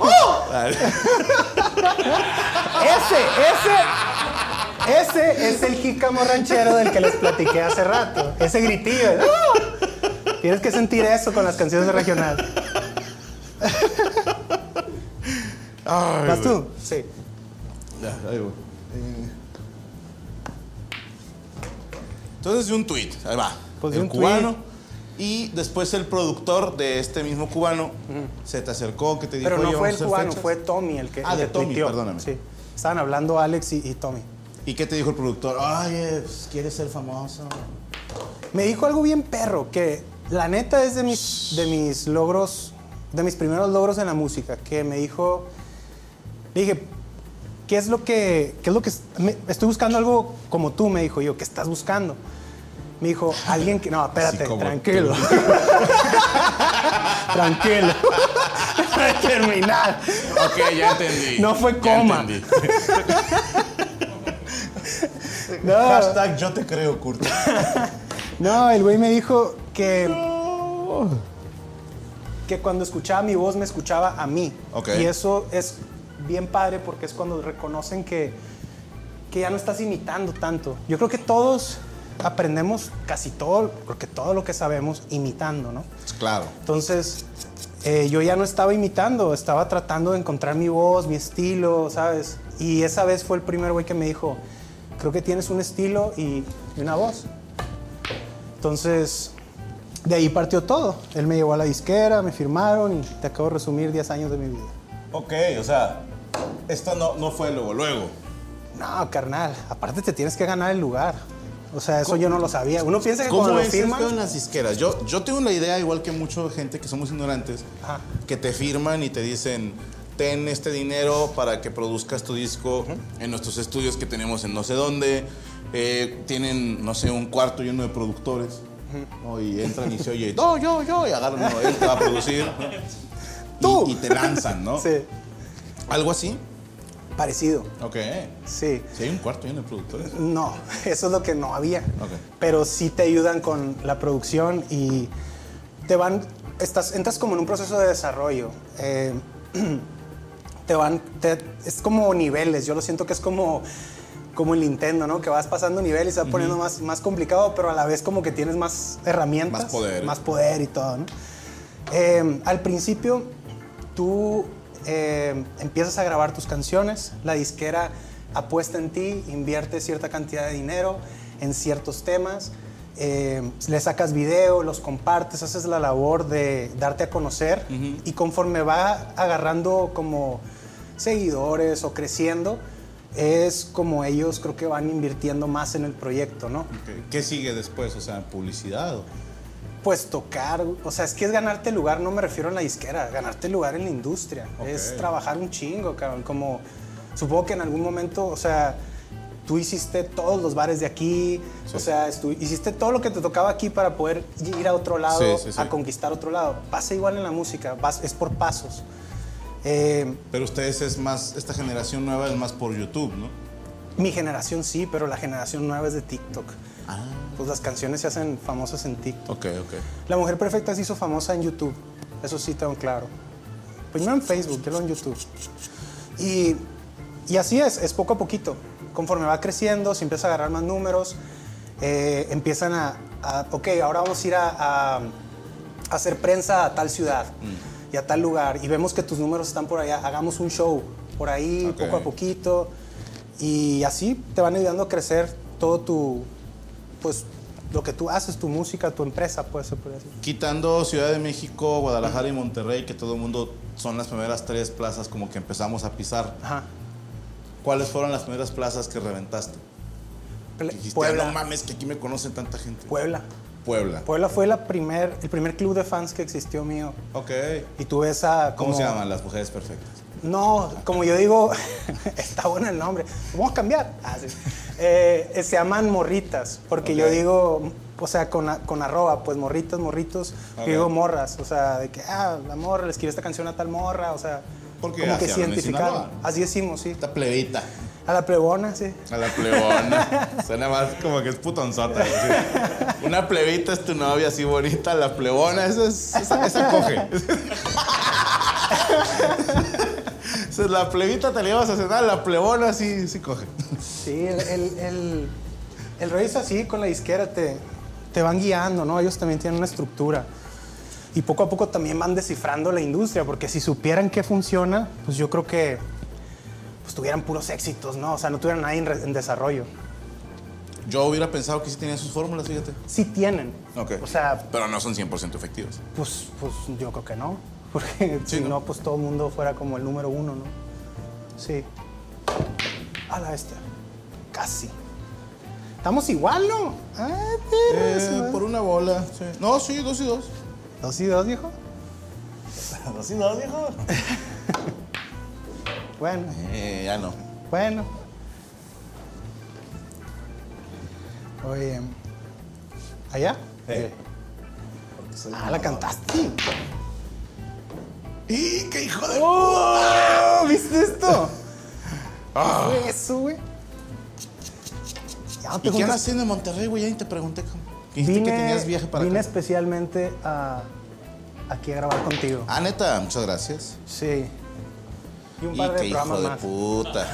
[SPEAKER 2] Ese, ese. Ese es el jícamo ranchero del que les platiqué hace rato. Ese gritillo. el ¡ah! Tienes que sentir eso con las canciones de regional.
[SPEAKER 1] Ay, güey.
[SPEAKER 2] ¿Vas tú? Sí.
[SPEAKER 1] Ya, ahí voy. Eh. Entonces de un tweet, ahí va.
[SPEAKER 2] Pues, de
[SPEAKER 1] el
[SPEAKER 2] un tuit.
[SPEAKER 1] cubano. Y después el productor de este mismo cubano se te acercó, que te dijo.
[SPEAKER 2] Pero no
[SPEAKER 1] "Oye,
[SPEAKER 2] fue el
[SPEAKER 1] vamos a hacer
[SPEAKER 2] cubano,
[SPEAKER 1] fechas".
[SPEAKER 2] fue Tommy el que.
[SPEAKER 1] Ah,
[SPEAKER 2] el
[SPEAKER 1] de
[SPEAKER 2] que
[SPEAKER 1] Tommy,
[SPEAKER 2] tuiteó.
[SPEAKER 1] perdóname.
[SPEAKER 2] Sí. Estaban hablando Alex y, y Tommy.
[SPEAKER 1] ¿Y qué te dijo el productor? Oye, pues, ¿quieres ser famoso?
[SPEAKER 2] Me dijo algo bien perro, que la neta es de mis, de mis logros, de mis primeros logros en la música, que me dijo, le dije, ¿qué es lo que, qué es lo que, es- me- estoy buscando algo como tú? Me dijo yo, ¿qué estás buscando? Me dijo, alguien que, no, espérate,
[SPEAKER 1] como
[SPEAKER 2] tranquilo. tranquilo. Para terminar.
[SPEAKER 1] Ok, ya entendí.
[SPEAKER 2] No fue
[SPEAKER 1] Ya
[SPEAKER 2] coma.
[SPEAKER 1] entendí.
[SPEAKER 2] No.
[SPEAKER 1] Hashtag yo te creo, Kurt.
[SPEAKER 2] No, el güey me dijo que. Que cuando escuchaba mi voz me escuchaba a mí.
[SPEAKER 1] Ok.
[SPEAKER 2] Y eso es bien padre porque es cuando reconocen que, que ya no estás imitando tanto. Yo creo que todos aprendemos casi todo, porque todo lo que sabemos imitando, ¿no?
[SPEAKER 1] Claro.
[SPEAKER 2] Entonces, eh, yo ya no estaba imitando, estaba tratando de encontrar mi voz, mi estilo, ¿sabes? Y esa vez fue el primer güey que me dijo, creo que tienes un estilo y y una voz. Entonces, de ahí partió todo. Él me llevó a la disquera, me firmaron y te acabo de resumir 10 años de mi vida.
[SPEAKER 1] Ok, o sea, esto no, no fue luego, luego.
[SPEAKER 2] No, carnal, aparte te tienes que ganar el lugar. O sea, eso yo no lo sabía. Uno piensa que
[SPEAKER 1] ¿Cómo
[SPEAKER 2] cuando lo
[SPEAKER 1] es esto en
[SPEAKER 2] firman...
[SPEAKER 1] las disqueras? Yo, yo tengo la idea, igual que mucha gente que somos ignorantes,
[SPEAKER 2] Ajá.
[SPEAKER 1] que te firman y te dicen, ten este dinero para que produzcas tu disco en nuestros estudios que tenemos en no sé dónde. Eh, tienen, no sé, un cuarto lleno de productores. ¿no? Y entran y se oye, no, yo, yo, y agarran, no, él te va a producir. ¿no? Y-
[SPEAKER 2] Tú.
[SPEAKER 1] Y, te lanzan, ¿no?
[SPEAKER 2] Sí,
[SPEAKER 1] Algo así.
[SPEAKER 2] parecido,
[SPEAKER 1] Ok.
[SPEAKER 2] sí.
[SPEAKER 1] Si hay un cuarto lleno de productores.
[SPEAKER 2] No, eso es lo que no había.
[SPEAKER 1] Ok.
[SPEAKER 2] Pero sí te ayudan con la producción y te van, estás, entras como en un proceso de desarrollo. Eh, te van, te- es como niveles, yo lo siento que es como, como el Nintendo, ¿no? Que vas pasando niveles y se va poniendo más, más complicado, pero a la vez como que tienes más herramientas.
[SPEAKER 1] Más poder.
[SPEAKER 2] Más poder y todo, ¿no? Eh, al principio, tú eh, empiezas a grabar tus canciones, la disquera apuesta en ti, invierte cierta cantidad de dinero en ciertos temas, eh, le sacas video, los compartes, haces la labor de darte a conocer y conforme va agarrando como seguidores o creciendo, es como ellos creo que van invirtiendo más en el proyecto, ¿no?
[SPEAKER 1] Ok. ¿Qué sigue después? O sea, publicidad. o-
[SPEAKER 2] Pues tocar, o sea, es que es ganarte el lugar, no me refiero en la disquera, ganarte el lugar en la industria.
[SPEAKER 1] Ok.
[SPEAKER 2] Es trabajar un chingo, cabrón. Como, supongo que en algún momento, o sea, tú hiciste todos los bares de aquí,
[SPEAKER 1] Sí.
[SPEAKER 2] o sea, estu- hiciste todo lo que te tocaba aquí para poder ir a otro lado,
[SPEAKER 1] Sí, sí, sí.
[SPEAKER 2] a conquistar otro lado. Pasa igual en la música, vas- es por pasos. Eh,
[SPEAKER 1] Pero ustedes es más, esta generación nueva es más por YouTube, ¿no?
[SPEAKER 2] mi generación sí, pero la generación nueva es de TikTok. Pues las canciones se hacen famosas en TikTok.
[SPEAKER 1] Ok, ok.
[SPEAKER 2] La Mujer Perfecta se hizo famosa en YouTube. Eso sí, tengo claro. Primero en Facebook, luego en YouTube. Y, y así es, es poco a poquito. Conforme va creciendo, se empieza a agarrar más números, eh, empiezan a, a, ok, ahora vamos a ir a, a- a hacer prensa a tal ciudad
[SPEAKER 1] Mm.
[SPEAKER 2] y a tal lugar. Y vemos que tus números están por allá, hagamos un show por ahí,
[SPEAKER 1] Ok.
[SPEAKER 2] poco a poquito. Y así te van ayudando a crecer todo tu, pues, lo que tú haces, tu música, tu empresa, pues, se podría decir.
[SPEAKER 1] Quitando Ciudad de México, Guadalajara y Monterrey, que todo el mundo son las primeras tres plazas como que empezamos a pisar.
[SPEAKER 2] Ajá.
[SPEAKER 1] ¿Cuáles fueron las primeras plazas que reventaste?
[SPEAKER 2] Ple-
[SPEAKER 1] Que dijiste, "Ah, no
[SPEAKER 2] Puebla.
[SPEAKER 1] mames, que aquí me conoce tanta gente.
[SPEAKER 2] Puebla.
[SPEAKER 1] Puebla.
[SPEAKER 2] Puebla fue la primer, el primer club de fans que existió mío.
[SPEAKER 1] Ok.
[SPEAKER 2] Y tú ves a...
[SPEAKER 1] ¿Cómo
[SPEAKER 2] como-
[SPEAKER 1] se llaman las mujeres perfectas?
[SPEAKER 2] No, como yo digo, está bueno el nombre. Vamos a cambiar. Ah, sí. Eh, eh, se llaman morritas, porque
[SPEAKER 1] Ok.
[SPEAKER 2] yo digo, o sea, con, a- con arroba, pues morritas, morritos.
[SPEAKER 1] Ok.
[SPEAKER 2] Yo digo morras, o sea, de que, ah, la morra, le escribí esta canción a tal morra, o sea,
[SPEAKER 1] Porque
[SPEAKER 2] como
[SPEAKER 1] así
[SPEAKER 2] que se
[SPEAKER 1] hablan en
[SPEAKER 2] identificaron.
[SPEAKER 1] Sinaloa.
[SPEAKER 2] Así decimos, sí.
[SPEAKER 1] Esta plebita.
[SPEAKER 2] A la plegona, sí.
[SPEAKER 1] A la plebona. Suena más como que es putonzota. así. Una plebita es tu novia así bonita, la plebona, esa, es, esa, esa coge. Esa es la plebita te la llevas a cenar, la plebona sí, sí coge.
[SPEAKER 2] Sí, el, el, el, el rollo es así, con la disquera te, te van guiando, ¿no? Ellos también tienen una estructura. Y poco a poco también van descifrando la industria, porque si supieran qué funciona, pues yo creo que pues tuvieran puros éxitos, ¿no? O sea, no tuvieran nadie en, re- en desarrollo.
[SPEAKER 1] Yo hubiera pensado que sí tenían sus fórmulas, fíjate.
[SPEAKER 2] Sí tienen.
[SPEAKER 1] Ok.
[SPEAKER 2] O sea,
[SPEAKER 1] Pero no son 100% efectivos.
[SPEAKER 2] pues, pues yo creo que no. Porque
[SPEAKER 1] Sí,
[SPEAKER 2] si
[SPEAKER 1] ¿no?
[SPEAKER 2] no, pues todo el mundo fuera como el número uno, ¿no? Sí. A la bestia. Casi. Estamos igual, ¿no? Ah, pero es más.
[SPEAKER 1] Eh, por una bola. sí. No, sí, dos y dos.
[SPEAKER 2] ¿Dos y dos, viejo?
[SPEAKER 3] Así no, viejo.
[SPEAKER 2] Bueno,
[SPEAKER 1] Eh, ya no.
[SPEAKER 2] bueno. Oye, ¿allá?
[SPEAKER 1] Eh.
[SPEAKER 2] Ah, la cantaste.
[SPEAKER 1] ¡Y qué hijo de...
[SPEAKER 2] ¡Oh! ¿Viste esto?
[SPEAKER 1] Ah.
[SPEAKER 2] ¿Qué fue eso, güey? Ya no te
[SPEAKER 1] ¿Y qué
[SPEAKER 2] juntes-
[SPEAKER 1] andas haciendo en Monterrey, güey? Ya ni te pregunté. cabrón. Dijiste
[SPEAKER 2] Vine,
[SPEAKER 1] que tenías viaje para
[SPEAKER 2] vine
[SPEAKER 1] acá.
[SPEAKER 2] especialmente a, aquí a grabar contigo.
[SPEAKER 1] Ah, neta, muchas gracias.
[SPEAKER 2] Sí. Y un
[SPEAKER 1] Y
[SPEAKER 2] par de
[SPEAKER 1] qué hijo
[SPEAKER 2] programas
[SPEAKER 1] de
[SPEAKER 2] más.
[SPEAKER 1] puta.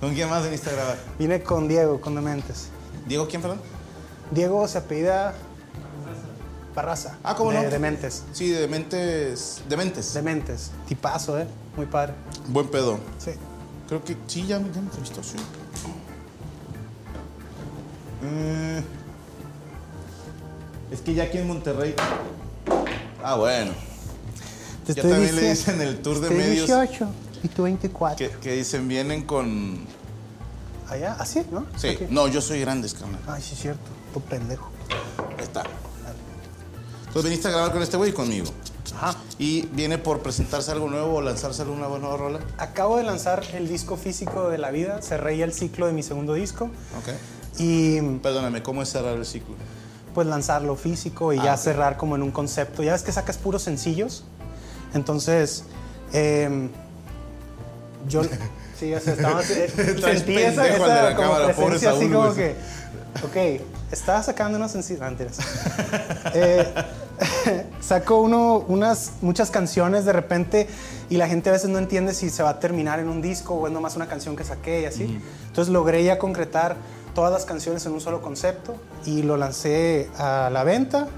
[SPEAKER 1] ¿Con quién más viniste a grabar?
[SPEAKER 2] Vine con Diego, con Dementes.
[SPEAKER 1] ¿Diego quién, perdón?
[SPEAKER 2] Diego se apellida Barraza.
[SPEAKER 1] Ah, ¿cómo
[SPEAKER 2] de,
[SPEAKER 1] no?
[SPEAKER 2] De Mentes.
[SPEAKER 1] Sí, de mentes. De mentes.
[SPEAKER 2] De Mentes. Tipazo, ¿eh? Muy padre.
[SPEAKER 1] Buen pedo.
[SPEAKER 2] Sí.
[SPEAKER 1] Creo que sí, ya, me- ya me entrevistó, sí. Eh, es que ya aquí en Monterrey. Ah, bueno.
[SPEAKER 2] Te
[SPEAKER 1] Ya también le dicen el tour de
[SPEAKER 2] estoy
[SPEAKER 1] medios
[SPEAKER 2] 18 y tú 24.
[SPEAKER 1] que, que dicen vienen con.
[SPEAKER 2] Allá, así, ¿no?
[SPEAKER 1] Sí,
[SPEAKER 2] Aquí.
[SPEAKER 1] no, yo soy grandes, carnal.
[SPEAKER 2] Ay, sí, es cierto. Tu pendejo.
[SPEAKER 1] Ahí está. Entonces viniste a grabar con este güey y conmigo.
[SPEAKER 2] Ajá.
[SPEAKER 1] ¿Y viene por presentarse algo nuevo o lanzarse alguna nueva rola?
[SPEAKER 2] Acabo de lanzar el disco físico de la vida. Cerré ya el ciclo de mi segundo disco.
[SPEAKER 1] Ok.
[SPEAKER 2] Y
[SPEAKER 1] Perdóname, ¿cómo es cerrar el ciclo?
[SPEAKER 2] pues lanzarlo físico y
[SPEAKER 1] Ah,
[SPEAKER 2] ya
[SPEAKER 1] ok.
[SPEAKER 2] cerrar como en un concepto. Ya ves que sacas puros sencillos. Entonces, em, yo. Sí, o sea, estamos. eh,
[SPEAKER 1] Estás
[SPEAKER 2] sentí esa,
[SPEAKER 1] pendejo, el de
[SPEAKER 2] esa
[SPEAKER 1] la
[SPEAKER 2] como
[SPEAKER 1] cámara, pobre
[SPEAKER 2] presencia así
[SPEAKER 1] Saúl,
[SPEAKER 2] como
[SPEAKER 1] güey.
[SPEAKER 2] que. Ok, estaba sacando unos sencillos. Ah, mentiras. Eh, saco uno, unas, muchas canciones de repente y la gente a veces no entiende si se va a terminar en un disco o es nomás una canción que saqué y así. Entonces logré ya concretar todas las canciones en un solo concepto y lo lancé a la venta.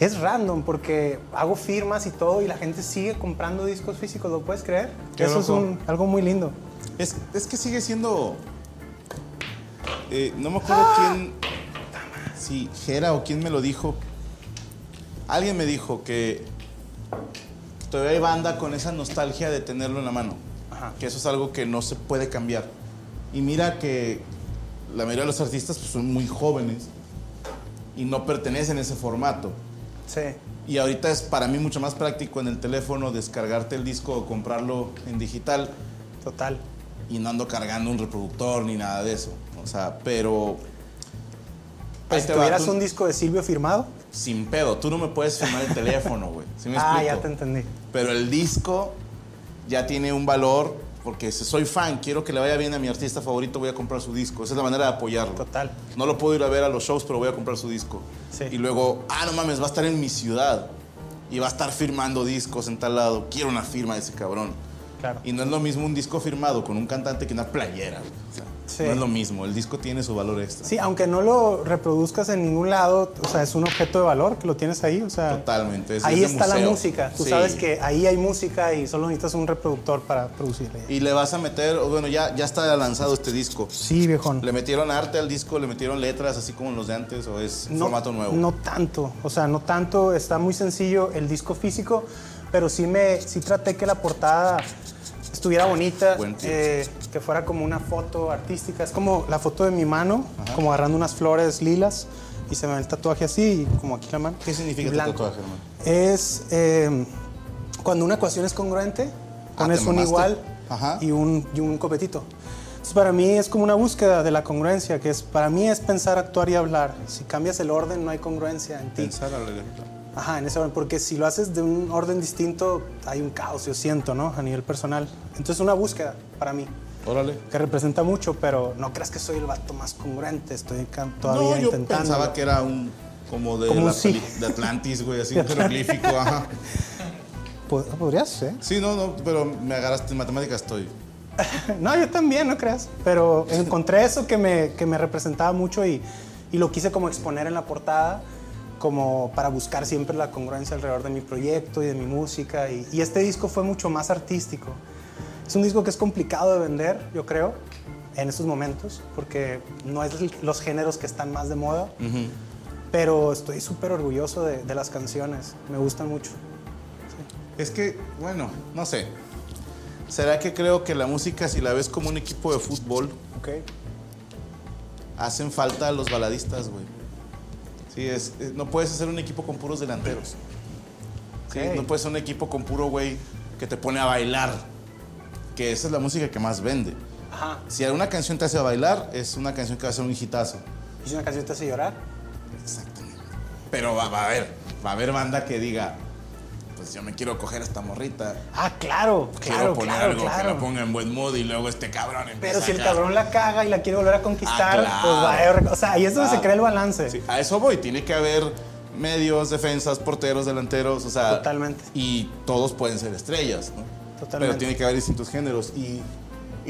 [SPEAKER 2] Es random porque hago firmas y todo y la gente sigue comprando discos físicos, ¿lo puedes creer?
[SPEAKER 1] Qué
[SPEAKER 2] Eso es
[SPEAKER 1] loco.
[SPEAKER 2] un- algo muy lindo.
[SPEAKER 1] Es, es que sigue siendo. eh, no me acuerdo quién. Si Jera o quién me lo dijo. Alguien me dijo que todavía hay banda con esa nostalgia de tenerlo en la mano.
[SPEAKER 2] Ajá.
[SPEAKER 1] Que eso es algo que no se puede cambiar. Y mira que la mayoría de los artistas pues, son muy jóvenes y no pertenecen a ese formato.
[SPEAKER 2] Sí.
[SPEAKER 1] Y ahorita es para mí mucho más práctico en el teléfono descargarte el disco o comprarlo en digital
[SPEAKER 2] Total.
[SPEAKER 1] y no ando cargando un reproductor ni nada de eso. O sea, pero. Ahí
[SPEAKER 2] Pues,
[SPEAKER 1] te va,
[SPEAKER 2] ¿Tuvieras
[SPEAKER 1] tú-
[SPEAKER 2] un disco de Silvio firmado?
[SPEAKER 1] Sin pedo, tú no me puedes firmar el teléfono, güey. ¿Sí me
[SPEAKER 2] ah,
[SPEAKER 1] explico?
[SPEAKER 2] ya te entendí.
[SPEAKER 1] Pero el disco ya tiene un valor porque si soy fan, quiero que le vaya bien a mi artista favorito, voy a comprar su disco. Esa es la manera de apoyarlo.
[SPEAKER 2] Total.
[SPEAKER 1] No lo puedo ir a ver a los shows, pero voy a comprar su disco.
[SPEAKER 2] Sí.
[SPEAKER 1] Y luego, ah, no mames, va a estar en mi ciudad y va a estar firmando discos en tal lado. Quiero una firma de ese cabrón.
[SPEAKER 2] Claro.
[SPEAKER 1] Y no es lo mismo un disco firmado con un cantante que una playera. güey. O sea,
[SPEAKER 2] Sí.
[SPEAKER 1] No es lo mismo. El disco tiene su valor extra.
[SPEAKER 2] Sí, aunque no lo reproduzcas en ningún lado, o sea, es un objeto de valor que lo tienes ahí, o sea.
[SPEAKER 1] Totalmente. es-
[SPEAKER 2] Ah, Ahí
[SPEAKER 1] es de
[SPEAKER 2] está la
[SPEAKER 1] museo.
[SPEAKER 2] música. Tú
[SPEAKER 1] Sí.
[SPEAKER 2] sabes que ahí hay música y solo necesitas un reproductor para producirla.
[SPEAKER 1] Y le vas a meter, o bueno, ya, ya está lanzado este disco.
[SPEAKER 2] Sí, viejón.
[SPEAKER 1] ¿Le metieron arte al disco? ¿Le metieron letras así como los de antes? ¿O es formato nuevo?
[SPEAKER 2] No tanto, o sea, no tanto, está muy sencillo el disco físico, pero sí me sí traté que la portada estuviera bonita,
[SPEAKER 1] Buen tip.
[SPEAKER 2] eh, que fuera como una foto artística, es como la foto de mi mano, como agarrando unas flores lilas y se me ve el tatuaje así, y como aquí la mano.
[SPEAKER 1] ¿Qué significa tu
[SPEAKER 2] Blanco.
[SPEAKER 1] tatuaje, hermano?
[SPEAKER 2] Es eh, cuando una ecuación es congruente, pones
[SPEAKER 1] Ah, te
[SPEAKER 2] un
[SPEAKER 1] mamaste.
[SPEAKER 2] igual
[SPEAKER 1] Ajá.
[SPEAKER 2] y un, y un copetito. Entonces, para mí es como una búsqueda de la congruencia, que es para mí es pensar, actuar y hablar. Si cambias el orden, no hay congruencia en ti.
[SPEAKER 1] Pensar al respecto.
[SPEAKER 2] Ajá, en ese orden, porque si lo haces de un orden distinto, hay un caos, yo siento, ¿no? A nivel personal. Entonces, una búsqueda para mí,
[SPEAKER 1] Órale.
[SPEAKER 2] que representa mucho, pero no creas que soy el vato más congruente, estoy cam- todavía
[SPEAKER 1] No, yo
[SPEAKER 2] intentando.
[SPEAKER 1] pensaba que era un... Como de,
[SPEAKER 2] Como un
[SPEAKER 1] la
[SPEAKER 2] sí.
[SPEAKER 1] peli- de Atlantis, güey, así un jeroglífico, ajá.
[SPEAKER 2] Pod- Podrías, ¿eh?
[SPEAKER 1] Sí, no, no, pero me agarraste en matemáticas, estoy.
[SPEAKER 2] No, yo también, no creas. Pero encontré eso que me, que me representaba mucho y, y lo quise como exponer en la portada, como para buscar siempre la congruencia alrededor de mi proyecto y de mi música. Y, y este disco fue mucho más artístico. Es un disco que es complicado de vender, yo creo, en estos momentos, porque no es los géneros que están más de moda. Pero estoy súper orgulloso de, de las canciones, me gustan mucho.
[SPEAKER 1] Es que, bueno, no sé. ¿Será que creo que la música, si la ves como un equipo de fútbol,
[SPEAKER 2] Ok.
[SPEAKER 1] hacen falta los baladistas, güey? Sí, es, es- no puedes hacer un equipo con puros delanteros. Sí,
[SPEAKER 2] Ok.
[SPEAKER 1] no puedes ser un equipo con puro güey que te pone a bailar. Que esa es la música que más vende.
[SPEAKER 2] Ajá.
[SPEAKER 1] Si alguna canción te hace bailar, es una canción que va a ser un hitazo.
[SPEAKER 2] ¿Hice una canción que te hace llorar?
[SPEAKER 1] Exactamente. Pero va, va a haber, va a haber banda que diga, pues yo me quiero coger a esta morrita.
[SPEAKER 2] Ah, claro,
[SPEAKER 1] quiero
[SPEAKER 2] claro,
[SPEAKER 1] poner
[SPEAKER 2] claro,
[SPEAKER 1] algo que
[SPEAKER 2] claro.
[SPEAKER 1] la ponga en buen mood y luego este cabrón empieza
[SPEAKER 2] Pero si el
[SPEAKER 1] acá.
[SPEAKER 2] cabrón la caga y la quiere volver a conquistar,
[SPEAKER 1] Ah, claro.
[SPEAKER 2] pues va a haber- O sea, ahí es donde
[SPEAKER 1] Claro.
[SPEAKER 2] se crea el balance.
[SPEAKER 1] Sí, a eso voy, tiene que haber medios, defensas, porteros, delanteros, o sea...
[SPEAKER 2] Totalmente.
[SPEAKER 1] Y todos pueden ser estrellas, ¿no?
[SPEAKER 2] Totalmente.
[SPEAKER 1] Pero tiene que haber distintos géneros. Y,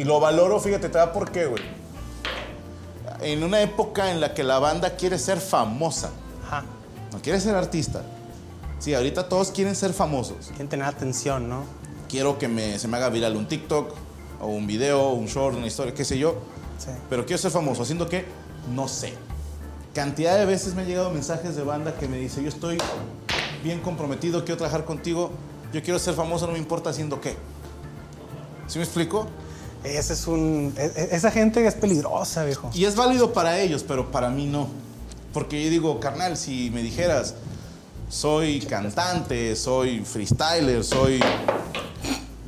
[SPEAKER 1] y lo valoro, fíjate, te da por qué, güey. En una época en la que la banda quiere ser famosa,
[SPEAKER 2] Ajá.
[SPEAKER 1] no quiere ser artista. Sí, ahorita todos quieren ser famosos.
[SPEAKER 2] Quieren tener atención, ¿no?
[SPEAKER 1] quiero que me- se me haga viral un TikTok o un video, un short, una historia, qué sé yo.
[SPEAKER 2] Sí.
[SPEAKER 1] Pero quiero ser famoso, haciendo que no sé. Cantidad de veces me han llegado mensajes de banda que me dice, yo estoy bien comprometido, quiero trabajar contigo, yo quiero ser famoso, no me importa haciendo qué. ¿Sí me explico?
[SPEAKER 2] Ese es un. e- e- Esa gente es peligrosa, viejo.
[SPEAKER 1] Y es válido para ellos, pero para mí no. Porque yo digo, carnal, si me dijeras, soy cantante, soy freestyler, soy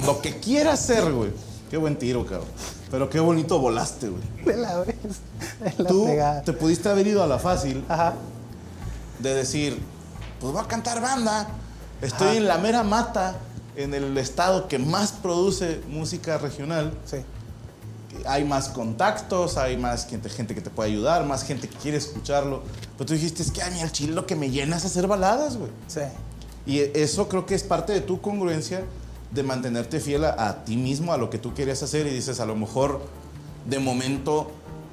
[SPEAKER 1] lo que quiera hacer, güey. Qué buen tiro, cabrón. Pero qué bonito volaste, güey.
[SPEAKER 2] De la vez. De la
[SPEAKER 1] Tú
[SPEAKER 2] pegada.
[SPEAKER 1] te pudiste haber ido a la fácil
[SPEAKER 2] Ajá.
[SPEAKER 1] de decir, pues voy a cantar banda. Estoy
[SPEAKER 2] Ajá.
[SPEAKER 1] en la mera mata, en el estado que más produce música regional.
[SPEAKER 2] Sí.
[SPEAKER 1] hay más contactos, hay más gente, gente que te puede ayudar, más gente que quiere escucharlo. Pero tú dijiste, es que a mí al chile lo que me llena es hacer baladas, güey.
[SPEAKER 2] Sí.
[SPEAKER 1] Y e- eso creo que es parte de tu congruencia de mantenerte fiel a, a ti mismo, a lo que tú querías hacer. Y dices, a lo mejor de momento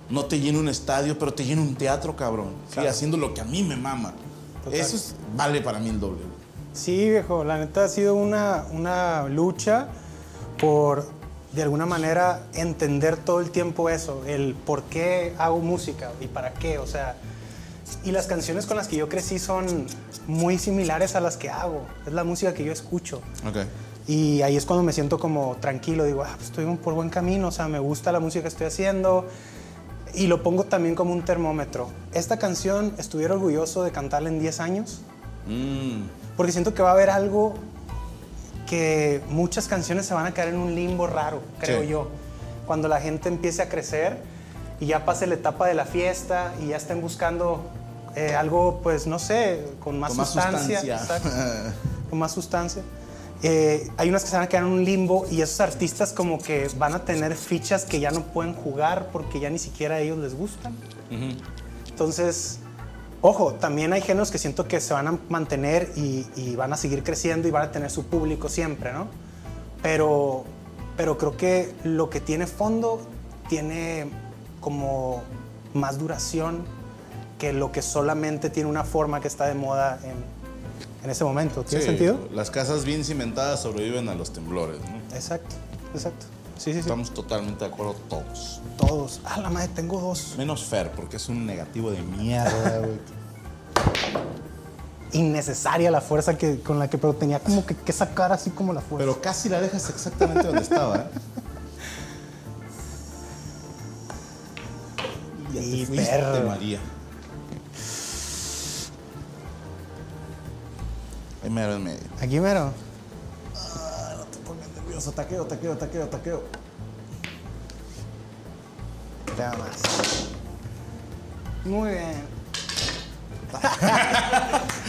[SPEAKER 1] no te llena un estadio, pero te llena un teatro, cabrón. Sí,
[SPEAKER 2] Claro.
[SPEAKER 1] haciendo lo que a mí me mama.
[SPEAKER 2] Total.
[SPEAKER 1] Eso es- vale para mí el doble. güey.
[SPEAKER 2] Sí, viejo, la neta ha sido una, una lucha por, de alguna manera, entender todo el tiempo eso, el por qué hago música y para qué, o sea, y las canciones con las que yo crecí son muy similares a las que hago, es la música que yo escucho. Y ahí es cuando me siento como tranquilo, digo, ah, pues estoy por buen camino, o sea, me gusta la música que estoy haciendo. Y lo pongo también como un termómetro. Esta canción estuviera orgulloso de cantarla en 10 años,
[SPEAKER 1] Mm,
[SPEAKER 2] porque siento que va a haber algo que muchas canciones se van a caer en un limbo raro, creo
[SPEAKER 1] Sí.
[SPEAKER 2] yo. Cuando la gente empiece a crecer y ya pase la etapa de la fiesta y ya estén buscando eh, algo, pues no sé, con más
[SPEAKER 1] con más
[SPEAKER 2] sustancia.
[SPEAKER 1] sustancia.
[SPEAKER 2] exacto con más sustancia. Eh, hay unas que se van a quedar en un limbo y esos artistas como que van a tener fichas que ya no pueden jugar porque ya ni siquiera a ellos les gustan. Entonces, ojo, también hay géneros que siento que se van a mantener y, y van a seguir creciendo y van a tener su público siempre, ¿no? Pero, pero creo que lo que tiene fondo tiene como más duración que lo que solamente tiene una forma que está de moda en, en ese momento. ¿Tiene
[SPEAKER 1] Sí,
[SPEAKER 2] sentido?
[SPEAKER 1] Las casas bien cimentadas sobreviven a los temblores, ¿no?
[SPEAKER 2] Exacto, exacto. Sí, sí, sí.
[SPEAKER 1] Estamos totalmente de acuerdo todos.
[SPEAKER 2] Todos. Ah, la madre, tengo dos.
[SPEAKER 1] Menos Fer, porque es un negativo de mierda, güey.
[SPEAKER 2] Pues Innecesaria la fuerza que, con la que, pero tenía como que, que sacar así como la fuerza.
[SPEAKER 1] Pero casi la dejas exactamente donde estaba, ¿eh? Ya te
[SPEAKER 2] Y
[SPEAKER 1] fuiste,
[SPEAKER 2] perro.
[SPEAKER 1] María. Ahí mero en medio.
[SPEAKER 2] Aquí mero.
[SPEAKER 1] No te pongas nervioso, taqueo, taqueo, taqueo, taqueo.
[SPEAKER 2] Nada más. Muy bien.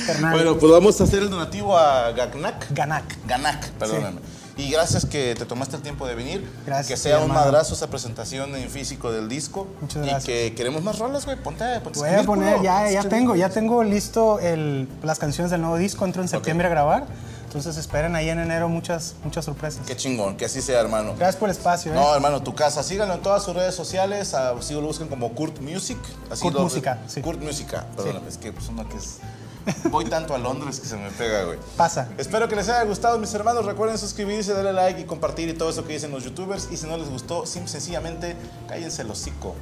[SPEAKER 2] Carnal.
[SPEAKER 1] Bueno, pues vamos a hacer el donativo a Gagnac.
[SPEAKER 2] Ganak.
[SPEAKER 1] Ganac, perdóname. Y gracias que te tomaste el tiempo de venir.
[SPEAKER 2] Gracias,
[SPEAKER 1] que sea
[SPEAKER 2] mi
[SPEAKER 1] un
[SPEAKER 2] hermano.
[SPEAKER 1] madrazo esa presentación en físico del disco.
[SPEAKER 2] Muchas
[SPEAKER 1] y
[SPEAKER 2] gracias.
[SPEAKER 1] que queremos más rolas, güey. Ponte, ponte a
[SPEAKER 2] Voy a
[SPEAKER 1] escribir,
[SPEAKER 2] poner,
[SPEAKER 1] culo.
[SPEAKER 2] ya, ya
[SPEAKER 1] Escribir.
[SPEAKER 2] tengo, ya tengo listo el- las canciones del nuevo disco. Entro en septiembre a grabar. Entonces esperen ahí en enero muchas, muchas sorpresas.
[SPEAKER 1] Qué chingón, que así sea, hermano.
[SPEAKER 2] Gracias por el espacio, eh.
[SPEAKER 1] No, hermano, tu casa. Síganlo en todas sus redes sociales. a- Así lo buscan como Kurt Music. Así
[SPEAKER 2] Kurt
[SPEAKER 1] lo-
[SPEAKER 2] Música, sí.
[SPEAKER 1] Kurt Música, perdóname. Es que pues, uno que es. Voy tanto a Londres que se me pega, güey.
[SPEAKER 2] Pasa.
[SPEAKER 1] Espero que les haya gustado, mis hermanos. Recuerden suscribirse, darle like y compartir y todo eso que dicen los youtubers. Y si no les gustó, simple, sencillamente cállense el hocico.